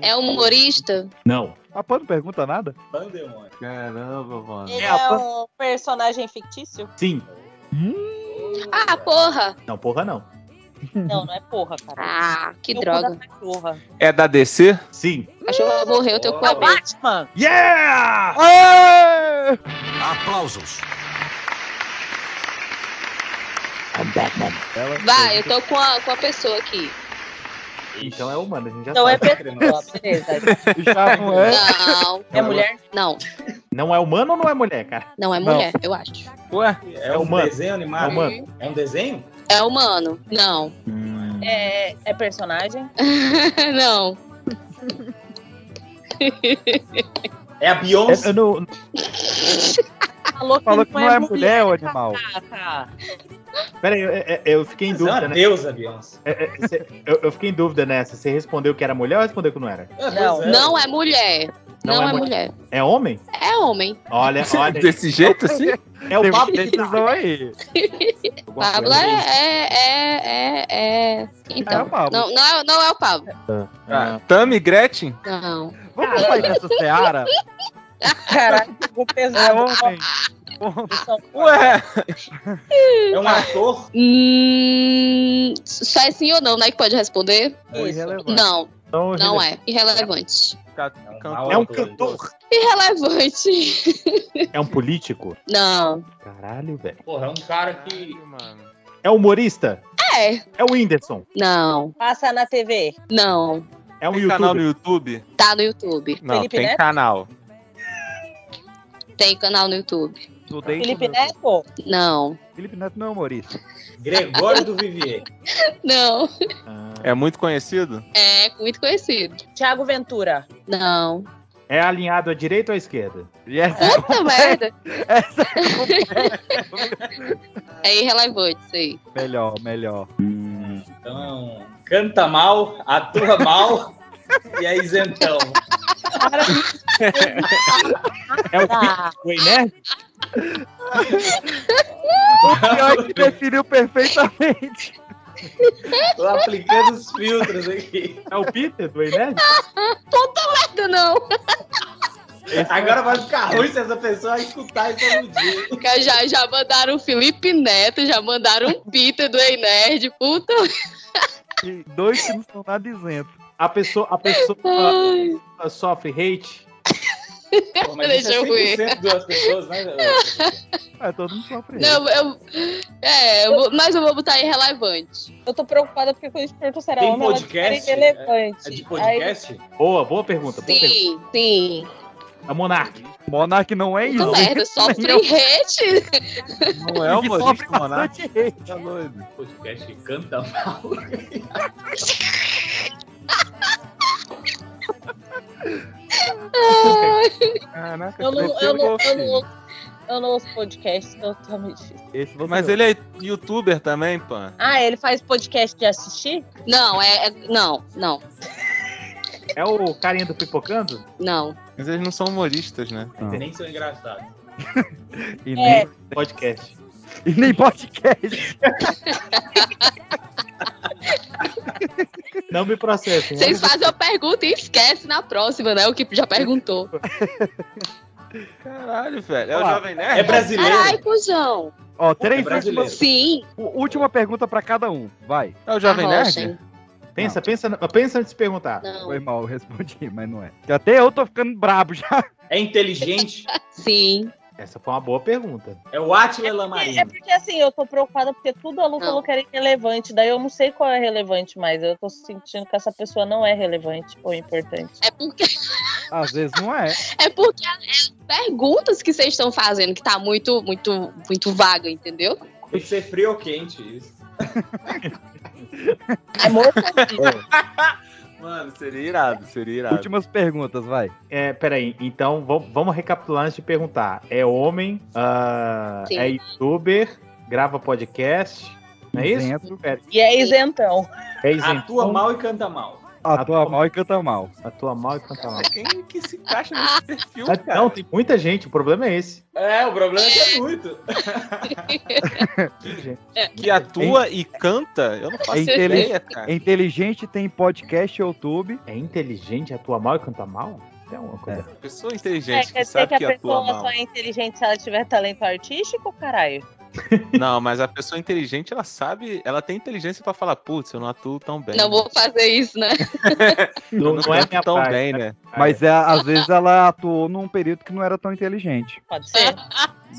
Speaker 6: É humorista?
Speaker 2: Não.
Speaker 1: A Pan não Tá pergunta nada?
Speaker 4: Pandemônio.
Speaker 14: Caramba, mano.
Speaker 3: Ele é um personagem fictício?
Speaker 2: Sim.
Speaker 6: Ah, porra!
Speaker 2: Não, porra, não.
Speaker 3: Não, não é porra, cara.
Speaker 6: Ah, que
Speaker 3: Meu cu
Speaker 6: droga.
Speaker 3: da Cachorra.
Speaker 14: É da DC?
Speaker 2: Sim.
Speaker 6: Cachorro morreu, teu cu é verde.
Speaker 3: Batman.
Speaker 2: Yeah!
Speaker 17: Aplausos.
Speaker 1: Ela-
Speaker 6: Vai, eu tô com a, com a pessoa aqui.
Speaker 2: Então é humano, a gente já
Speaker 3: Então é
Speaker 2: sabe.
Speaker 3: pessoa, beleza.
Speaker 1: Já não é.
Speaker 6: Não.
Speaker 3: É mulher?
Speaker 6: Não,
Speaker 2: Não é humano ou não é mulher, cara?
Speaker 6: não é
Speaker 1: Não.
Speaker 6: mulher, eu acho.
Speaker 14: Ué?
Speaker 4: É um
Speaker 2: humano.
Speaker 4: desenho
Speaker 2: É
Speaker 4: animado?
Speaker 2: humano.
Speaker 4: É um desenho?
Speaker 6: É humano? Não.
Speaker 3: É, é personagem?
Speaker 6: não.
Speaker 4: É a Beyoncé?
Speaker 1: Eu não-
Speaker 3: Falou que,
Speaker 1: Falou que não é mulher, o animal.
Speaker 3: Ah, tá.
Speaker 2: Pera aí, eu, eu- eu fiquei em
Speaker 4: Você é
Speaker 2: dúvida,
Speaker 4: uma
Speaker 2: né?
Speaker 4: deusa, Beyoncé.
Speaker 2: É, é, cê- Eu, eu fiquei em dúvida nessa. Você respondeu que era mulher ou respondeu que não era?
Speaker 3: Não.
Speaker 6: Não é mulher.
Speaker 2: Não
Speaker 6: Não,
Speaker 2: é
Speaker 6: é, mulher.
Speaker 2: É homem?
Speaker 6: É homem.
Speaker 2: Olha, olha.
Speaker 14: Desse jeito assim?
Speaker 2: É o
Speaker 1: Teve
Speaker 2: papo que
Speaker 1: decisão aí.
Speaker 2: Alguma
Speaker 6: Pablo
Speaker 2: coisa.
Speaker 6: é, é, é, é, é.
Speaker 1: É
Speaker 6: Então.
Speaker 1: o Pablo.
Speaker 6: Não, não, é, não é o Pablo.
Speaker 14: Ah, Tami Gretchen?
Speaker 6: Não.
Speaker 1: Vamos sair dessa seara?
Speaker 3: Caraca, ficou
Speaker 1: É
Speaker 3: pesado. Então,
Speaker 1: homem.
Speaker 14: Ué!
Speaker 4: É um ator?
Speaker 6: Hum, só é sim ou não, né? Que pode responder?
Speaker 1: É irrelevante.
Speaker 6: Não,
Speaker 2: Então,
Speaker 6: não é. Irrelevante.
Speaker 14: Ca-
Speaker 4: mau
Speaker 2: É um
Speaker 4: ator,
Speaker 2: cantor?
Speaker 6: Irrelevante.
Speaker 2: É um político?
Speaker 6: Não.
Speaker 2: Caralho, velho.
Speaker 4: Porra, é um cara que.
Speaker 14: mano.
Speaker 2: É humorista?
Speaker 6: É.
Speaker 2: É o Whindersson?
Speaker 6: Não.
Speaker 3: Passa na TV.
Speaker 6: Não.
Speaker 2: É um
Speaker 14: Tem canal no
Speaker 2: youtuber?
Speaker 14: YouTube?
Speaker 6: Tá no YouTube.
Speaker 14: Não,
Speaker 3: Felipe
Speaker 14: tem
Speaker 3: Neto?
Speaker 14: canal.
Speaker 6: Tem canal no YouTube.
Speaker 1: Tudo bem
Speaker 3: Felipe
Speaker 1: com meu-
Speaker 3: Neto?
Speaker 6: Não.
Speaker 1: Felipe Neto não é humorista.
Speaker 4: Gregório do Vivier.
Speaker 6: Não.
Speaker 2: Ah,
Speaker 14: É muito conhecido?
Speaker 6: É muito conhecido.
Speaker 3: Tiago Ventura.
Speaker 6: Não.
Speaker 2: É alinhado à direita ou à esquerda?
Speaker 1: E essa
Speaker 6: Puta merda. É irrelevante isso aí.
Speaker 1: melhor, melhor.
Speaker 4: Então, canta mal, atua mal e é isentão.
Speaker 2: É o
Speaker 3: Ah,
Speaker 2: Pitbull, né?
Speaker 1: O pior é que definiu perfeitamente.
Speaker 4: Tô aplicando os filtros aqui.
Speaker 2: É o Peter do Inés?
Speaker 6: Merda, não.
Speaker 4: Agora vai ficar ruim se essa pessoa escutar isso todo dia.
Speaker 6: Porque já, já mandaram o Felipe Neto, já mandaram um Peter do Ei Nerd. Puta.
Speaker 1: E dois que não estão nada isento.
Speaker 2: A pessoa, a pessoa
Speaker 6: Ai,
Speaker 2: ah, sofre hate?
Speaker 4: Pô, mas isso é
Speaker 6: Deixa eu ver.
Speaker 4: 100% duas pessoas, né?
Speaker 1: É, todo mundo sofre.
Speaker 6: Não, eu. É, eu vou- mas eu vou botar irrelevante.
Speaker 3: eu tô preocupada porque quando a gente perguntou se era
Speaker 4: Tem
Speaker 3: homem, ela
Speaker 4: podcast?
Speaker 3: disse que era irrelevante.
Speaker 4: É de
Speaker 3: Aí,
Speaker 4: podcast?
Speaker 2: Boa, boa pergunta. Boa pergunta. É
Speaker 6: Sim, sim.
Speaker 2: A Monark.
Speaker 1: Monark não é
Speaker 6: Puta
Speaker 1: isento.
Speaker 6: merda, sofre hate.
Speaker 14: Não é
Speaker 1: e
Speaker 14: humorista,
Speaker 1: sofre
Speaker 14: mano.
Speaker 1: bastante hate.
Speaker 14: Tá doido.
Speaker 4: Podcast que canta mal.
Speaker 6: Ai,
Speaker 14: Caraca,
Speaker 3: Eu não, eu,
Speaker 14: prefiro
Speaker 3: não,
Speaker 14: que
Speaker 3: eu,
Speaker 14: eu
Speaker 3: não,
Speaker 14: ouvi.
Speaker 3: ouço- eu não ouço podcast, então tá meio difícil.
Speaker 1: Esse você
Speaker 14: Mas
Speaker 1: ouve.
Speaker 14: ele é youtuber também, pã.
Speaker 3: Ah, ele faz podcast de assistir?
Speaker 6: Não, é, é- Não, não.
Speaker 2: É o carinha do pipocando?
Speaker 6: Não.
Speaker 14: Mas eles não são humoristas, né?
Speaker 4: Nem são engraçados.
Speaker 14: E
Speaker 4: É.
Speaker 14: nem-
Speaker 2: Podcast.
Speaker 1: E nem podcast.
Speaker 2: Não me processem.
Speaker 6: Vocês fazem uma pergunta e esquece na próxima, né? O que já perguntou.
Speaker 14: Caralho, velho. É o
Speaker 1: Ó,
Speaker 14: Jovem Nerd?
Speaker 1: é brasileiro.
Speaker 6: Ai, cuzão.
Speaker 1: Ó, três
Speaker 6: brasileiro.
Speaker 1: últimas.
Speaker 6: Sim.
Speaker 1: Ú- Última pergunta pra cada um. Vai.
Speaker 14: É o Jovem
Speaker 6: Arrocha, Nerd? hein?
Speaker 2: Pensa, pensa, pensa antes de perguntar.
Speaker 6: Não.
Speaker 1: Foi mal, eu respondi, mas não é. Até eu tô ficando brabo já.
Speaker 4: É inteligente?
Speaker 6: Sim.
Speaker 2: Essa foi uma boa pergunta.
Speaker 4: É o Atila
Speaker 3: É
Speaker 4: Lamarino.
Speaker 3: porque assim, eu tô preocupada porque tudo a Lu falou que era irrelevante. Daí eu não sei qual é relevante mais. Eu tô sentindo que essa pessoa não é relevante ou importante.
Speaker 6: É porque,
Speaker 1: Às vezes não é.
Speaker 6: é porque as perguntas que vocês estão fazendo que tá muito, muito, muito vaga, entendeu?
Speaker 4: Tem que ser frio ou quente isso.
Speaker 6: Amor,
Speaker 14: Mano, seria irado, seria irado.
Speaker 1: Últimas perguntas, vai.
Speaker 2: É, peraí, então va- vamos recapitular antes de perguntar. É homem, ah,
Speaker 3: Sim.
Speaker 2: é youtuber, grava podcast, não é isso?
Speaker 1: Isento.
Speaker 2: É,
Speaker 3: E é isentão.
Speaker 2: é isentão,
Speaker 4: Atua mal e canta mal.
Speaker 1: Atua tá mal e canta mal.
Speaker 2: atua mal e canta mal.
Speaker 14: Quem que se encaixa nesse perfil,
Speaker 2: Mas
Speaker 14: cara?
Speaker 2: Não, tem muita gente, o problema é esse.
Speaker 4: É, o problema é que é muito.
Speaker 14: É,
Speaker 2: É,
Speaker 14: Que atua e canta? Eu não faço
Speaker 1: É, inteli-
Speaker 14: ideia, cara.
Speaker 1: é inteligente, tem podcast, YouTube.
Speaker 2: É inteligente, atua mal e canta mal? É uma coisa.
Speaker 14: Pessoa
Speaker 3: É,
Speaker 14: inteligente
Speaker 3: quer
Speaker 14: que
Speaker 3: dizer
Speaker 14: sabe
Speaker 3: que a
Speaker 14: que atua
Speaker 3: pessoa
Speaker 14: mal.
Speaker 3: só é inteligente se ela tiver talento artístico, caralho?
Speaker 14: Não, mas a pessoa inteligente, ela sabe, ela tem inteligência pra falar, putz, eu não atuo tão bem.
Speaker 6: não vou fazer isso, né?
Speaker 14: Eu não,
Speaker 2: não é
Speaker 14: canto
Speaker 2: minha
Speaker 14: tão
Speaker 2: praia,
Speaker 14: bem, né?
Speaker 1: Mas é, às vezes ela atuou num período que não era tão inteligente.
Speaker 3: Pode ser.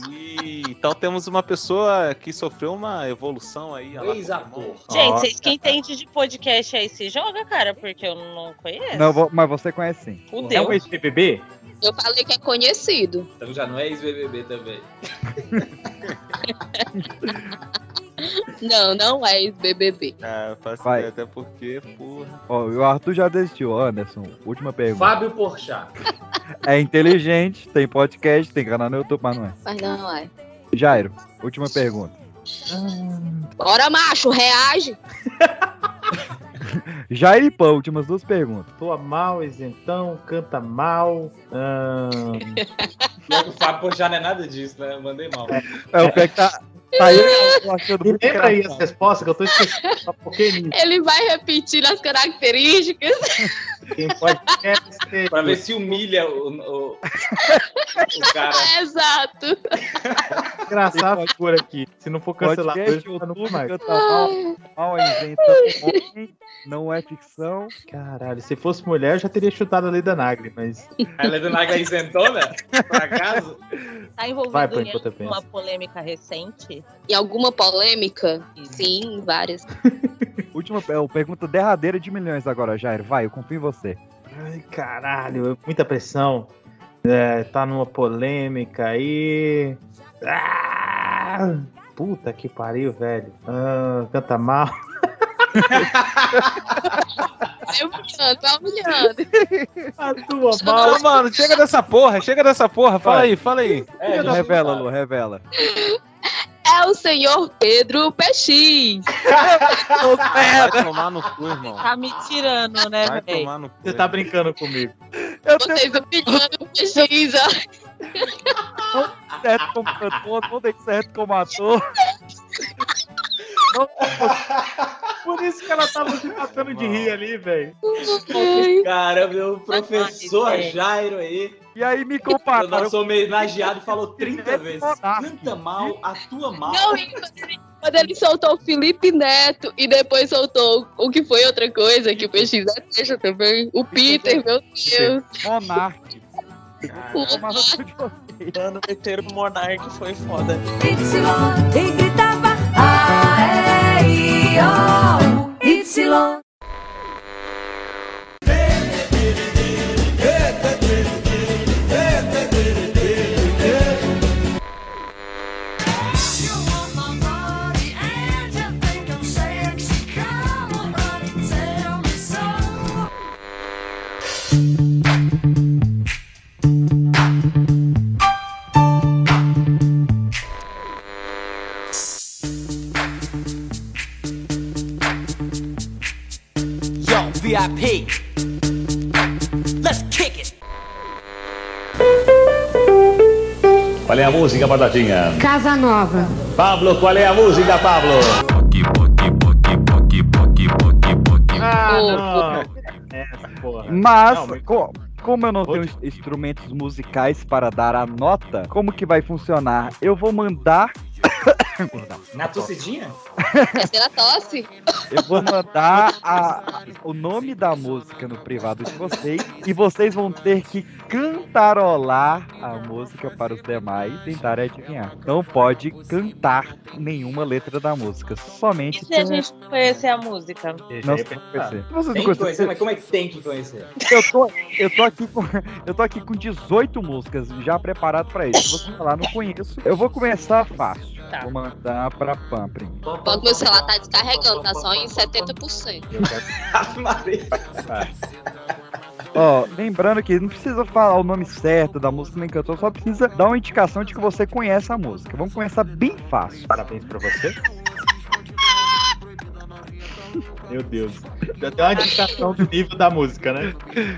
Speaker 14: E, então temos uma pessoa que sofreu uma evolução aí. ó lá,
Speaker 4: Ex-ator.
Speaker 3: Gente, vocês que entendem de podcast aí se joga, cara, porque eu não conheço.
Speaker 1: Não, vo- mas você conhece sim.
Speaker 3: Fudeu.
Speaker 2: É um ex-BBB?
Speaker 6: Eu falei que é conhecido.
Speaker 4: Então já não é ex-BBB também.
Speaker 6: Não, não é ex-BBB.
Speaker 14: Ah, eu faço
Speaker 1: Vai.
Speaker 14: ideia, até porque, porra.
Speaker 1: Ó, o Arthur já desistiu, Anderson. Última pergunta.
Speaker 4: Fábio Porchat.
Speaker 1: É inteligente, tem podcast, tem canal no YouTube, mas não é.
Speaker 6: Mas não é.
Speaker 1: Jairo, última pergunta.
Speaker 2: Ah,
Speaker 6: Bora, macho, reage.
Speaker 1: Jairo e Pão, últimas duas perguntas.
Speaker 2: Atua mal, isentão, canta mal. ahn,
Speaker 4: Pior que O Fábio Porchat não é nada disso, né? Eu mandei mal.
Speaker 1: É o pé que tá. Tá aí, eu achando
Speaker 2: Me
Speaker 1: muito
Speaker 2: lembra aí as
Speaker 1: engraçado.
Speaker 2: respostas que eu tô esquecendo. Só porque é ninguém
Speaker 6: Ele vai repetindo as características.
Speaker 2: pode esquecer.
Speaker 4: Pra ver se humilha o, o, o cara.
Speaker 6: Exato.
Speaker 2: Engraçado a figura aqui. Se não for cancelar,
Speaker 1: Podcast,
Speaker 2: eu não
Speaker 1: YouTube,
Speaker 2: vou mais.
Speaker 1: canta mal, mal é isenta, homem, não é ficção.
Speaker 2: Caralho, se fosse mulher, eu já teria chutado a lei da Nagre, mas.
Speaker 4: A Leda Naga é isentona? Por acaso?
Speaker 3: Tá
Speaker 2: Vai,
Speaker 3: envolvido
Speaker 2: põe
Speaker 3: em
Speaker 2: enquanto eu
Speaker 3: uma polêmica recente?
Speaker 6: Em alguma polêmica? Sim, várias.
Speaker 1: Última per- pergunta derradeira de milhões agora, Jairo. Vai, eu confio em você.
Speaker 2: Ai, caralho, é muita pressão. É, tá numa polêmica aí. Ah, puta que pariu, velho. Ah, canta mal.
Speaker 6: Vai humilhando, vai humilhando.
Speaker 2: Atua
Speaker 14: Ô, mano, chega dessa porra, chega dessa porra. Fala aí, fala aí.
Speaker 4: É, já
Speaker 1: revela, Lu, revela.
Speaker 6: É o senhor Pedro PX.
Speaker 14: Tá
Speaker 1: Tá
Speaker 14: Vai tomar no cu, irmão.
Speaker 3: Tá me tirando, né,
Speaker 14: Vai
Speaker 3: velho?
Speaker 14: tomar no cu.
Speaker 2: Você tá brincando comigo.
Speaker 1: Eu tenho
Speaker 6: Vocês humilhando o PX, ó.
Speaker 1: certo como cantor, não dei certo como ator.
Speaker 2: Por isso que ela tava se matando de rir ali, velho.
Speaker 6: um
Speaker 4: Caramba, o professor Jairo aí.
Speaker 1: E aí me
Speaker 4: O
Speaker 1: compararam.
Speaker 4: nosso homenageado falou 30 vezes. Canta mal, atua mal.
Speaker 6: Não, e quando ele- quando ele soltou o Felipe Neto e depois soltou o que foi outra coisa que o PX deixa também. O Peter, meu Deus.
Speaker 1: Monarque.
Speaker 6: O
Speaker 23: Mano, meteram o Monark foi foda.
Speaker 10: E gritava A, E, I, O, Y.
Speaker 18: Yo, VIP.
Speaker 5: Qual é a música, Batatinha?
Speaker 8: Casa Nova.
Speaker 5: Pablo, qual é a música, Pablo?
Speaker 2: Ah,
Speaker 1: Mas, co- como eu não tenho ins- instrumentos musicais para dar a nota, como que vai funcionar? Eu vou mandar.
Speaker 4: Na tossidinha?
Speaker 6: Essa era a É tosse.
Speaker 1: Eu vou mandar a- o nome da música no privado de vocês e vocês vão ter que cantarolar a música para os demais tentarem adivinhar. Não pode cantar nenhuma letra da música, somente
Speaker 3: E se a é gente não conhecer a música?
Speaker 1: Não se
Speaker 2: Tá.
Speaker 1: conhecer. Se você não
Speaker 4: Tem que
Speaker 1: conhecer,
Speaker 4: conhecer, mas como é que tem que conhecer?
Speaker 1: eu tô, eu tô aqui com, eu tô aqui com 18 músicas já preparado pra isso. Se Você falar, não conheço. Eu vou começar fácil. Vou mandar pra Pam primeiro.
Speaker 6: Enquanto meu celular tá descarregando, tá só em 70%.
Speaker 1: Ó, lembrando que não precisa falar o nome certo da música nem cantor, só precisa dar uma indicação de que você conhece a música. Vamos começar bem fácil.
Speaker 2: Parabéns pra você. Meu Deus. Já tem uma indicação do nível da música, né?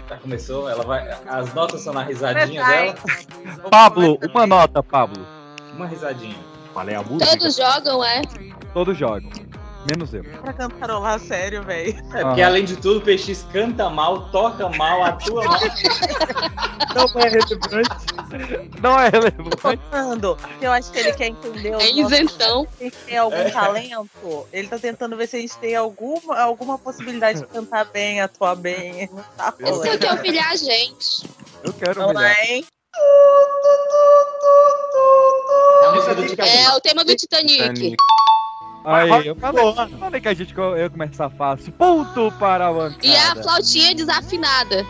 Speaker 4: Já começou, ela vai. As notas são na risadinha dela.
Speaker 1: Pablo, uma nota, Pablo.
Speaker 4: Uma risadinha.
Speaker 2: Qual é a
Speaker 6: Todos jogam, é?
Speaker 1: Todos jogam. Menos eu.
Speaker 3: Pra cantarolar sério, velho.
Speaker 4: É, porque
Speaker 1: Aham.
Speaker 4: além de tudo, o PX canta mal, toca mal, atua mal. É
Speaker 1: Não é relevante. Não é relevante.
Speaker 3: Fernando, eu acho que ele quer entender o
Speaker 6: É
Speaker 3: nosso-
Speaker 6: isentão.
Speaker 3: se a gente tem algum
Speaker 6: É.
Speaker 3: talento. Ele tá tentando ver se a gente tem alguma, alguma possibilidade de cantar bem, atuar bem. Não tá
Speaker 6: Você quer é humilhar a gente.
Speaker 1: Eu quero
Speaker 3: Não
Speaker 1: humilhar.
Speaker 3: é, hein?
Speaker 6: É o tema do Titanic.
Speaker 1: Aí, eu falei, eu falei que a gente co- eu ia começar fácil. Ponto para a bancada.
Speaker 6: E a flautinha desafinada.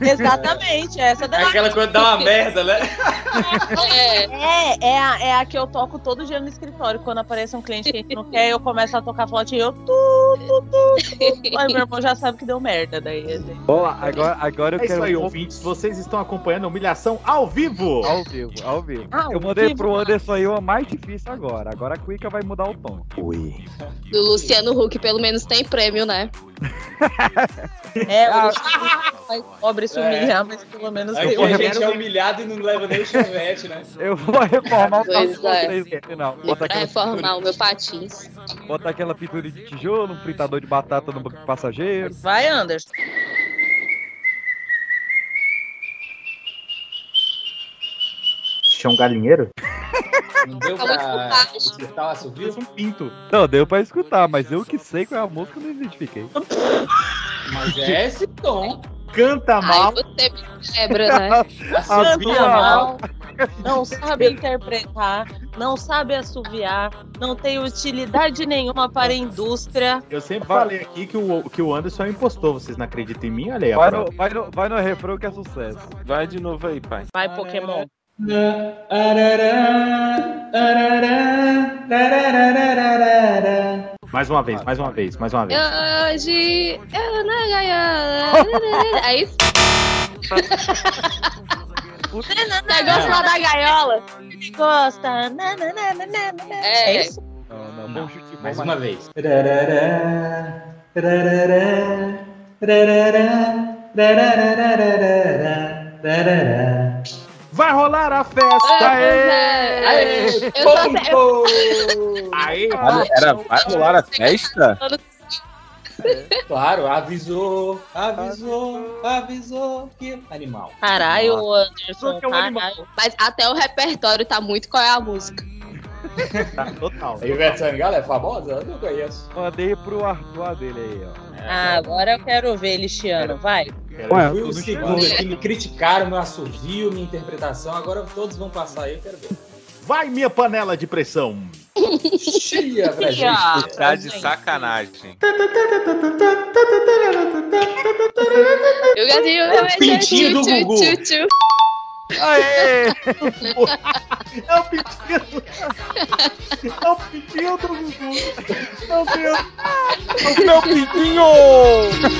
Speaker 3: Exatamente, essa é daí.
Speaker 4: É Aquela coisa dá uma merda, né?
Speaker 3: É, é a, é a que eu toco todo dia no escritório. Quando aparece um cliente que a gente não quer, eu começo a tocar flauta e eu. Tu, tu, tu, tu. Aí meu irmão já sabe que deu merda. Daí assim.
Speaker 1: Bom, agora, agora eu
Speaker 2: é isso
Speaker 1: quero.
Speaker 2: aí, ouvintes. Vocês estão acompanhando a humilhação ao vivo.
Speaker 1: Ao vivo, ao vivo.
Speaker 3: Ah,
Speaker 6: Ao
Speaker 1: eu mandei
Speaker 6: vivo.
Speaker 1: pro Anderson aí uma mais difícil agora. Agora a Cuica vai mudar o tom. Ui.
Speaker 6: Do Luciano Huck, pelo menos tem prêmio, né?
Speaker 3: É, o mais pobre se humilhar,
Speaker 4: É.
Speaker 3: mas pelo menos
Speaker 4: Aqui
Speaker 3: eu.
Speaker 4: a gente é humilhado e não leva nem o chevette, né?
Speaker 1: Eu vou reformar o carro de
Speaker 6: Pois é.
Speaker 1: vocês no final.
Speaker 6: E
Speaker 1: Bota
Speaker 6: pra
Speaker 1: aquela,
Speaker 6: reformar o meu patins.
Speaker 1: bota aquela pintura de tijolo, um fritador de batata no banco de passageiro.
Speaker 3: Vai, Anderson.
Speaker 2: Chão é um galinheiro?
Speaker 4: Não deu pra acertar o assovio?
Speaker 1: Pinto. Não, deu pra escutar, mas eu que sei qual é a música, eu não identifiquei.
Speaker 4: Mas é esse tom.
Speaker 2: Canta
Speaker 6: Aí você me quebra, né?
Speaker 1: A
Speaker 3: Canta
Speaker 1: Bia-
Speaker 3: mal, não sabe interpretar, não sabe assoviar, não tem utilidade nenhuma para a indústria.
Speaker 2: Eu sempre falei aqui que o, que o Anderson é um impostor. Vocês não acreditam em mim? Olha aí. a
Speaker 1: Vai
Speaker 2: prova.
Speaker 1: no, vai, no, vai no refrão que é sucesso.
Speaker 14: Vai de novo aí, pai.
Speaker 3: Vai, Pokémon.
Speaker 2: Mais uma vez, mais uma vez, mais uma vez.
Speaker 6: Hoje eu não ganho. É isso? Negócio né? lá da gaiola.
Speaker 3: Gosta. na, na, na, na, na, na. É isso?
Speaker 1: Não, não, bom chute, bom,
Speaker 4: Mais
Speaker 1: mas-
Speaker 4: uma vez.
Speaker 2: Vai rolar a festa!
Speaker 6: É,
Speaker 2: Aê!
Speaker 6: é. Eu só sei- eu-
Speaker 2: Aê!
Speaker 14: Era, vai rolar a festa?
Speaker 4: Claro, avisou, avisou, avisou que é animal.
Speaker 3: Caralho, Anderson.
Speaker 6: é um animal.
Speaker 3: Caralho.
Speaker 6: Mas até o repertório tá muito qual é a música.
Speaker 2: Total.
Speaker 4: A Ivete Sangalo é famosa? Eu não conheço.
Speaker 1: Mandei pro Arthur dele aí, ó.
Speaker 3: Ah, agora eu quero ver ele chiando, vai.
Speaker 1: Ué,
Speaker 2: É,
Speaker 4: Eu fui
Speaker 1: eu
Speaker 4: o
Speaker 1: não
Speaker 4: segundo
Speaker 1: sei.
Speaker 4: que me criticaram, meu assovio, minha interpretação. Agora todos vão passar aí, eu quero ver.
Speaker 2: Vai minha panela de pressão!
Speaker 4: Chia pra gente.
Speaker 14: Tá de sacanagem.
Speaker 6: Eu ganhei o
Speaker 4: Pintinho do Gugu.
Speaker 1: Aê!
Speaker 2: É o pedido! É o pedido do Gugu! É Meu Deus!
Speaker 1: O meu pintinho!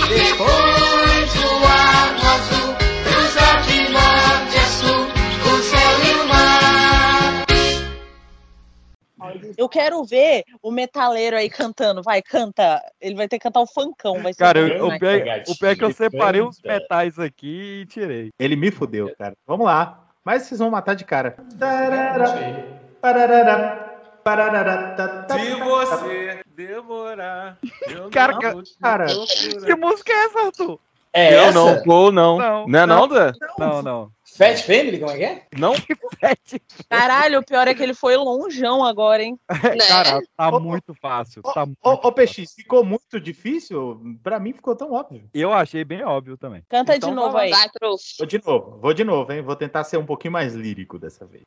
Speaker 24: Depois do ar azul, cruza de norte a sul, o céu e o mar.
Speaker 3: Eu quero ver o metaleiro aí cantando. Vai, canta. Ele vai ter que cantar o funkão. Vai ser
Speaker 1: Cara, eu-
Speaker 3: bom,
Speaker 1: o
Speaker 3: né?
Speaker 1: pé, o pé é que eu
Speaker 2: Ele
Speaker 1: separei
Speaker 2: canta.
Speaker 1: os metais aqui e tirei.
Speaker 2: Ele me fudeu, cara. Vamos lá. Mas vocês vão matar de cara. tá,
Speaker 9: Se você demorar. eu
Speaker 1: Cara,
Speaker 9: não
Speaker 1: cara,
Speaker 9: vou te
Speaker 1: cara,
Speaker 9: procurar.
Speaker 1: que música é essa, Arthur?
Speaker 9: É essa?
Speaker 14: não, Paul,
Speaker 1: Não,
Speaker 14: não. Não, não, é
Speaker 1: não,
Speaker 14: não, Dan?
Speaker 1: Não, não.
Speaker 4: Fat Family, como é que é?
Speaker 14: Não?
Speaker 3: Caralho, o pior é que ele foi longeão agora, hein?
Speaker 6: né?
Speaker 1: Cara, tá muito fácil. Tá muito...
Speaker 2: Ô, ô, PX, ficou muito difícil? Pra mim ficou tão óbvio.
Speaker 1: Eu achei bem óbvio também.
Speaker 3: Canta de novo aí.
Speaker 2: Vou de novo, vou de novo, hein? Vou tentar ser um pouquinho mais lírico dessa vez.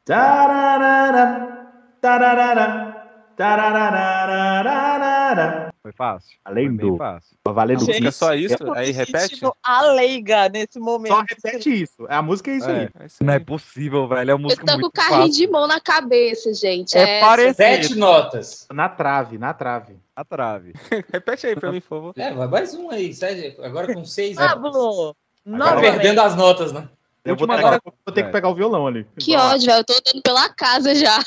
Speaker 1: Foi fácil.
Speaker 2: Além
Speaker 1: Foi bem
Speaker 2: do.
Speaker 1: fácil.
Speaker 2: Valendo
Speaker 3: Gente,
Speaker 2: Fica só
Speaker 14: isso?
Speaker 3: Eu tô
Speaker 14: Aí
Speaker 3: me
Speaker 14: repete?
Speaker 3: sentindo aleiga nesse momento.
Speaker 2: Só repete isso. A música é isso
Speaker 1: É,
Speaker 2: aí.
Speaker 1: Não é possível, velho. É uma
Speaker 6: Eu
Speaker 1: música
Speaker 6: tô com o
Speaker 1: muito
Speaker 6: carrinho
Speaker 1: fácil.
Speaker 6: de mão na cabeça, gente.
Speaker 1: É
Speaker 6: essa.
Speaker 1: parecido.
Speaker 4: notas.
Speaker 2: Na trave, na trave.
Speaker 1: Na trave.
Speaker 14: Repete aí pra mim, por favor.
Speaker 4: É, vai mais um aí, Sérgio. Agora com seis. é-
Speaker 3: Pablo!
Speaker 4: Tá
Speaker 3: novamente.
Speaker 4: perdendo as notas, né?
Speaker 2: Eu vou,
Speaker 4: Última
Speaker 2: daqui a
Speaker 4: nota.
Speaker 2: pouco eu vou ter que pegar o violão ali.
Speaker 6: Que ódio, velho. Eu tô andando pela casa já.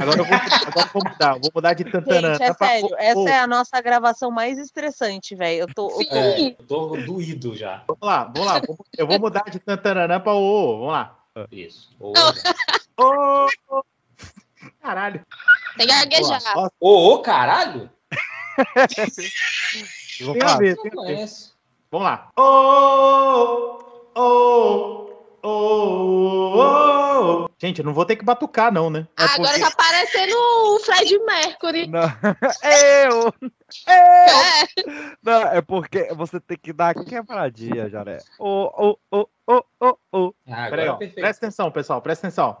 Speaker 2: Agora eu vou, agora eu vou mudar, vou mudar de tantanã.
Speaker 3: Gente, é
Speaker 2: Tá pra-
Speaker 3: sério,
Speaker 2: ô, ô,
Speaker 3: essa é a nossa gravação mais estressante, velho. Eu tô. eu tô-
Speaker 4: É, eu tô doído já.
Speaker 2: Vamos lá, vamos lá. vamos- Eu vou mudar de tantanã pra ô, ô, vamos lá.
Speaker 4: Isso. Ô,
Speaker 2: Ô, ô. Caralho.
Speaker 6: Tem que gaguejar.
Speaker 2: Nossa,
Speaker 4: ô, caralho?
Speaker 2: tem a ver, tem a ver. Vamos lá. Ô, ô, ô, ô, ô, ô. Gente, eu não vou ter que batucar, não, né?
Speaker 3: Ah,
Speaker 2: É
Speaker 6: Agora
Speaker 2: porque-
Speaker 6: tá parecendo o Fred Mercury.
Speaker 1: Não. Eu! Eu! Não, é porque você tem que dar a quebradinha, Jaré. Ô, ô, ô, ô, ô, ô.
Speaker 4: Ah,
Speaker 2: Peraí,
Speaker 4: é
Speaker 2: ó. Presta atenção, pessoal, presta atenção.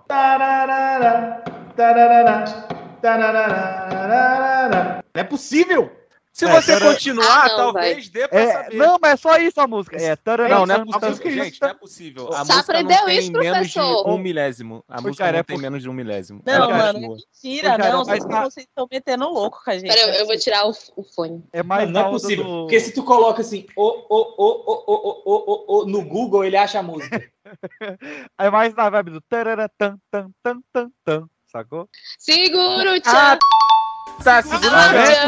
Speaker 2: Não é possível!
Speaker 14: Se
Speaker 1: É,
Speaker 14: você
Speaker 1: cara-
Speaker 14: continuar,
Speaker 6: Ah, não,
Speaker 14: talvez dê pra
Speaker 1: É,
Speaker 14: saber.
Speaker 1: não, mas é só isso a música. É,
Speaker 14: Não, não é
Speaker 1: A música
Speaker 14: possível,
Speaker 1: é
Speaker 14: gente,
Speaker 1: isso.
Speaker 14: não é possível. A
Speaker 6: Você
Speaker 14: música
Speaker 6: aprendeu
Speaker 14: não tem
Speaker 6: isso,
Speaker 14: menos de
Speaker 6: professor?
Speaker 14: um milésimo. A
Speaker 1: Ô,
Speaker 14: música
Speaker 1: cara, é
Speaker 14: não tem
Speaker 1: por-
Speaker 14: menos de um milésimo.
Speaker 3: Não,
Speaker 14: Ela
Speaker 3: mano,
Speaker 14: continua.
Speaker 3: mentira,
Speaker 1: Ô, cara,
Speaker 3: não.
Speaker 1: mas
Speaker 3: Vocês
Speaker 1: tá-
Speaker 3: vocês estão metendo louco com a gente. assim.
Speaker 6: Pera, eu, eu vou tirar o, o fone.
Speaker 1: É mais
Speaker 4: não
Speaker 1: na
Speaker 4: é
Speaker 1: onda
Speaker 4: possível.
Speaker 1: do-
Speaker 4: Porque se tu coloca assim, ô, ô, ô, ô, ô, ô, ô, ô, ô, no Google, ele acha a música.
Speaker 1: É mais na vibe do tarara, tan, tan, tan, tan, tan, sacou?
Speaker 6: Segura o tchan.
Speaker 14: Tá,
Speaker 2: Ah,
Speaker 6: segura o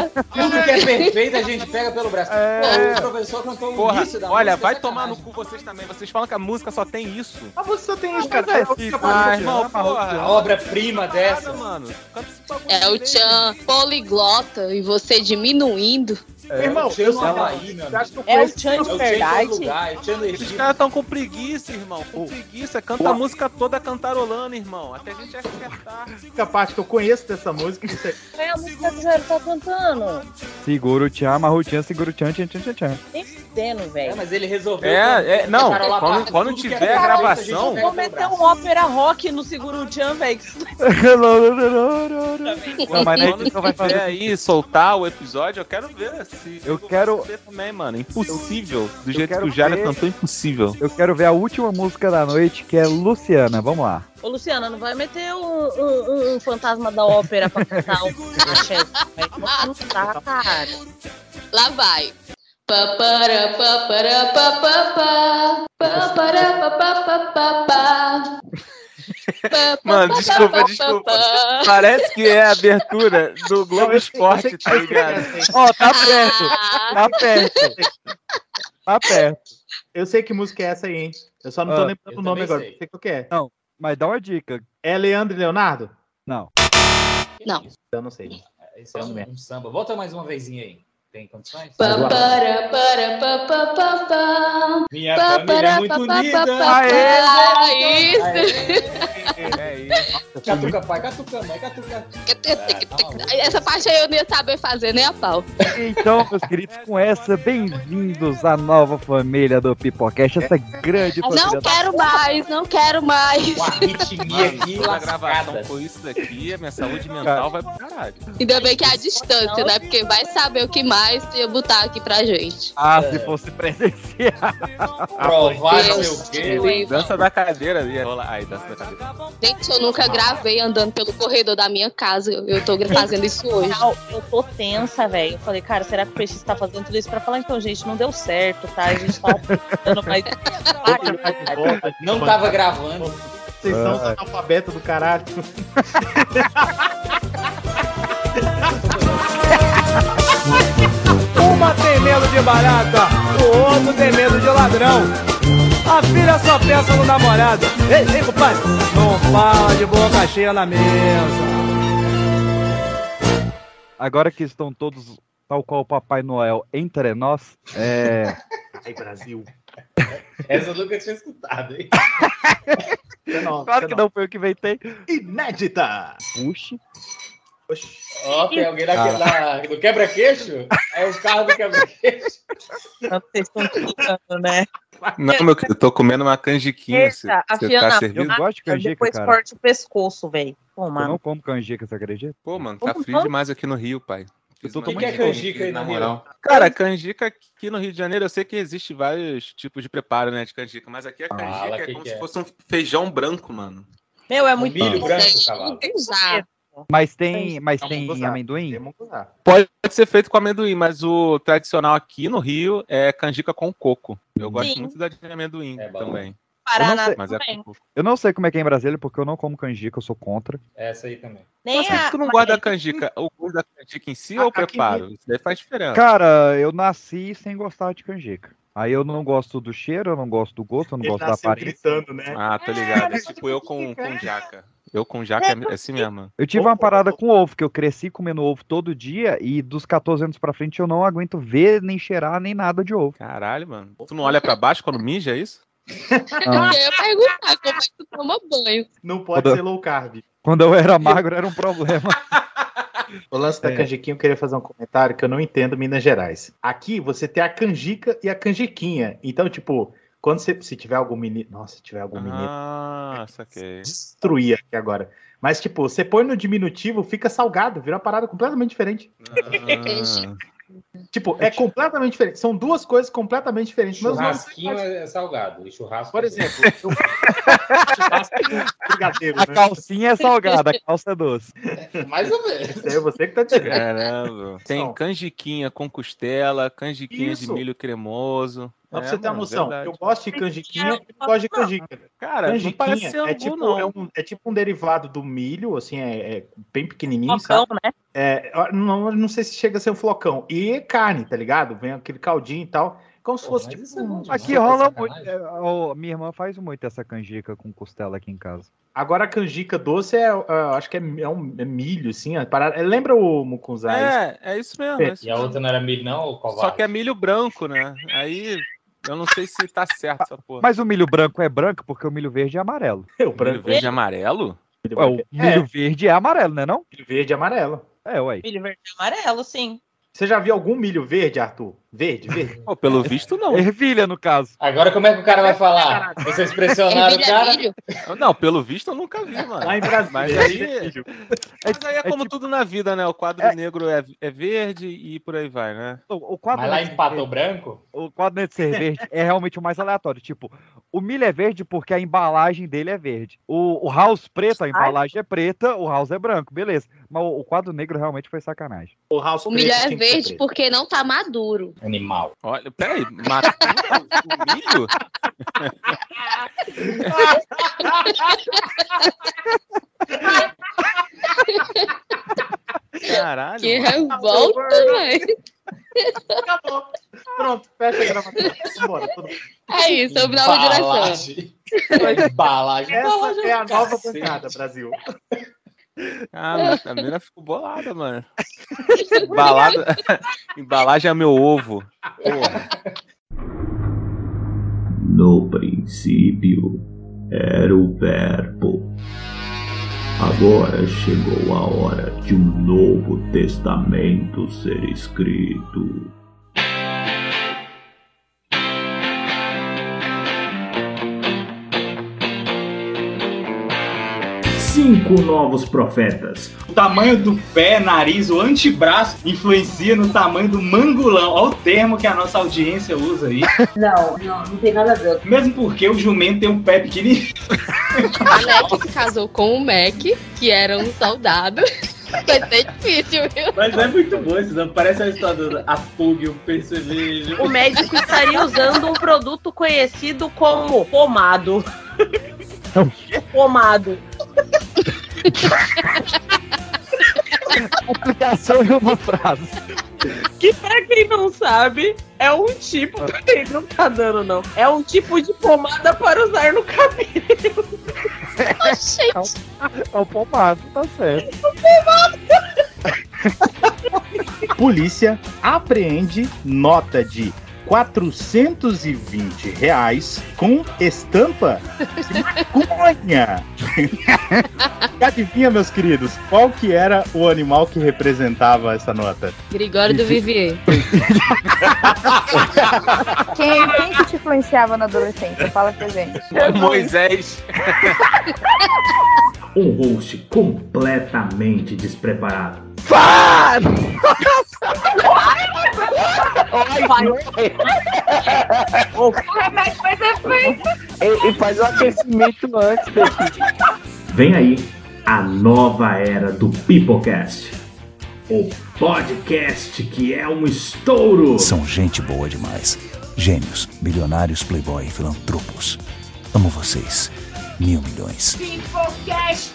Speaker 6: tchan.
Speaker 4: Tudo que é perfeito, a gente pega pelo braço.
Speaker 1: É.
Speaker 4: Pô, o professor cantou o
Speaker 14: Porra,
Speaker 4: início da
Speaker 6: é
Speaker 14: olha,
Speaker 4: música,
Speaker 14: vai
Speaker 4: sacanagem.
Speaker 14: tomar no cu vocês também. Vocês falam que a música só tem isso.
Speaker 2: A música só tem isso,
Speaker 1: Mas
Speaker 2: cara.
Speaker 1: é
Speaker 2: Ah, Você
Speaker 1: isso,
Speaker 2: pode-
Speaker 1: né?
Speaker 14: Ah,
Speaker 1: Tchan,
Speaker 14: irmão,
Speaker 1: parou,
Speaker 14: porra.
Speaker 4: A obra-prima dessa.
Speaker 14: Nada, mano. Canta esse bagulho
Speaker 6: É o
Speaker 14: direito.
Speaker 6: tchan poliglota e você diminuindo.
Speaker 2: Meu irmão,
Speaker 4: Tchan no
Speaker 2: você
Speaker 4: Havaí, tá meu amigo.
Speaker 2: acha que eu
Speaker 3: É o
Speaker 2: conheço-
Speaker 3: Tchan
Speaker 4: É o
Speaker 3: de
Speaker 4: Tchan em todo
Speaker 3: verdade.
Speaker 4: lugar, é o Tchan no
Speaker 14: Esses
Speaker 4: Egito.
Speaker 14: caras estão com preguiça, irmão. Com preguiça. Canta a música toda cantarolando, irmão. Até a gente acertar.
Speaker 2: A única parte que eu conheço dessa música isso é
Speaker 3: É a música que o Jairo tá cantando.
Speaker 1: Segura o tchan, amarra o tchan, segura o tchan, tchan, tchan, tchan, tchan.
Speaker 3: Nem fudendo,
Speaker 4: É,
Speaker 3: velho.
Speaker 4: mas ele resolveu.
Speaker 14: É, é, não.
Speaker 4: Carola
Speaker 14: Quando,
Speaker 4: Barra,
Speaker 14: quando
Speaker 4: tudo que
Speaker 14: tiver
Speaker 4: é
Speaker 14: a
Speaker 4: perfeito,
Speaker 14: gravação,
Speaker 4: gente
Speaker 3: Vou
Speaker 4: pega
Speaker 3: meter
Speaker 4: pelo
Speaker 3: um ópera rock no Seguro o Tchan, velho. que isso
Speaker 1: Não, mas na
Speaker 14: quando
Speaker 1: edição vai
Speaker 14: tiver
Speaker 1: fazer.
Speaker 14: aí soltar o episódio, eu quero ver. Se
Speaker 1: Eu
Speaker 14: vou
Speaker 1: quero-
Speaker 14: saber também, mano. Impossível. Do jeito
Speaker 1: quero
Speaker 14: que o Jara
Speaker 1: ver-
Speaker 14: cantou, impossível.
Speaker 1: Eu quero ver a última música da noite, que é Luciana. Vamos lá.
Speaker 3: Ô, Luciana, não vai meter um, um- um- um fantasma da ópera pra cantar um axé. Vai cantar, cara.
Speaker 6: Lá vai. Papara, papara, papapá. Papara, papapá.
Speaker 14: Mano, desculpa, desculpa. Parece que é a abertura do Globo Esporte, tá
Speaker 2: é
Speaker 14: ligado?
Speaker 1: Ó, tá perto,
Speaker 6: Ah,
Speaker 1: tá perto. Tá perto.
Speaker 2: Eu sei que música é essa aí, hein? Eu só não tô
Speaker 1: Ah,
Speaker 2: lembrando
Speaker 4: eu
Speaker 2: o nome
Speaker 4: também
Speaker 2: agora.
Speaker 4: sei.
Speaker 2: Não sei qual que é.
Speaker 1: Mas dá uma dica.
Speaker 2: É Leandro e Leonardo?
Speaker 1: Não.
Speaker 6: Não.
Speaker 2: Eu não sei.
Speaker 4: Esse é um, um samba. Volta mais uma vezinha aí. Tem condições?
Speaker 6: Papara, para, papapá.
Speaker 4: Minha família é muito unida.
Speaker 6: papapá. Isso.
Speaker 14: É isso.
Speaker 4: Catuca pai, catuca mãe, catuca.
Speaker 6: Essa parte aí eu não ia saber fazer nem a pau.
Speaker 1: Então, meus queridos, com essa, bem-vindos à nova família do Pipocast, essa grande família.
Speaker 6: Não tá. quero mais, não quero mais.
Speaker 4: Com a ritmia
Speaker 14: Mano,
Speaker 4: aqui
Speaker 14: se a gravação
Speaker 4: lascada.
Speaker 14: com isso daqui, a minha saúde mental vai pro caralho.
Speaker 6: Ainda bem que é a distância, né? Porque vai saber o que mais ia botar aqui pra gente.
Speaker 1: Ah, se fosse presencial.
Speaker 4: Provar
Speaker 6: Deus
Speaker 4: seu quê.
Speaker 6: do livro.
Speaker 14: Dança da cadeira ali. Rola- Ai, dança da cadeira.
Speaker 6: Gente, eu nunca gravei andando pelo corredor da minha casa. Eu- Eu tô fazendo isso hoje.
Speaker 3: Real, eu tô tensa, velho. Eu falei, cara, será que o peixe tá fazendo tudo isso pra falar? Então, gente, não deu certo, tá? A gente tá dando mais.
Speaker 4: Não
Speaker 2: né?
Speaker 4: tava gravando.
Speaker 2: Vocês são os analfabetos do caralho.
Speaker 8: Uma tem medo de barata, o outro tem medo de ladrão. A filha só pensa no namorado. Ei, ei, compadre, não fala de boca cheia na mesa.
Speaker 1: Agora que estão todos, tal qual o Papai Noel, entre nós, é.
Speaker 2: Ai, Brasil.
Speaker 4: Essa eu nunca tinha escutado, hein?
Speaker 2: é
Speaker 1: claro que não foi eu que inventei.
Speaker 2: Inédita!
Speaker 1: Puxe.
Speaker 4: Ó, tem alguém na,
Speaker 1: Ah.
Speaker 4: na- no quebra-queixo? É o carro do quebra-queixo.
Speaker 3: Vocês estão tirando, né?
Speaker 14: Não, meu querido, eu tô comendo uma canjiquinha. Você
Speaker 3: Eita, a
Speaker 14: tá
Speaker 3: Fiana,
Speaker 14: servindo?
Speaker 1: gosto de canjica,
Speaker 3: depois
Speaker 1: cara.
Speaker 3: corte o pescoço, velho. Pô,
Speaker 1: Eu não
Speaker 3: mano.
Speaker 1: como canjica, você acredita?
Speaker 14: Pô, mano, tá frio demais aqui no Rio, pai. Eu tô
Speaker 4: tomando que é canjica aí no Rio?
Speaker 14: Cara, canjica aqui no Rio de Janeiro, eu sei que existe vários tipos de preparo, né, de canjica, mas aqui a canjica
Speaker 4: Fala,
Speaker 14: é
Speaker 4: que
Speaker 14: como
Speaker 4: que
Speaker 14: se
Speaker 4: é?
Speaker 14: fosse um feijão branco, mano.
Speaker 3: Meu, é muito
Speaker 4: milho
Speaker 14: né?
Speaker 4: branco,
Speaker 3: Não tem usar.
Speaker 1: Mas tem, mas
Speaker 14: É
Speaker 1: tem um-
Speaker 14: munguzá.
Speaker 1: amendoim?
Speaker 14: Pode ser feito com amendoim, mas o tradicional aqui no Rio é canjica com coco. Eu gosto
Speaker 3: Sim.
Speaker 14: muito da de amendoim também.
Speaker 3: Paraná
Speaker 14: Eu não sei,
Speaker 3: também.
Speaker 14: mas é
Speaker 1: Eu não sei como é que é em Brasília, porque eu não como canjica, eu sou contra.
Speaker 4: Essa aí também.
Speaker 3: Nem
Speaker 14: Mas por que
Speaker 3: a-
Speaker 14: tu não guarda É a canjica? O gosto da canjica em si ou o
Speaker 1: A- aqui
Speaker 14: preparo? Isso daí faz diferença.
Speaker 1: Cara, eu nasci sem gostar de canjica. Aí eu não gosto do cheiro, eu não gosto do gosto, eu não gosto da aparência.
Speaker 2: tá gritando, né?
Speaker 14: Ah, tô ligado. É tipo eu com, com jaca. Eu com jaca é assim mesmo.
Speaker 1: Eu tive uma parada com ovo, que eu cresci comendo ovo todo dia e dos 14 anos pra frente eu não aguento ver, nem cheirar, nem nada de ovo.
Speaker 14: Caralho, mano. Tu não olha pra baixo quando mija, é isso?
Speaker 1: Ah.
Speaker 6: Eu ia perguntar como é que tu toma banho.
Speaker 2: Não pode
Speaker 1: Quando-
Speaker 2: ser low carb.
Speaker 1: Quando eu era magro era um problema.
Speaker 2: O lance da
Speaker 1: É.
Speaker 2: canjiquinha, eu queria fazer um comentário que eu não entendo Minas Gerais. Aqui você tem a canjica e a canjiquinha. Então, tipo, quando você se tiver algum menino, nossa, se tiver algum menino,
Speaker 14: Ah, saquei.
Speaker 2: destruir aqui agora. Mas tipo, você põe no diminutivo, fica salgado, vira uma parada completamente diferente.
Speaker 14: Ah,
Speaker 2: Tipo, é completamente diferente. São duas coisas completamente diferentes. Mas não-
Speaker 4: Churrasquinho é salgado. E churrasco. é
Speaker 2: por
Speaker 4: também.
Speaker 2: exemplo, eu... churrasco é brigadeiro,
Speaker 1: A
Speaker 2: né?
Speaker 1: calcinha é salgada, a calça é doce.
Speaker 4: Mais ou menos.
Speaker 2: É você que tá dizendo.
Speaker 14: Caramba. Tem canjiquinha com costela, canjiquinha de
Speaker 2: Isso.
Speaker 14: milho cremoso.
Speaker 2: Mas pra
Speaker 14: É,
Speaker 2: você ter uma
Speaker 14: mano,
Speaker 2: noção,
Speaker 14: verdade.
Speaker 2: eu gosto de canjiquinha e não gosto de canjica.
Speaker 14: Cara, não
Speaker 2: Canjiquinha
Speaker 14: parece ser
Speaker 2: é tipo,
Speaker 14: não.
Speaker 2: É, um, é tipo um derivado do milho, assim, é, é bem pequenininho,
Speaker 3: Focão,
Speaker 2: sabe?
Speaker 3: né?
Speaker 2: É, ó, não, não sei se chega a ser um flocão. E carne, tá ligado? Vem aquele caldinho e tal. Como se fosse,
Speaker 6: é
Speaker 2: tipo, um-
Speaker 1: Aqui rola muito. é, ó, minha irmã faz muito essa canjica com costela aqui em casa.
Speaker 2: Agora a canjica doce é, ó, acho que é, é um é milho, assim, a parada- é, lembra o mucunzá?
Speaker 14: É, é isso mesmo. é isso
Speaker 4: E a outra não era milho, não, ô covarde?
Speaker 14: Só que é milho branco, né? Aí eu não sei se tá certo essa porra.
Speaker 1: Mas o milho branco é branco porque o milho verde é amarelo.
Speaker 2: o
Speaker 14: milho
Speaker 2: branco,
Speaker 14: verde e amarelo?
Speaker 1: Ué, o milho verde é amarelo, né não?
Speaker 2: milho verde e amarelo.
Speaker 1: É, ué.
Speaker 3: Milho verde e amarelo, sim.
Speaker 2: Você já viu algum milho verde, Arthur? Verde, verde.
Speaker 14: Pô, pelo visto, não.
Speaker 1: Ervilha, no caso.
Speaker 4: Agora como é que o cara vai falar? Vocês pressionaram
Speaker 6: É
Speaker 4: o cara?
Speaker 14: Não, pelo visto eu nunca vi, mano.
Speaker 2: Lá em Brasília.
Speaker 14: Mas aí, mas aí é como
Speaker 2: tipo
Speaker 14: tudo na vida, né? O quadro negro é, é verde e por aí vai, né?
Speaker 1: O, o quadro
Speaker 4: Mas lá
Speaker 1: de
Speaker 4: em Pato
Speaker 1: verde-
Speaker 4: Branco?
Speaker 1: o quadro de ser verde é realmente o mais aleatório. Tipo, o milho é verde porque a embalagem dele é verde. O, o house preto, a embalagem é preta, o house é branco, beleza. Mas o, o quadro negro realmente foi sacanagem.
Speaker 2: O house
Speaker 6: O milho
Speaker 2: preto
Speaker 6: é
Speaker 2: tinha que ser
Speaker 6: verde
Speaker 2: preto.
Speaker 6: porque não tá maduro.
Speaker 4: Animal.
Speaker 14: Olha, peraí, matando o milho? Caralho.
Speaker 6: Que
Speaker 14: mano.
Speaker 6: revolta, velho.
Speaker 2: Acabou. Pronto, fecha a gravação. Bora, todo mundo.
Speaker 6: É isso, é o final da direção.
Speaker 4: Embalagem. Embalagem.
Speaker 2: Essa é a nova
Speaker 4: Cacete.
Speaker 2: bancada, Brasil.
Speaker 14: Ah, mas a mina ficou bolada, mano. Balada... Embalagem é meu ovo. Porra.
Speaker 12: No princípio era o Verbo. Agora chegou a hora de um novo testamento ser escrito. Cinco novos profetas.
Speaker 25: O tamanho do pé, nariz, o antebraço influencia no tamanho do mangulão. Olha o termo que a nossa audiência usa aí.
Speaker 22: Não, não, não tem nada a ver.
Speaker 25: Mesmo porque o jumento tem um pé pequenininho.
Speaker 6: Alex se casou com o Mac, que era um soldado. Vai ser difícil, viu?
Speaker 25: Mas é muito bom isso, não? Parece a história da a pulga, o percevejo.
Speaker 3: O médico estaria usando um produto conhecido como pomado.
Speaker 14: É
Speaker 3: pomado.
Speaker 1: É Aplicação em uma frase.
Speaker 3: Que pra quem não sabe, é um tipo.
Speaker 14: Ah.
Speaker 3: Peraí, não tá dando, não. É um tipo de pomada para usar no cabelo.
Speaker 14: Então,
Speaker 1: É o pomado, tá certo.
Speaker 2: Polícia apreende nota de 420 reais com estampa de maconha. e adivinha, meus queridos, qual que era o animal que representava essa nota?
Speaker 16: Gregório do Vivier.
Speaker 19: Quem, quem que te influenciava na adolescência? Fala pra gente.
Speaker 9: Moisés.
Speaker 12: Um host completamente despreparado.
Speaker 1: Pá!
Speaker 16: E faz o aquecimento antes
Speaker 12: Vem aí a nova era do Pipocast. O podcast que é um estouro.
Speaker 20: São gente boa demais. Gênios, bilionários, playboy, filantropos. Amo vocês. Mil milhões.
Speaker 24: Pipocast.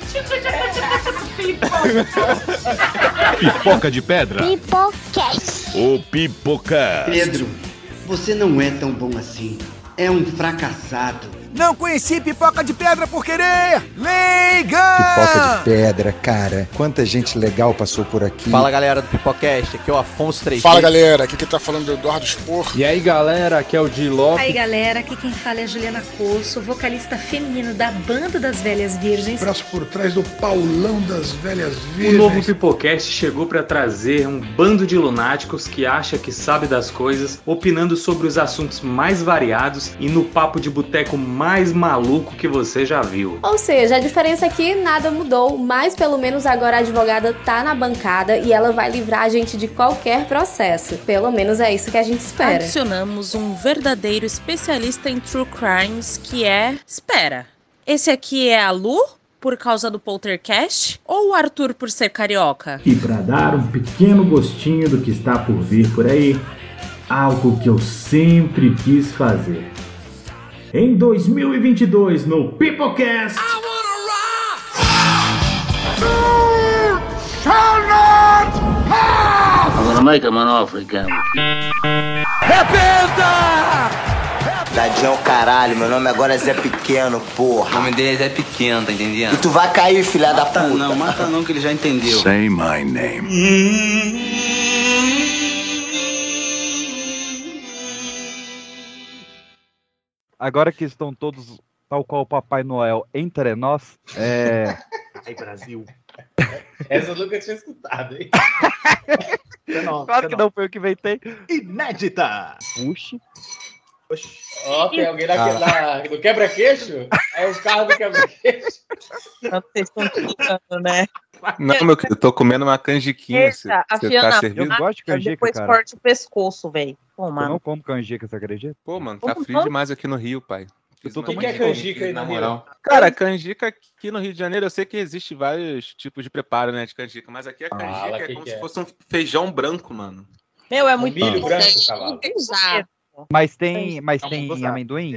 Speaker 5: Pipoca de pedra.
Speaker 24: Pipocast.
Speaker 5: O Pipoca.
Speaker 26: Pedro, você não é tão bom assim. É um fracassado.
Speaker 27: Não conheci pipoca de pedra por querer! Leiga!
Speaker 28: Pipoca de pedra, cara. Quanta gente legal passou por aqui.
Speaker 29: Fala galera do Pipocast, aqui é o Afonso 3
Speaker 30: Fala galera, aqui quem tá falando é o Eduardo Spor.
Speaker 31: E aí galera, aqui é o Di Lopes.
Speaker 32: Aí galera, aqui quem fala é a Juliana Coço, vocalista feminino da Banda das Velhas Virgens.
Speaker 30: Braço por trás do Paulão das Velhas
Speaker 33: O
Speaker 30: Virgens.
Speaker 33: novo Pipocast chegou para trazer um bando de lunáticos que acha que sabe das coisas, opinando sobre os assuntos mais variados e no papo de boteco mais maluco que você já viu.
Speaker 34: Ou seja, a diferença é que nada mudou, mas pelo menos agora a advogada tá na bancada e ela vai livrar a gente de qualquer processo. Pelo menos é isso que a gente espera.
Speaker 3: Adicionamos um verdadeiro especialista em true crimes que é. Espera, esse aqui é a Lu por causa do poltercast ou o Arthur por ser carioca?
Speaker 12: E para dar um pequeno gostinho do que está por vir por aí, algo que eu sempre quis fazer. Em 2022, no Peoplecast,
Speaker 35: I'm gonna make him an offer again.
Speaker 36: Dadinho é o caralho, meu nome agora é Zé Pequeno, porra. O nome dele é Zé Pequeno, tá entendendo? E tu vai cair, filha da puta. Não, mata não, que ele já entendeu.
Speaker 5: Say my name.
Speaker 1: Agora que estão todos, tal qual o Papai Noel, entre nós, é.
Speaker 2: Ai, Brasil.
Speaker 4: Essa eu nunca tinha escutado, hein?
Speaker 1: claro que não foi eu que inventei.
Speaker 2: Inédita!
Speaker 1: Puxe.
Speaker 4: Ó, tem alguém daquele da- do quebra-queixo? É os carros do quebra-queixo.
Speaker 3: Não, vocês estão tirando, né?
Speaker 14: Não, meu querido, eu tô comendo uma canjiquinha. Você
Speaker 3: Eita, a
Speaker 14: você tá
Speaker 3: Fiona.
Speaker 14: servido?
Speaker 1: Eu gosto de canjica,
Speaker 3: Depois
Speaker 1: cara.
Speaker 3: corta o pescoço, velho. Pô,
Speaker 1: Eu não
Speaker 3: mano.
Speaker 1: como canjica, você acredita?
Speaker 14: Pô, mano, tá frio demais aqui no Rio, pai. é Eu
Speaker 1: tô
Speaker 14: tô
Speaker 1: tomando
Speaker 14: muito
Speaker 1: canjica
Speaker 4: é aí no Rio?
Speaker 14: Cara, canjica aqui no Rio de Janeiro, eu sei que existe vários tipos de preparo, né, de canjica, mas aqui a canjica
Speaker 4: Fala,
Speaker 14: é
Speaker 4: que
Speaker 14: como
Speaker 4: que
Speaker 14: se
Speaker 4: é?
Speaker 14: fosse um feijão branco, mano.
Speaker 3: Meu, é muito
Speaker 14: milho
Speaker 3: bom.
Speaker 14: branco, cavalo.
Speaker 3: Tem que usar.
Speaker 1: Mas tem, um mas
Speaker 14: Tá
Speaker 1: tem
Speaker 14: munguzá.
Speaker 1: amendoim?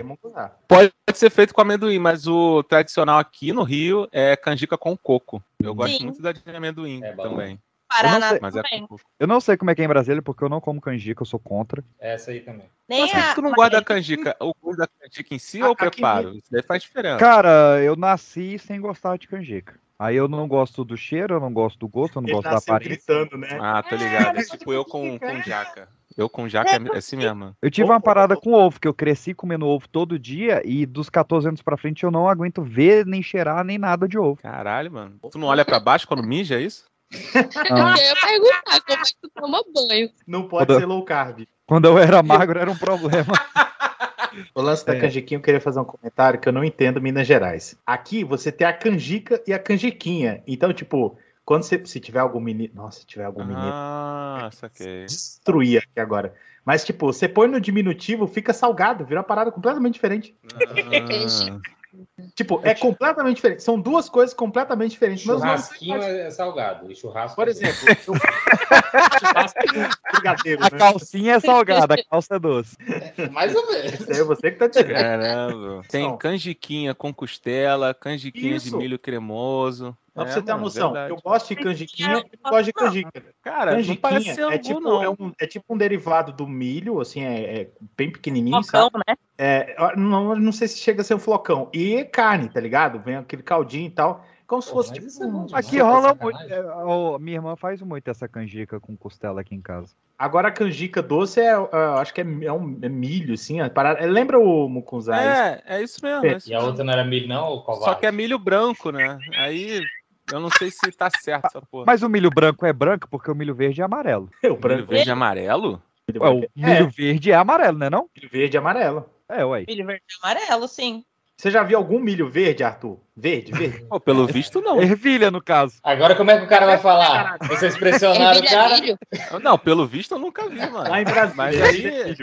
Speaker 14: Pode ser feito com amendoim, mas o tradicional aqui no Rio é canjica com coco. Eu gosto
Speaker 3: Sim.
Speaker 14: muito da de amendoim
Speaker 4: É
Speaker 14: também.
Speaker 3: Paraná
Speaker 14: Mas é
Speaker 3: também.
Speaker 14: com coco.
Speaker 1: Eu não sei como é que é em Brasília, porque eu não como canjica, eu sou contra.
Speaker 4: É Essa aí também.
Speaker 3: Nem
Speaker 14: Mas é por que
Speaker 3: a-
Speaker 14: tu não guarda a canjica? O gosto da canjica em si ou o preparo? Isso daí faz diferença.
Speaker 1: Cara, eu nasci sem gostar de canjica. Aí eu não gosto do cheiro, eu não gosto do gosto, eu não
Speaker 14: Ele
Speaker 1: gosto da
Speaker 14: nasceu
Speaker 1: aparência.
Speaker 2: tá Gritando, né?
Speaker 14: Ah, tô ligado. É tipo eu com, com jaca. Eu com jaca é assim mesmo.
Speaker 1: Eu tive uma parada com ovo, que eu cresci comendo ovo todo dia e dos 14 anos pra frente eu não aguento ver, nem cheirar, nem nada de ovo.
Speaker 14: Caralho, mano. Tu não olha pra baixo quando mija, é isso?
Speaker 1: Ah.
Speaker 6: Eu ia perguntar como é que tu toma banho.
Speaker 2: Não pode
Speaker 1: Quando-
Speaker 2: ser low carb.
Speaker 1: Quando eu era magro era um problema.
Speaker 2: O lance da
Speaker 1: É.
Speaker 2: canjiquinha, eu queria fazer um comentário que eu não entendo Minas Gerais. Aqui você tem a canjica e a canjiquinha. Então, tipo, quando você. Se tiver algum menino. Nossa, se tiver algum menino.
Speaker 14: Ah, saquei.
Speaker 2: Destruir aqui agora. Mas, tipo, você põe no diminutivo, fica salgado, vira uma parada completamente diferente. é
Speaker 14: Ah.
Speaker 2: Tipo, é completamente diferente. São duas coisas completamente diferentes. Mas não sei
Speaker 4: Churrasquinho é salgado. E churrasco
Speaker 2: Por
Speaker 4: é
Speaker 2: exemplo,
Speaker 4: doce.
Speaker 2: churrasco com brigadeiro,
Speaker 1: A
Speaker 2: né?
Speaker 1: calcinha é salgada, a calça é doce.
Speaker 4: mais ou menos.
Speaker 2: Isso aí É você que tá tirando.
Speaker 14: Caramba. Tem canjiquinha com costela, canjiquinha
Speaker 2: Isso.
Speaker 14: de milho cremoso. É,
Speaker 2: Só pra você ter uma noção. Eu gosto de
Speaker 6: é
Speaker 2: canjiquinha e não gosto de canjica.
Speaker 14: Cara, não parece ser
Speaker 2: é
Speaker 14: angu,
Speaker 2: tipo,
Speaker 14: não.
Speaker 2: É, um, é tipo um derivado do milho, assim, é, é bem pequenininho,
Speaker 3: Flocão,
Speaker 2: sabe? É, não, não sei se chega a ser um flocão. E é carne, tá ligado? Vem aquele caldinho e tal. Como se fosse tipo.
Speaker 14: é
Speaker 2: um-
Speaker 1: Aqui rola muito. é, ó, minha irmã faz muito essa canjica com costela aqui em casa.
Speaker 2: Agora a canjica doce é, é, acho que é, é um é milho, assim, é parada. é, lembra o mucunzá?
Speaker 14: É, é isso mesmo. é isso
Speaker 4: E a
Speaker 14: mesmo.
Speaker 4: outra não era milho, não, ou covarde?
Speaker 14: Só que é milho branco, né? Aí eu não sei se tá certo essa porra.
Speaker 1: Mas o milho branco é branco porque o milho verde é amarelo.
Speaker 2: o
Speaker 14: Milho verde e amarelo?
Speaker 1: Ué, o milho verde é amarelo, né não?
Speaker 2: Milho verde e amarelo.
Speaker 1: É, ué.
Speaker 3: Milho verde e amarelo, sim.
Speaker 2: Você já viu algum milho verde, Arthur? Verde, verde?
Speaker 14: pelo visto, não.
Speaker 1: Ervilha, no caso.
Speaker 4: Agora como é que o cara vai falar? Vocês
Speaker 6: É
Speaker 4: pressionaram o cara?
Speaker 14: Não, pelo visto eu nunca vi, mano.
Speaker 2: Lá em Brasília,
Speaker 14: Mas aí,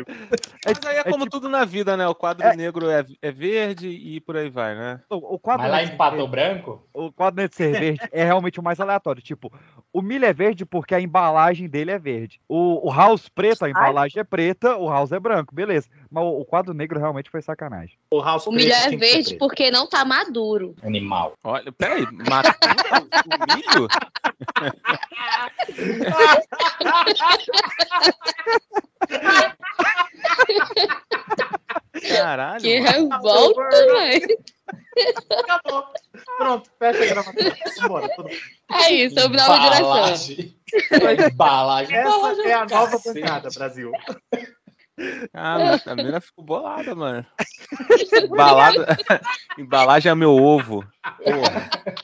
Speaker 14: mas aí é como tudo na vida, né? O quadro negro é, é verde e por aí vai, né?
Speaker 1: O, o quadro é
Speaker 4: Mas lá
Speaker 1: negro-
Speaker 4: em Pato Branco?
Speaker 1: O quadro de ser verde é realmente o mais aleatório. Tipo, o milho é verde porque a embalagem dele é verde. O, o house preto, a embalagem é preta, o house é branco, beleza. Mas o, o quadro negro realmente foi sacanagem.
Speaker 2: O house assim,
Speaker 6: O milho é verde porque não tá maduro.
Speaker 4: Animal.
Speaker 14: Olha, peraí, mata o milho? Caralho.
Speaker 6: Que
Speaker 14: mano.
Speaker 6: revolta, velho.
Speaker 2: Acabou. Pronto, fecha a gravação. Bora, todo mundo.
Speaker 6: É isso, eu dava direção.
Speaker 4: Embalagem. Embalagem.
Speaker 2: Essa é a
Speaker 4: Cacete.
Speaker 2: nova bancada, Brasil.
Speaker 14: Ah, mas a mina ficou bolada, mano. Balada... Embalagem é meu ovo. Porra.